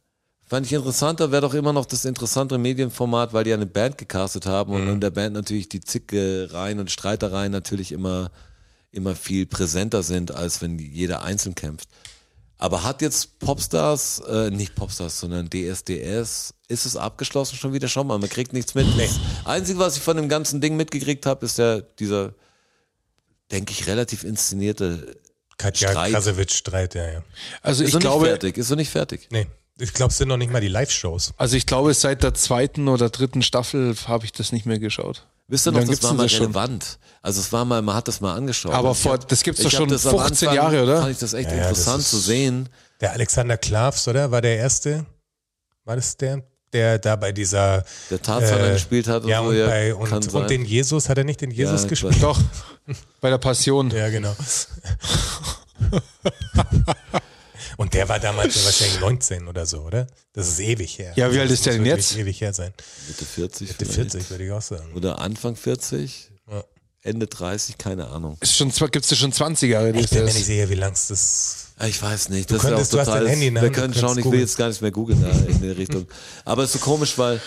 Speaker 3: Fand ich interessanter, wäre doch immer noch das interessantere Medienformat, weil die ja eine Band gecastet haben und in der Band natürlich die Zickereien und Streitereien natürlich immer, immer viel präsenter sind, als wenn jeder einzeln kämpft. Aber hat jetzt Popstars, äh, nicht Popstars, sondern DSDS, ist es abgeschlossen schon wieder? Schau mal, man kriegt nichts mit. Das Einzige, was ich von dem ganzen Ding mitgekriegt habe, ist ja dieser, denke ich, relativ inszenierte.
Speaker 2: Katja
Speaker 3: Streit.
Speaker 2: Krasowitsch-Streit, ja, ja.
Speaker 1: also
Speaker 3: Ist
Speaker 1: ich
Speaker 3: so nicht
Speaker 1: glaube,
Speaker 3: fertig, ist so nicht fertig.
Speaker 2: Nee, ich glaube, es sind noch nicht mal die Live-Shows.
Speaker 1: also ich glaube, seit der zweiten oder dritten Staffel habe ich das nicht mehr geschaut.
Speaker 3: Wisst ihr
Speaker 1: Wie
Speaker 3: noch,
Speaker 1: lange
Speaker 3: das
Speaker 1: gibt's
Speaker 3: war
Speaker 1: denn
Speaker 3: mal
Speaker 1: das schon?
Speaker 3: relevant. Also es war mal, man hat das mal angeschaut.
Speaker 1: Aber
Speaker 3: Ich
Speaker 1: vor,
Speaker 3: hab-
Speaker 1: das gibt's doch
Speaker 3: ich hab
Speaker 1: schon
Speaker 3: das am
Speaker 1: 15
Speaker 3: Anfang-
Speaker 1: Jahre, oder?
Speaker 3: Fand ich das echt
Speaker 2: Ja, ja, das
Speaker 3: interessant
Speaker 2: ist-
Speaker 3: zu sehen.
Speaker 2: Der Alexander Klavs, oder? War der erste? War das der? Der da bei dieser.
Speaker 3: Der Tarzan
Speaker 2: äh,
Speaker 3: gespielt hat und
Speaker 2: ja,
Speaker 3: Also so,
Speaker 2: und,
Speaker 3: ja,
Speaker 2: bei,
Speaker 3: kann
Speaker 2: und,
Speaker 3: sein.
Speaker 2: und den Jesus, hat er nicht den Jesus
Speaker 3: ich
Speaker 2: gespielt?
Speaker 1: Doch, bei der Passion.
Speaker 2: Ja, genau. und der war damals ja wahrscheinlich 19 oder so, oder? Das ist ewig her.
Speaker 1: Ja, wie alt
Speaker 2: Das
Speaker 1: ist der
Speaker 2: muss
Speaker 1: denn
Speaker 2: wirklich
Speaker 1: jetzt?
Speaker 2: ewig her sein.
Speaker 3: Mitte 40.
Speaker 2: Mitte
Speaker 3: vielleicht.
Speaker 2: 40, würde ich auch sagen.
Speaker 3: Oder Anfang 40,
Speaker 2: Ja.
Speaker 3: Ende 30, keine Ahnung.
Speaker 1: Ist schon, gibt es ja schon 20 Jahre. die
Speaker 2: Ich
Speaker 1: ist
Speaker 2: bin mir
Speaker 1: das.
Speaker 2: nicht sicher, wie lang es das
Speaker 3: Ja, Ich weiß nicht. Das
Speaker 2: könntest-
Speaker 3: ist
Speaker 2: du
Speaker 3: ja auch
Speaker 2: hast
Speaker 3: total,
Speaker 2: dein Handy in der
Speaker 3: Wir
Speaker 2: Hand,
Speaker 3: können
Speaker 2: du
Speaker 3: schauen,
Speaker 2: kannst
Speaker 3: ich will
Speaker 2: googeln.
Speaker 3: jetzt gar nicht mehr googeln da in der Richtung. Aber es ist so komisch, weil,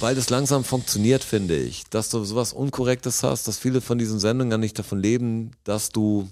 Speaker 3: weil das langsam funktioniert, finde ich. Dass du sowas Unkorrektes hast, dass viele von diesen Sendungen ja nicht davon leben, dass du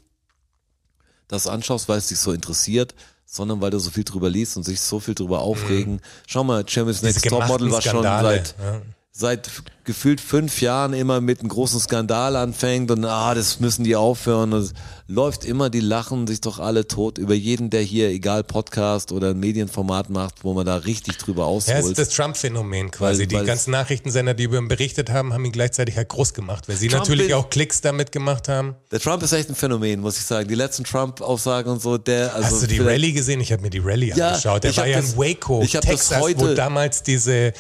Speaker 3: das anschaust, weil es dich so interessiert, sondern weil du so viel drüber liest und sich so viel drüber aufregen. Schau mal, Champions
Speaker 2: Mhm. Diese
Speaker 3: Next Topmodel
Speaker 2: gemachten
Speaker 3: war schon
Speaker 2: Skandale,
Speaker 3: seit,
Speaker 2: ja.
Speaker 3: seit gefühlt fünf Jahren immer mit einem großen Skandal anfängt und ah, das müssen die aufhören. Und es läuft immer, die lachen sich doch alle tot über jeden, der hier, egal Podcast oder ein Medienformat macht, wo man da richtig drüber
Speaker 2: Ja, es ist
Speaker 3: ausholt.
Speaker 2: das Trump-Phänomen quasi.
Speaker 3: Weil-
Speaker 2: die
Speaker 3: weil-
Speaker 2: ganzen Nachrichtensender, die über ihn berichtet haben, haben ihn gleichzeitig halt groß gemacht, weil sie
Speaker 3: Trump
Speaker 2: natürlich
Speaker 3: will-
Speaker 2: auch Klicks damit gemacht haben.
Speaker 3: der Trump ist echt ein Phänomen, muss ich sagen. Die letzten Trump-Aussagen und so, der, also.
Speaker 2: Hast du die
Speaker 3: vielleicht-
Speaker 2: Rallye gesehen? Ich habe mir die Rallye
Speaker 3: Ja,
Speaker 2: angeschaut. Der
Speaker 3: ich
Speaker 2: war
Speaker 3: hab
Speaker 2: ja
Speaker 3: das-
Speaker 2: in Waco,
Speaker 3: ich hab das
Speaker 2: Texas, wo
Speaker 3: heute-
Speaker 2: damals diese,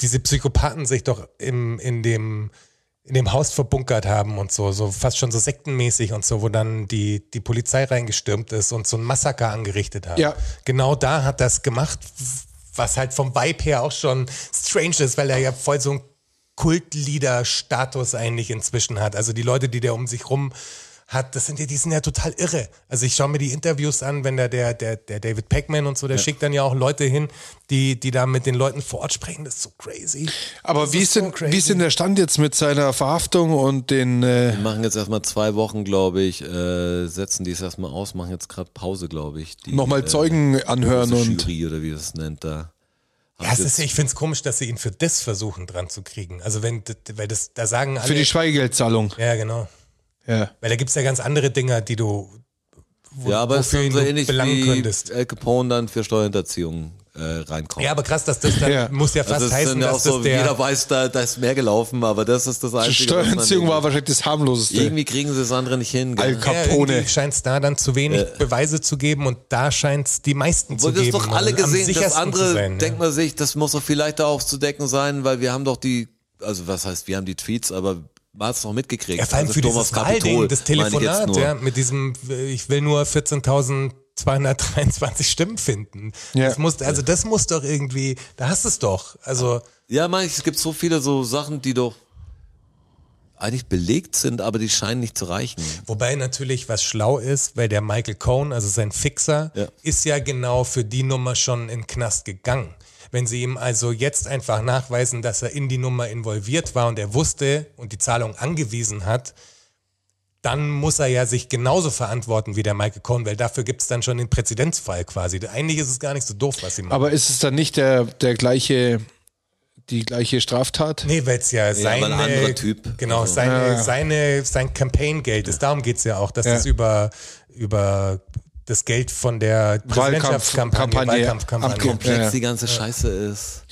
Speaker 2: diese Psychopathen sich doch im, in, dem, in dem Haus verbunkert haben und so, so fast schon so sektenmäßig und so, wo dann die, die Polizei reingestürmt ist und so ein Massaker angerichtet hat.
Speaker 1: Ja.
Speaker 2: Genau da hat das gemacht, was halt vom Vibe her auch schon strange ist, weil er ja voll so ein Kultleader-Status eigentlich inzwischen hat. Also die Leute, die der um sich rum hat, das sind ja, die sind ja total irre. Also ich schaue mir die Interviews an, wenn da der, der, der David Packman und so, der schickt dann ja auch Leute hin, die, die da mit den Leuten vor Ort sprechen. Das ist so crazy.
Speaker 1: Aber
Speaker 2: Das
Speaker 1: wie ist, denn,
Speaker 2: so crazy.
Speaker 1: wie ist denn der Stand jetzt mit seiner Verhaftung und den. Äh,
Speaker 3: Wir machen jetzt erstmal zwei Wochen, glaube ich, äh, setzen die es erstmal aus, machen jetzt gerade Pause, glaube ich. Die,
Speaker 1: Nochmal Zeugen anhören
Speaker 3: große
Speaker 1: und-
Speaker 3: Äh, also Jury oder wie das nennt da.
Speaker 2: Ja, es ist, ich finde es komisch, dass sie ihn für das versuchen dran zu kriegen. Also wenn, weil das, da sagen alle.
Speaker 1: für die Schweigegeldzahlung.
Speaker 2: ja, genau.
Speaker 1: Ja.
Speaker 2: Weil da gibt's ja ganz andere Dinger, die du. Wo,
Speaker 3: ja, aber es
Speaker 2: wofür
Speaker 3: ist so
Speaker 2: ihn du
Speaker 3: ähnlich
Speaker 2: belangen
Speaker 3: wie
Speaker 2: könntest.
Speaker 3: Al Capone dann für Steuerhinterziehung äh, reinkommt.
Speaker 2: Ja, aber krass, dass das dann
Speaker 1: Ja.
Speaker 2: muss ja fast
Speaker 3: also es
Speaker 2: heißen,
Speaker 3: sind ja auch
Speaker 2: dass das
Speaker 3: so,
Speaker 2: der.
Speaker 3: jeder weiß, da, da ist mehr gelaufen, aber das ist das
Speaker 1: Die
Speaker 3: Einzige. was man
Speaker 1: Steuerhinterziehung war
Speaker 3: irgendwie-
Speaker 1: wahrscheinlich das harmloseste.
Speaker 3: Irgendwie kriegen sie das andere nicht hin.
Speaker 1: Al
Speaker 3: gell?
Speaker 2: Ja,
Speaker 1: Capone.
Speaker 2: irgendwie scheint es da dann zu wenig Beweise zu geben und da scheint es die meisten zu
Speaker 3: Wurde
Speaker 2: geben. also
Speaker 3: es doch alle
Speaker 2: am
Speaker 3: gesehen, das
Speaker 2: sichersten
Speaker 3: andere
Speaker 2: zu sein,
Speaker 3: denkt
Speaker 2: ja.
Speaker 3: man sich, das muss doch viel leichter aufzudecken sein, weil wir haben doch die, also was heißt, wir haben die Tweets, aber man hat es noch mitgekriegt.
Speaker 2: Ja, vor allem
Speaker 3: also
Speaker 2: für
Speaker 3: Thomas
Speaker 2: dieses Wahlding,
Speaker 3: Kapitol,
Speaker 2: das
Speaker 3: meine ich jetzt
Speaker 2: Telefonat,
Speaker 3: nur.
Speaker 2: ja, mit diesem, äh, ich will nur 14.223 Stimmen finden.
Speaker 1: Ja.
Speaker 2: Das muss, also das muss doch irgendwie, da hast du es doch. Also,
Speaker 3: Ja, man, es gibt so viele so Sachen, die doch eigentlich belegt sind, aber die scheinen nicht zu reichen.
Speaker 2: Wobei natürlich was schlau ist, weil der Michael Cohen, also sein Fixer,
Speaker 3: Ja.
Speaker 2: ist ja genau für die Nummer schon in den Knast gegangen. Wenn sie ihm also jetzt einfach nachweisen, dass er in die Nummer involviert war und er wusste und die Zahlung angewiesen hat, dann muss er ja sich genauso verantworten wie der Michael Cohen, weil dafür gibt es dann schon den Präzedenzfall quasi. Eigentlich ist es gar nicht so doof, was sie machen.
Speaker 1: Aber ist es dann nicht der, der gleiche, die gleiche Straftat?
Speaker 2: Nee, weil es ja
Speaker 3: aber ein
Speaker 2: seine,
Speaker 3: anderer Typ.
Speaker 2: Genau,
Speaker 3: Also-
Speaker 2: seine, seine, sein Campaign-Geld ist. Darum geht's ja auch, dass
Speaker 1: Ja.
Speaker 2: das über, über das Geld von der Präsidentschaftskampagne,
Speaker 1: Wahlkampfkampagne
Speaker 2: Wahlkampfkampagne.
Speaker 1: abkommt.
Speaker 3: komplex
Speaker 1: Ja.
Speaker 3: die ganze Scheiße ist.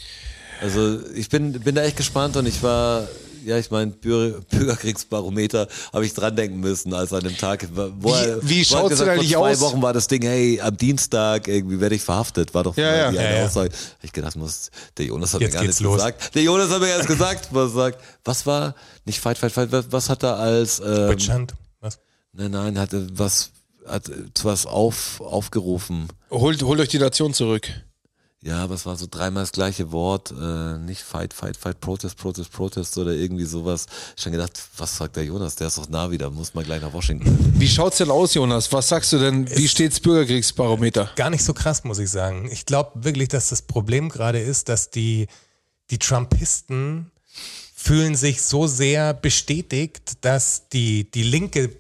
Speaker 3: Also ich bin, bin da echt gespannt und ich war, ja, ich meine, Bür Bürgerkriegsbarometer habe ich dran denken müssen, als an dem Tag, wo er,
Speaker 1: Wie- wie
Speaker 3: wo er
Speaker 1: schaut's
Speaker 3: gesagt,
Speaker 1: denn eigentlich
Speaker 3: vor zwei
Speaker 1: aus?
Speaker 3: Wochen war das Ding, hey, am Dienstag irgendwie werde ich verhaftet, war doch
Speaker 1: Ja, ja.
Speaker 3: die
Speaker 1: Ja,
Speaker 3: eine
Speaker 2: ja.
Speaker 3: Aussage. Hab Ich gedacht, muss, der Jonas hat
Speaker 2: Jetzt
Speaker 3: mir gar
Speaker 2: geht's
Speaker 3: nichts
Speaker 2: los.
Speaker 3: gesagt. Der Jonas hat mir gar nichts gesagt, was sagt, was war, nicht Fight, Fight, Fight, was, was hat er als, ähm,
Speaker 2: Deutschland. Was?
Speaker 3: nein, nein, hatte was, hat zu was auf, aufgerufen.
Speaker 1: Holt, holt euch die Nation zurück.
Speaker 3: Ja, aber es war so dreimal das gleiche Wort, äh, nicht Fight, Fight, Fight, Protest, Protest, Protest oder irgendwie sowas. Ich schon gedacht, was sagt der Jonas? Der ist doch nah wieder, muss mal gleich nach Washington.
Speaker 1: Wie schaut's denn aus, Jonas? Was sagst du denn? Wie steht's Bürgerkriegsbarometer?
Speaker 2: Gar nicht so krass, muss ich sagen. Ich glaube wirklich, dass das Problem gerade ist, dass die, die Trumpisten fühlen sich so sehr bestätigt, dass die, die linke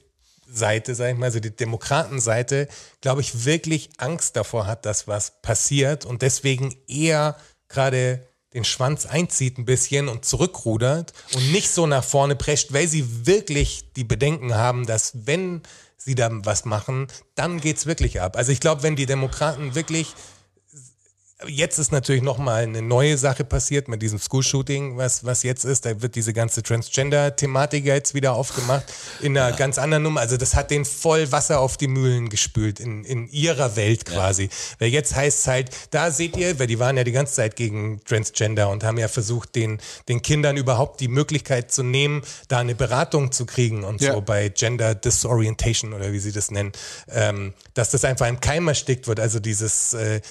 Speaker 2: Seite, sag ich mal, also die Demokratenseite, glaube ich, wirklich Angst davor hat, dass was passiert und deswegen eher gerade den Schwanz einzieht ein bisschen und zurückrudert und nicht so nach vorne prescht, weil sie wirklich die Bedenken haben, dass wenn sie da was machen, dann geht's wirklich ab. Also ich glaube, wenn die Demokraten wirklich Jetzt ist natürlich nochmal eine neue Sache passiert mit diesem School-Shooting, was, was jetzt ist. Da wird diese ganze Transgender-Thematik ja jetzt wieder aufgemacht in einer ganz anderen Nummer. Also das hat den voll Wasser auf die Mühlen gespült in, in ihrer Welt quasi. Weil jetzt heißt es halt, da seht ihr, weil die waren ja die ganze Zeit gegen Transgender und haben ja versucht, den, den Kindern überhaupt die Möglichkeit zu nehmen, da eine Beratung zu kriegen und
Speaker 1: Ja.
Speaker 2: so bei Gender Disorientation oder wie sie das nennen, ähm, dass das einfach im Keim erstickt wird. Also dieses... Äh,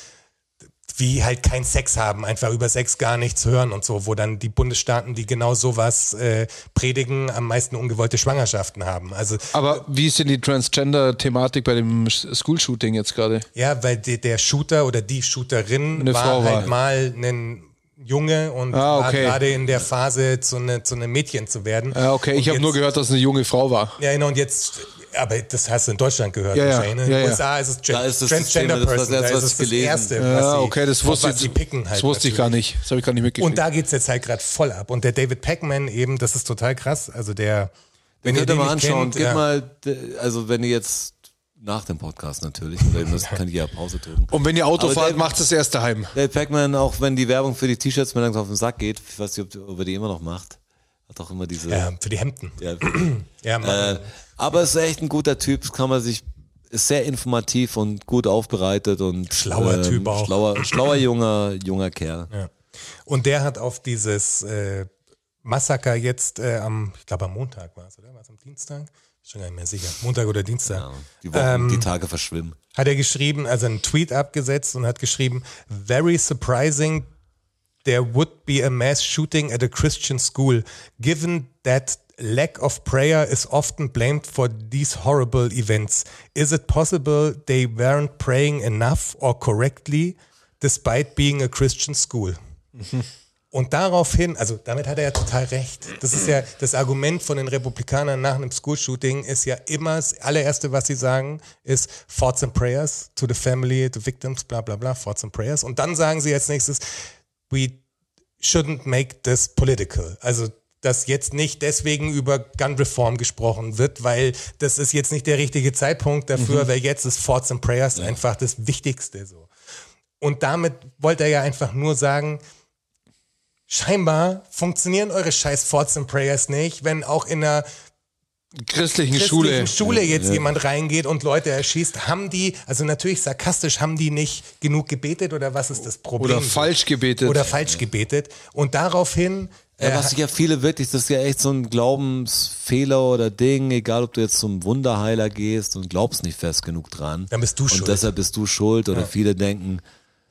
Speaker 2: wie halt kein Sex haben, einfach über Sex gar nichts hören und so, wo dann die Bundesstaaten, die genau sowas äh, predigen, am meisten ungewollte Schwangerschaften haben. Also
Speaker 1: Aber wie ist denn die Transgender-Thematik bei dem School-Shooting jetzt gerade?
Speaker 2: ja, weil de, der Shooter oder die Shooterin
Speaker 1: Eine
Speaker 2: war
Speaker 1: Frau
Speaker 2: halt
Speaker 1: war.
Speaker 2: mal ein Junge und
Speaker 1: Ah, okay.
Speaker 2: war gerade in der Phase, zu einem zu einem Mädchen zu werden.
Speaker 1: Ja, Äh, okay,
Speaker 2: Und
Speaker 1: ich habe
Speaker 2: jetzt-
Speaker 1: nur gehört, dass es eine junge Frau war.
Speaker 2: Ja, genau, und jetzt Aber das hast du in Deutschland gehört,
Speaker 1: Ja, ja,
Speaker 2: Shane. In
Speaker 1: ja, ja.
Speaker 2: den USA ist es, Gen
Speaker 3: Da ist das
Speaker 2: Transgender
Speaker 3: System, das war das
Speaker 2: Person. da
Speaker 3: Erste,
Speaker 2: ist
Speaker 3: was
Speaker 2: es das
Speaker 3: gelesen.
Speaker 2: Erste, was
Speaker 1: Ja,
Speaker 2: sie,
Speaker 1: okay, das wusste,
Speaker 2: was
Speaker 1: ich-
Speaker 2: sie picken halt
Speaker 1: das wusste ich
Speaker 2: natürlich.
Speaker 1: gar nicht. Das habe ich gar nicht mitgekriegt.
Speaker 2: Und da geht's jetzt halt gerade voll ab. Und der David Pac-Man eben, das ist total krass. Also der, wenn
Speaker 3: Könnt ihr mal
Speaker 2: nicht
Speaker 3: anschauen.
Speaker 2: kennt,
Speaker 3: Gib
Speaker 2: ja.
Speaker 3: mal, de- also wenn ihr jetzt nach dem Podcast natürlich, oder ihr müsst, könnt ihr ja Pause drücken.
Speaker 2: Um
Speaker 1: Und wenn ihr Auto
Speaker 3: Aber
Speaker 1: fahrt,
Speaker 3: der-
Speaker 1: macht es erst daheim.
Speaker 3: Dave Packman, auch wenn die Werbung für die T-Shirts mir langsam auf den Sack geht, ich weiß nicht, ob ob er die immer noch macht, hat auch immer diese.
Speaker 2: ja, für die Hemden.
Speaker 3: Ja.
Speaker 2: Ja, Mann.
Speaker 3: Äh, aber ist echt ein guter Typ, das kann man sich, ist sehr informativ und gut aufbereitet und ähm,
Speaker 2: Schlauer Typ auch.
Speaker 3: Schlauer, schlauer junger, junger Kerl.
Speaker 2: ja. Und der hat auf dieses äh, Massaker jetzt äh, am, ich glaube am Montag war es, oder? War es am Dienstag? Schon gar nicht mehr sicher. Montag oder Dienstag. Ähm,
Speaker 3: Ja, Genau. die Wochen, die Tage verschwimmen.
Speaker 2: hat er geschrieben, also einen Tweet abgesetzt und hat geschrieben, very surprising there would be a mass shooting at a Christian school, given that lack of prayer is often blamed for these horrible events. Is it possible they weren't praying enough or correctly, despite being a Christian school? Und daraufhin, also damit hat er ja total recht. Das ist ja das Argument von den Republikanern nach einem School-Shooting ist ja immer das allererste, was sie sagen, ist Thoughts and Prayers to the family, to victims, bla bla bla, Thoughts and Prayers. Und dann sagen sie als nächstes, we shouldn't make this political. Also dass jetzt nicht deswegen über Gun Reform gesprochen wird, weil das ist jetzt nicht der richtige Zeitpunkt dafür, weil jetzt ist Thoughts and Prayers einfach das Wichtigste so. Und damit wollte er ja einfach nur sagen, scheinbar funktionieren eure scheiß Thoughts and Prayers nicht, wenn auch in einer
Speaker 1: Christlichen Schule.
Speaker 2: christlichen Schule, jetzt jemand reingeht und Leute erschießt, haben die, also natürlich sarkastisch, haben die nicht genug gebetet oder was ist das Problem?
Speaker 1: Oder falsch gebetet.
Speaker 2: Oder falsch gebetet. Und daraufhin,
Speaker 3: Ja,
Speaker 2: äh,
Speaker 3: was sich ja viele wirklich, das ist ja echt so ein Glaubensfehler oder Ding, egal ob du jetzt zum Wunderheiler gehst und glaubst nicht fest genug dran.
Speaker 2: Dann bist du
Speaker 3: und
Speaker 2: schuld.
Speaker 3: Und deshalb bist du schuld oder viele denken,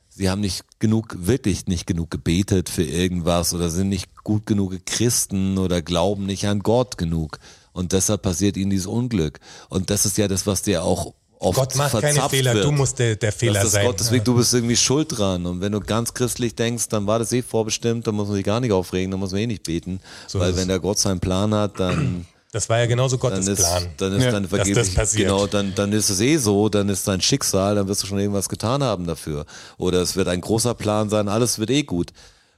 Speaker 3: sie haben nicht genug, wirklich nicht genug gebetet für irgendwas oder sind nicht gut genug Christen oder glauben nicht an Gott genug. Und deshalb passiert ihnen dieses Unglück. Und das ist ja das, was dir auch oft
Speaker 2: Gott macht
Speaker 3: verzapft
Speaker 2: keine Fehler,
Speaker 3: wird.
Speaker 2: du musst der, der Fehler
Speaker 3: Das ist
Speaker 2: sein.
Speaker 3: Gottes Weg, du bist irgendwie schuld dran. Und wenn du ganz christlich denkst, dann war das eh vorbestimmt, dann muss man sich gar nicht aufregen, dann muss man eh nicht beten.
Speaker 2: ist
Speaker 3: Weil
Speaker 2: es.
Speaker 3: wenn der Gott seinen Plan hat, dann,
Speaker 2: das war ja genauso
Speaker 3: dann
Speaker 2: Gottes
Speaker 3: ist,
Speaker 2: Plan.
Speaker 3: dann ist
Speaker 1: Ja,
Speaker 3: dann
Speaker 2: dass das
Speaker 3: vergeblich.
Speaker 2: passiert.
Speaker 3: Genau, dann, dann ist es eh so, dann ist dein Schicksal, dann wirst du schon irgendwas getan haben dafür. Oder es wird ein großer Plan sein, alles wird eh gut.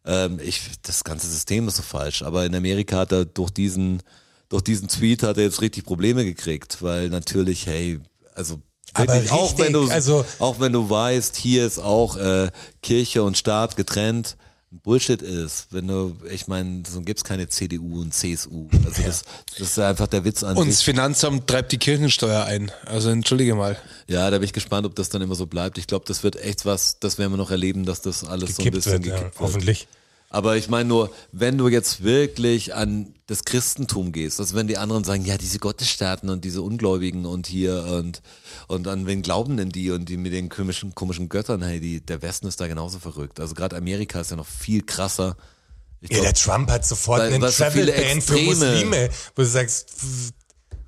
Speaker 3: Ähm, ich, das ganze System ist so falsch. Aber in Amerika hat er durch diesen, durch diesen Tweet hat er jetzt richtig Probleme gekriegt, weil natürlich, hey, also
Speaker 2: Aber
Speaker 3: wirklich, auch
Speaker 2: richtig,
Speaker 3: wenn du
Speaker 2: also-
Speaker 3: auch wenn du weißt, hier ist auch äh, Kirche und Staat getrennt, Bullshit ist. Wenn du, ich meine, so gibt's keine CDU und CSU. Also das, das ist einfach der Witz an
Speaker 1: Und das
Speaker 3: sich.
Speaker 1: Finanzamt treibt die Kirchensteuer ein. Also entschuldige mal.
Speaker 3: Ja, da bin ich gespannt, ob das dann immer so bleibt. Ich glaube, das wird echt was, das werden wir noch erleben, dass das alles so ein
Speaker 2: gekippt
Speaker 3: bisschen
Speaker 2: wird,
Speaker 3: gekippt
Speaker 2: ja,
Speaker 3: wird.
Speaker 2: hoffentlich.
Speaker 3: Aber ich meine nur, wenn du jetzt wirklich an das Christentum gehst, also wenn die anderen sagen, ja, diese Gottesstaaten und diese Ungläubigen und hier und, und an wen glauben denn die und die mit den komischen, komischen Göttern, hey, die, der Westen ist da genauso verrückt. Also gerade Amerika ist ja noch viel krasser. Ich
Speaker 2: Ja,
Speaker 3: glaub,
Speaker 2: der Trump hat sofort
Speaker 3: Weil-
Speaker 2: einen
Speaker 3: weil so viele
Speaker 2: Travel-Ban für
Speaker 3: Extreme-
Speaker 2: Muslime, wo du sagst, pff,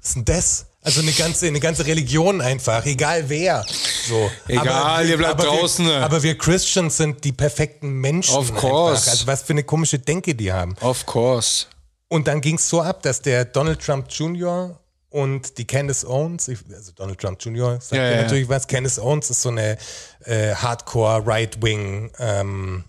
Speaker 2: was ist denn das? Also eine ganze, eine ganze Religion einfach, egal wer. So.
Speaker 1: Egal, ihr bleibt draußen.
Speaker 2: Wir, aber wir Christians sind die perfekten Menschen.
Speaker 1: Of course.
Speaker 2: Einfach. Also was für eine komische Denke die haben.
Speaker 1: Of course.
Speaker 2: Und dann ging es so ab, dass der Donald Trump Jr. und die Candace Owens, ich, also Donald Trump Jr. sagt
Speaker 1: Ja,
Speaker 2: mir
Speaker 1: ja, ja.
Speaker 2: natürlich was, Candace Owens ist so eine äh, Hardcore Right-Wing, ähm,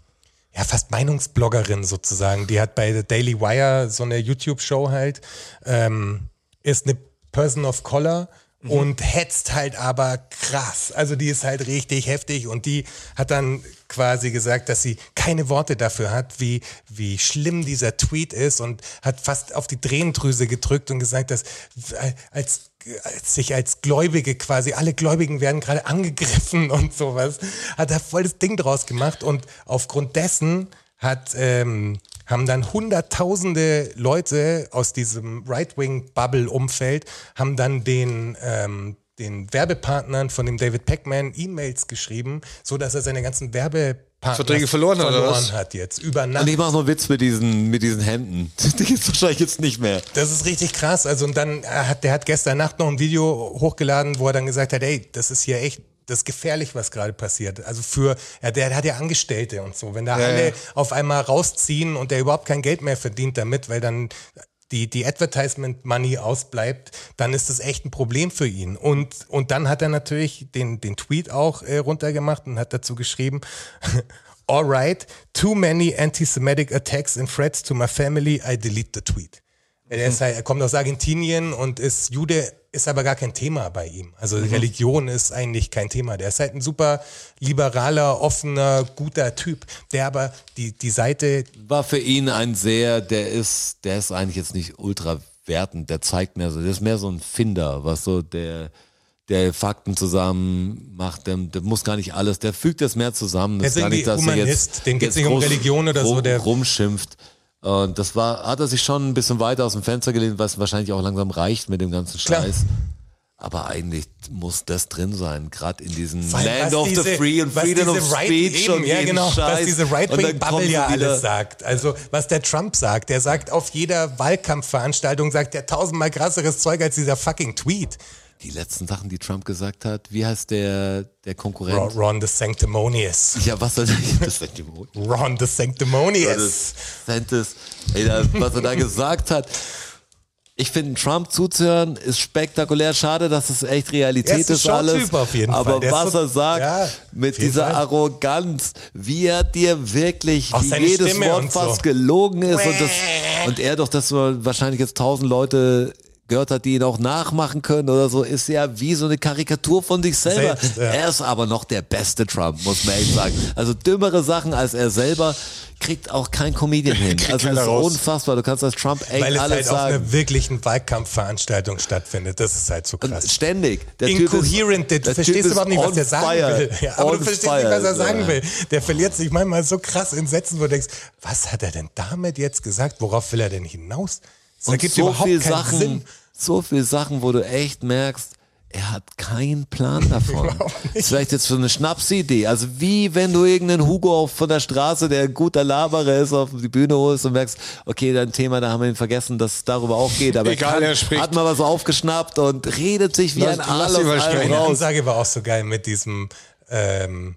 Speaker 2: ja fast Meinungsbloggerin sozusagen. Die hat bei The Daily Wire so eine YouTube-Show halt, ähm, ist eine Person of Color und hetzt halt aber krass. Also die ist halt richtig heftig und die hat dann quasi gesagt, dass sie keine Worte dafür hat, wie, wie schlimm dieser Tweet ist und hat fast auf die Tränendrüse gedrückt und gesagt, dass äh, als, als sich als Gläubige quasi, alle Gläubigen werden gerade angegriffen und sowas, hat er voll das Ding draus gemacht und aufgrund dessen hat, ähm, haben dann hunderttausende Leute aus diesem Right-Wing-Bubble-Umfeld, haben dann den, ähm, den Werbepartnern von dem David Pac-Man E-Mails geschrieben, so dass er seine ganzen Werbepartner
Speaker 1: Verträge verloren hat, oder was?
Speaker 2: hat jetzt über Nacht.
Speaker 3: und ich mache noch einen Witz mit diesen, mit diesen Hemden. Die gibt's wahrscheinlich jetzt nicht mehr.
Speaker 2: Das ist richtig krass. Also und dann hat der hat gestern Nacht noch ein Video hochgeladen, wo er dann gesagt hat, ey, das ist hier echt das ist gefährlich, was gerade passiert. Also für, ja, der hat ja Angestellte und so. Wenn da alle
Speaker 1: ja.
Speaker 2: auf einmal rausziehen und der überhaupt kein Geld mehr verdient damit, weil dann die, die Advertisement Money ausbleibt, dann ist das echt ein Problem für ihn. Und, und dann hat er natürlich den, den Tweet auch äh, runtergemacht und hat dazu geschrieben, alright, too many anti-Semitic attacks and threats to my family, I delete the tweet. Er,
Speaker 3: Mhm.
Speaker 2: ist halt, er kommt aus Argentinien und ist Jude, ist aber gar kein Thema bei ihm. Also
Speaker 3: Mhm.
Speaker 2: Religion ist eigentlich kein Thema. Der ist halt ein super liberaler, offener, guter Typ, der aber die, die Seite,
Speaker 3: War für ihn ein sehr, der ist, der ist eigentlich jetzt nicht ultra wertend, der zeigt mehr so, der ist mehr so ein Finder, was so der, der Fakten zusammen macht, der, der muss gar nicht alles, der fügt das mehr zusammen. Das
Speaker 2: Der ist
Speaker 3: gar nicht,
Speaker 2: irgendwie
Speaker 3: dass er
Speaker 2: Humanist,
Speaker 3: jetzt,
Speaker 2: dem geht's
Speaker 3: jetzt
Speaker 2: nicht um
Speaker 3: groß
Speaker 2: Religion oder so,
Speaker 3: rum-
Speaker 2: der-
Speaker 3: rumschimpft. Und das war, hat er sich schon ein bisschen weiter aus dem Fenster gelehnt, was wahrscheinlich auch langsam reicht mit dem ganzen
Speaker 2: Klar.
Speaker 3: Scheiß. Aber eigentlich muss das drin sein, gerade in diesem
Speaker 2: Vor allem,
Speaker 3: Land
Speaker 2: was
Speaker 3: of
Speaker 2: diese-
Speaker 3: the Free and
Speaker 2: was
Speaker 3: Freedom
Speaker 2: diese
Speaker 3: of Speech
Speaker 2: eben,
Speaker 3: und
Speaker 2: ja,
Speaker 3: jeden
Speaker 2: genau,
Speaker 3: Scheiß.
Speaker 2: was diese
Speaker 3: Und dann
Speaker 2: Right-Wing-Bubble ja
Speaker 3: kommt wieder-
Speaker 2: alles sagt. Also was der Trump sagt, der sagt auf jeder Wahlkampfveranstaltung sagt er tausendmal krasseres Zeug als dieser fucking Tweet.
Speaker 3: Die letzten Sachen, die Trump gesagt hat, wie heißt der, der Konkurrent?
Speaker 2: Ron, Ron the Sanctimonious.
Speaker 3: Ja, was soll ich das denn die Mode?
Speaker 2: Ron the Sanctimonious.
Speaker 3: Santis, ey, da, was er da gesagt hat. Ich finde, Trump zuzuhören ist spektakulär. Schade, dass es echt
Speaker 2: Er
Speaker 3: Realität
Speaker 2: ist
Speaker 3: ist,
Speaker 2: ein Showtyp
Speaker 3: alles.
Speaker 2: auf jeden Fall.
Speaker 3: Aber
Speaker 2: Der ist
Speaker 3: was
Speaker 2: so-
Speaker 3: er sagt
Speaker 2: ja,
Speaker 3: mit
Speaker 2: vielen
Speaker 3: dieser
Speaker 2: Dank.
Speaker 3: Arroganz, wie er dir wirklich
Speaker 2: Auch
Speaker 3: wie
Speaker 2: seine
Speaker 3: jedes
Speaker 2: Stimme
Speaker 3: Wort
Speaker 2: und so.
Speaker 3: fast gelogen ist und, das, und er doch, dass man wahrscheinlich jetzt tausend Leute gehört hat, die ihn auch nachmachen können oder so, ist ja wie so eine Karikatur von sich selber.
Speaker 2: Selbst, ja.
Speaker 3: Er ist aber noch der beste Trump, muss man echt sagen. Also dümmere Sachen als er selber kriegt auch kein Comedian hin. Also
Speaker 1: keiner
Speaker 3: das ist
Speaker 1: raus.
Speaker 3: unfassbar. Du kannst als Trump echt
Speaker 2: Weil es
Speaker 3: alles
Speaker 2: halt auf
Speaker 3: sagen.
Speaker 2: einer wirklichen Wahlkampfveranstaltung stattfindet. Das ist halt so krass.
Speaker 3: Und ständig. Der
Speaker 2: Incoherent,
Speaker 3: Typ
Speaker 2: der,
Speaker 3: ist, der
Speaker 2: verstehst
Speaker 3: typ
Speaker 2: du
Speaker 3: ist
Speaker 2: überhaupt nicht, was
Speaker 3: on
Speaker 2: der sagen
Speaker 3: fire.
Speaker 2: will. Ja, aber
Speaker 3: On
Speaker 2: du verstehst
Speaker 3: fire,
Speaker 2: nicht, was er
Speaker 3: so,
Speaker 2: sagen
Speaker 3: ja.
Speaker 2: will. Der verliert sich manchmal so krass in Sätzen, wo du denkst, was hat er denn damit jetzt gesagt? Worauf will er denn hinaus? Das
Speaker 3: Und
Speaker 2: ergibt
Speaker 3: so
Speaker 2: überhaupt
Speaker 3: viel
Speaker 2: keinen
Speaker 3: Sachen,
Speaker 2: Sinn.
Speaker 3: So viel Sachen, wo du echt merkst, er hat keinen Plan davon. ist vielleicht jetzt so eine Schnapsidee. Also wie wenn du irgendeinen Hugo auf- von der Straße, der ein guter Laberer ist, auf die Bühne holst und merkst, okay, dein Thema, da haben wir ihn vergessen, dass es darüber auch geht. Aber
Speaker 1: Egal,
Speaker 3: kann,
Speaker 1: er spricht.
Speaker 3: hat mal was aufgeschnappt und redet sich wie
Speaker 1: Lass-
Speaker 3: ein Aal
Speaker 1: lass ihn mal
Speaker 3: aus allem
Speaker 1: sprechen.
Speaker 2: Eine
Speaker 3: raus.
Speaker 2: Ansage war auch so geil mit diesem ähm,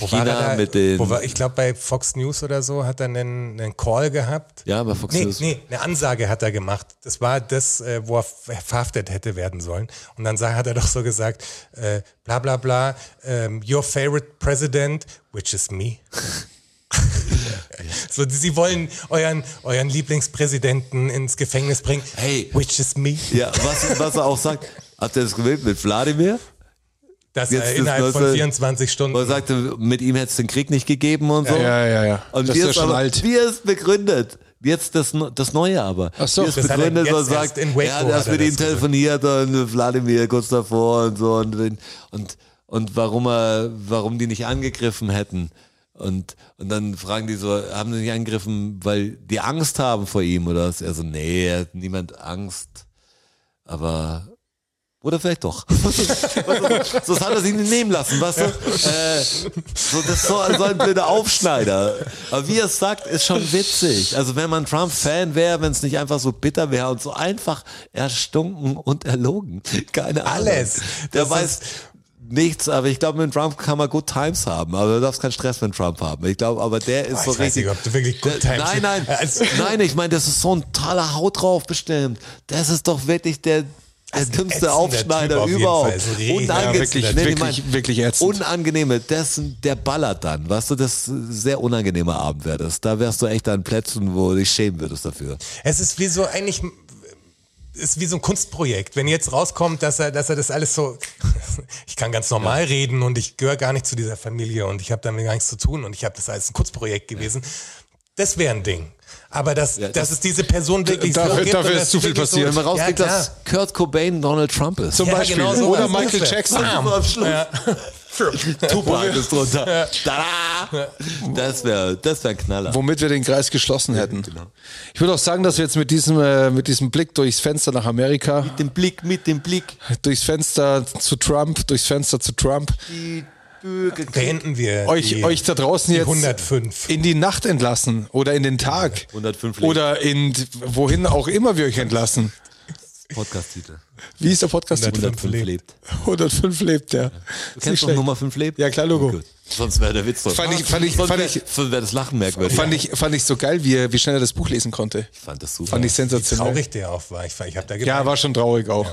Speaker 2: wo
Speaker 3: China
Speaker 2: war er da?
Speaker 3: mit den-
Speaker 2: Wo war, ich glaube, bei Fox News oder so hat er einen, einen Call gehabt.
Speaker 3: Ja, bei Fox
Speaker 2: nee,
Speaker 3: News.
Speaker 2: Nee, eine Ansage hat er gemacht. Das war das, äh, wo er ver- verhaftet hätte werden sollen. Und dann sa- hat er doch so gesagt, äh, bla bla bla, ähm, your favorite president, which is me. so, sie wollen euren, euren Lieblingspräsidenten ins Gefängnis bringen,
Speaker 3: Hey.
Speaker 2: which is me.
Speaker 3: Ja, was, was er auch sagt, habt ihr das gewählt mit Wladimir?
Speaker 2: Das
Speaker 3: Jetzt
Speaker 2: äh,
Speaker 3: ist
Speaker 2: innerhalb von
Speaker 3: Leute-
Speaker 2: 24 Stunden.
Speaker 3: Wo er sagte, mit ihm hätte es den Krieg nicht gegeben und so.
Speaker 1: Ja, ja, ja.
Speaker 3: Und
Speaker 1: das
Speaker 3: wie
Speaker 1: ist
Speaker 3: ist,
Speaker 1: ja schon
Speaker 3: aber,
Speaker 1: alt.
Speaker 3: wie ist begründet? Jetzt das, Ne- das Neue aber.
Speaker 1: Ach so.
Speaker 3: wie ist
Speaker 2: Das hat er
Speaker 3: begründet,
Speaker 2: jetzt
Speaker 3: so sagt,
Speaker 2: erst in Waco
Speaker 3: er hat erst
Speaker 2: hat er
Speaker 3: mit ihm
Speaker 2: das gesagt.
Speaker 3: telefoniert und Wladimir kurz davor und so und, wenn- und, und warum er, warum die nicht angegriffen hätten. Und, und dann fragen die so, haben sie nicht angegriffen, weil die Angst haben vor ihm oder was? Er so, nee, er hat niemand Angst. Aber oder vielleicht doch. Sonst hat er sie nicht nehmen lassen, weißt du? Äh, so, das ist so, so ein blöder Aufschneider. Aber wie er es sagt, ist schon witzig. Also wenn man Trump-Fan wäre, wenn es nicht einfach so bitter wäre und so einfach erstunken und erlogen. Keine Ahnung.
Speaker 2: Alles.
Speaker 3: Der
Speaker 2: Das
Speaker 3: weiß nichts, aber ich glaube, mit Trump kann man Good Times haben. Aber du darfst keinen Stress mit Trump haben. Ich glaube, aber der
Speaker 2: Boah,
Speaker 3: ist so
Speaker 2: ich weiß
Speaker 3: richtig.
Speaker 2: nicht, ob du wirklich Good
Speaker 3: Der-
Speaker 2: Times-
Speaker 3: Nein, nein.
Speaker 2: Also-
Speaker 3: Nein, ich meine, das ist so ein toller Haut drauf bestimmt. Das ist doch wirklich der, der
Speaker 2: ist ein
Speaker 3: dümmste
Speaker 2: Also ätzender Typ
Speaker 3: Aufschneider
Speaker 2: auf jeden
Speaker 3: überhaupt.
Speaker 2: Fall. Ist ein
Speaker 3: Unange-
Speaker 2: richtiger Ja,
Speaker 1: wirklich,
Speaker 3: Nein, ich
Speaker 1: wirklich,
Speaker 3: meine,
Speaker 1: wirklich ätzend.
Speaker 3: Unangenehme, das, der ballert dann. Weißt du, das ist ein sehr unangenehmer Abend wäre das. Da wärst du echt an Plätzen, wo du dich schämen würdest dafür.
Speaker 2: Es ist wie so eigentlich ist wie so ein Kunstprojekt. Wenn jetzt rauskommt, dass er, dass er das alles so, ich kann ganz normal reden und ich gehöre gar nicht zu dieser Familie und ich habe damit gar nichts zu tun und ich habe das als ein Kunstprojekt gewesen. Das wäre ein Ding. Aber dass, dass
Speaker 3: das-
Speaker 2: es diese Person wirklich
Speaker 1: Dafür-
Speaker 2: so gibt
Speaker 1: dafür
Speaker 2: und
Speaker 1: ist
Speaker 2: das
Speaker 1: zu viel
Speaker 2: wirklich
Speaker 1: passiert.
Speaker 3: Wenn man
Speaker 2: So, ja,
Speaker 3: rauskriegt,
Speaker 2: klar.
Speaker 3: dass Kurt Cobain Donald Trump ist.
Speaker 1: Zum
Speaker 2: Ja,
Speaker 1: Beispiel.
Speaker 2: genau sowas.
Speaker 1: Oder Michael
Speaker 2: Ungefähr.
Speaker 1: Jackson.
Speaker 3: am Schluss. Tupac ist drunter. genau. Tada! Das wäre das wär ein Knaller.
Speaker 1: Womit wir den Kreis geschlossen hätten.
Speaker 3: genau.
Speaker 1: Ich würde auch sagen, dass wir jetzt mit diesem, äh, mit diesem Blick durchs Fenster nach Amerika,
Speaker 3: Mit dem Blick, mit dem Blick.
Speaker 1: durchs Fenster zu Trump, durchs Fenster zu Trump,
Speaker 3: Die Bürger.
Speaker 2: Beenden wir
Speaker 1: euch,
Speaker 2: die,
Speaker 1: euch da draußen
Speaker 2: die
Speaker 1: jetzt
Speaker 2: 105.
Speaker 1: in die Nacht entlassen oder in den Tag
Speaker 3: 105 Leben.
Speaker 1: oder in wohin auch immer wir euch entlassen.
Speaker 3: Podcast-Titel.
Speaker 1: Wie ist der Podcast?
Speaker 2: 105
Speaker 3: 105
Speaker 2: lebt.
Speaker 3: lebt.
Speaker 1: 105 lebt, ja.
Speaker 3: Du
Speaker 1: Ist nicht
Speaker 3: kennst doch
Speaker 1: schlecht.
Speaker 3: Nummer 5 lebt?
Speaker 1: Ja, klar, Logo.
Speaker 3: Gut. Sonst wäre der Witz doch.
Speaker 1: Fand ich- fand ich-
Speaker 3: sonst
Speaker 1: fand
Speaker 3: wäre
Speaker 1: ich-
Speaker 3: sonst wär das Lachen merkwürdig.
Speaker 1: Fand ich, fand ich so geil, wie, er- wie schnell er das Buch lesen konnte.
Speaker 3: Ich fand das super.
Speaker 1: Fand ich
Speaker 2: Wie
Speaker 1: sensationell.
Speaker 2: traurig der auch war. Ich, war- ich habe da
Speaker 1: Ja,
Speaker 2: gemerkt,
Speaker 1: war schon traurig auch.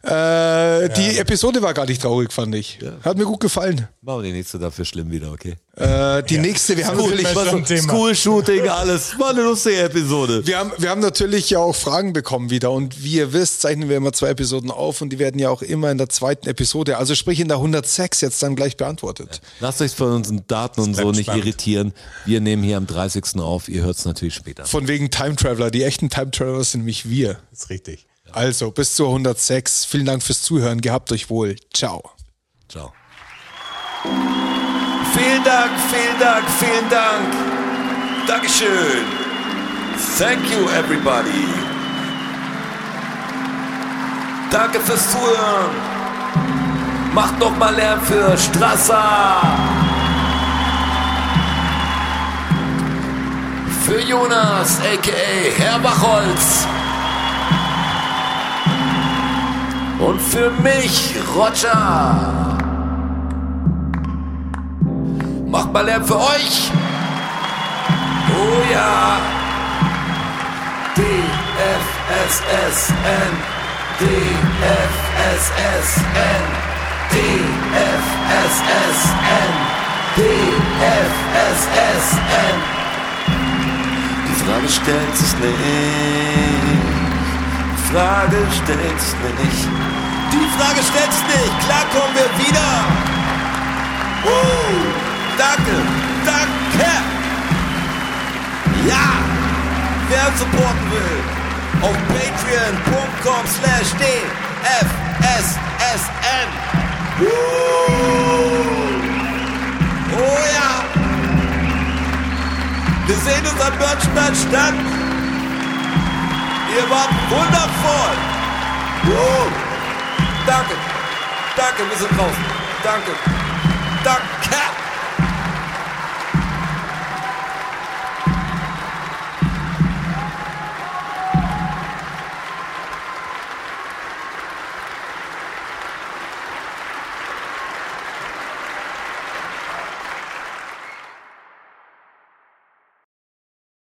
Speaker 1: Äh, die Episode war gar nicht traurig, fand ich. Hat mir gut gefallen.
Speaker 3: Machen wir die nächste dafür schlimm wieder, okay?
Speaker 1: Äh, die nächste, wir haben,
Speaker 2: Gut,
Speaker 1: natürlich,
Speaker 2: Mensch. Zum Thema.
Speaker 3: School-Shooting, alles. War eine lustige Episode.
Speaker 1: wir, haben, wir haben natürlich ja auch Fragen bekommen wieder. Und wie ihr wisst, zeichnen wir immer zwei Episoden auf und die werden ja auch immer in der zweiten Episode, also sprich in der 106, jetzt dann gleich beantwortet.
Speaker 3: Lasst euch von unseren Daten und so
Speaker 2: bleibt
Speaker 3: nicht
Speaker 2: spannend.
Speaker 3: irritieren. Wir nehmen hier am 30. auf. Ihr hört es natürlich später.
Speaker 1: Von wegen Time Traveler. Die echten Time Traveler sind nämlich wir.
Speaker 2: ist richtig.
Speaker 1: Also, bis zur 106. Vielen Dank fürs Zuhören. Gehabt euch wohl. Ciao.
Speaker 3: Ciao. Vielen Dank, vielen Dank, vielen Dank. Dankeschön. Thank you, everybody. Danke fürs Zuhören. Macht noch mal Lärm für Strasser.
Speaker 4: Für Jonas, a.k.a. Herr Bachholz. Und für mich, Roger. Macht mal Lärm für euch. Oh ja. DFSSN. DFSSN. DFSSN. DFSSN.
Speaker 3: Die Frage stellt sich nicht. Die Frage stellt sich nicht. Die Frage stellt sich nicht. Klar kommen wir wieder. Uh, danke, danke. Ja, wer uns supporten will, auf patreon.com slash dfssn. Uh, oh ja. Wir sehen uns am Börnstein statt. Ihr wart wundervoll. Uh, danke. Danke, wir sind draußen. Danke. Danke.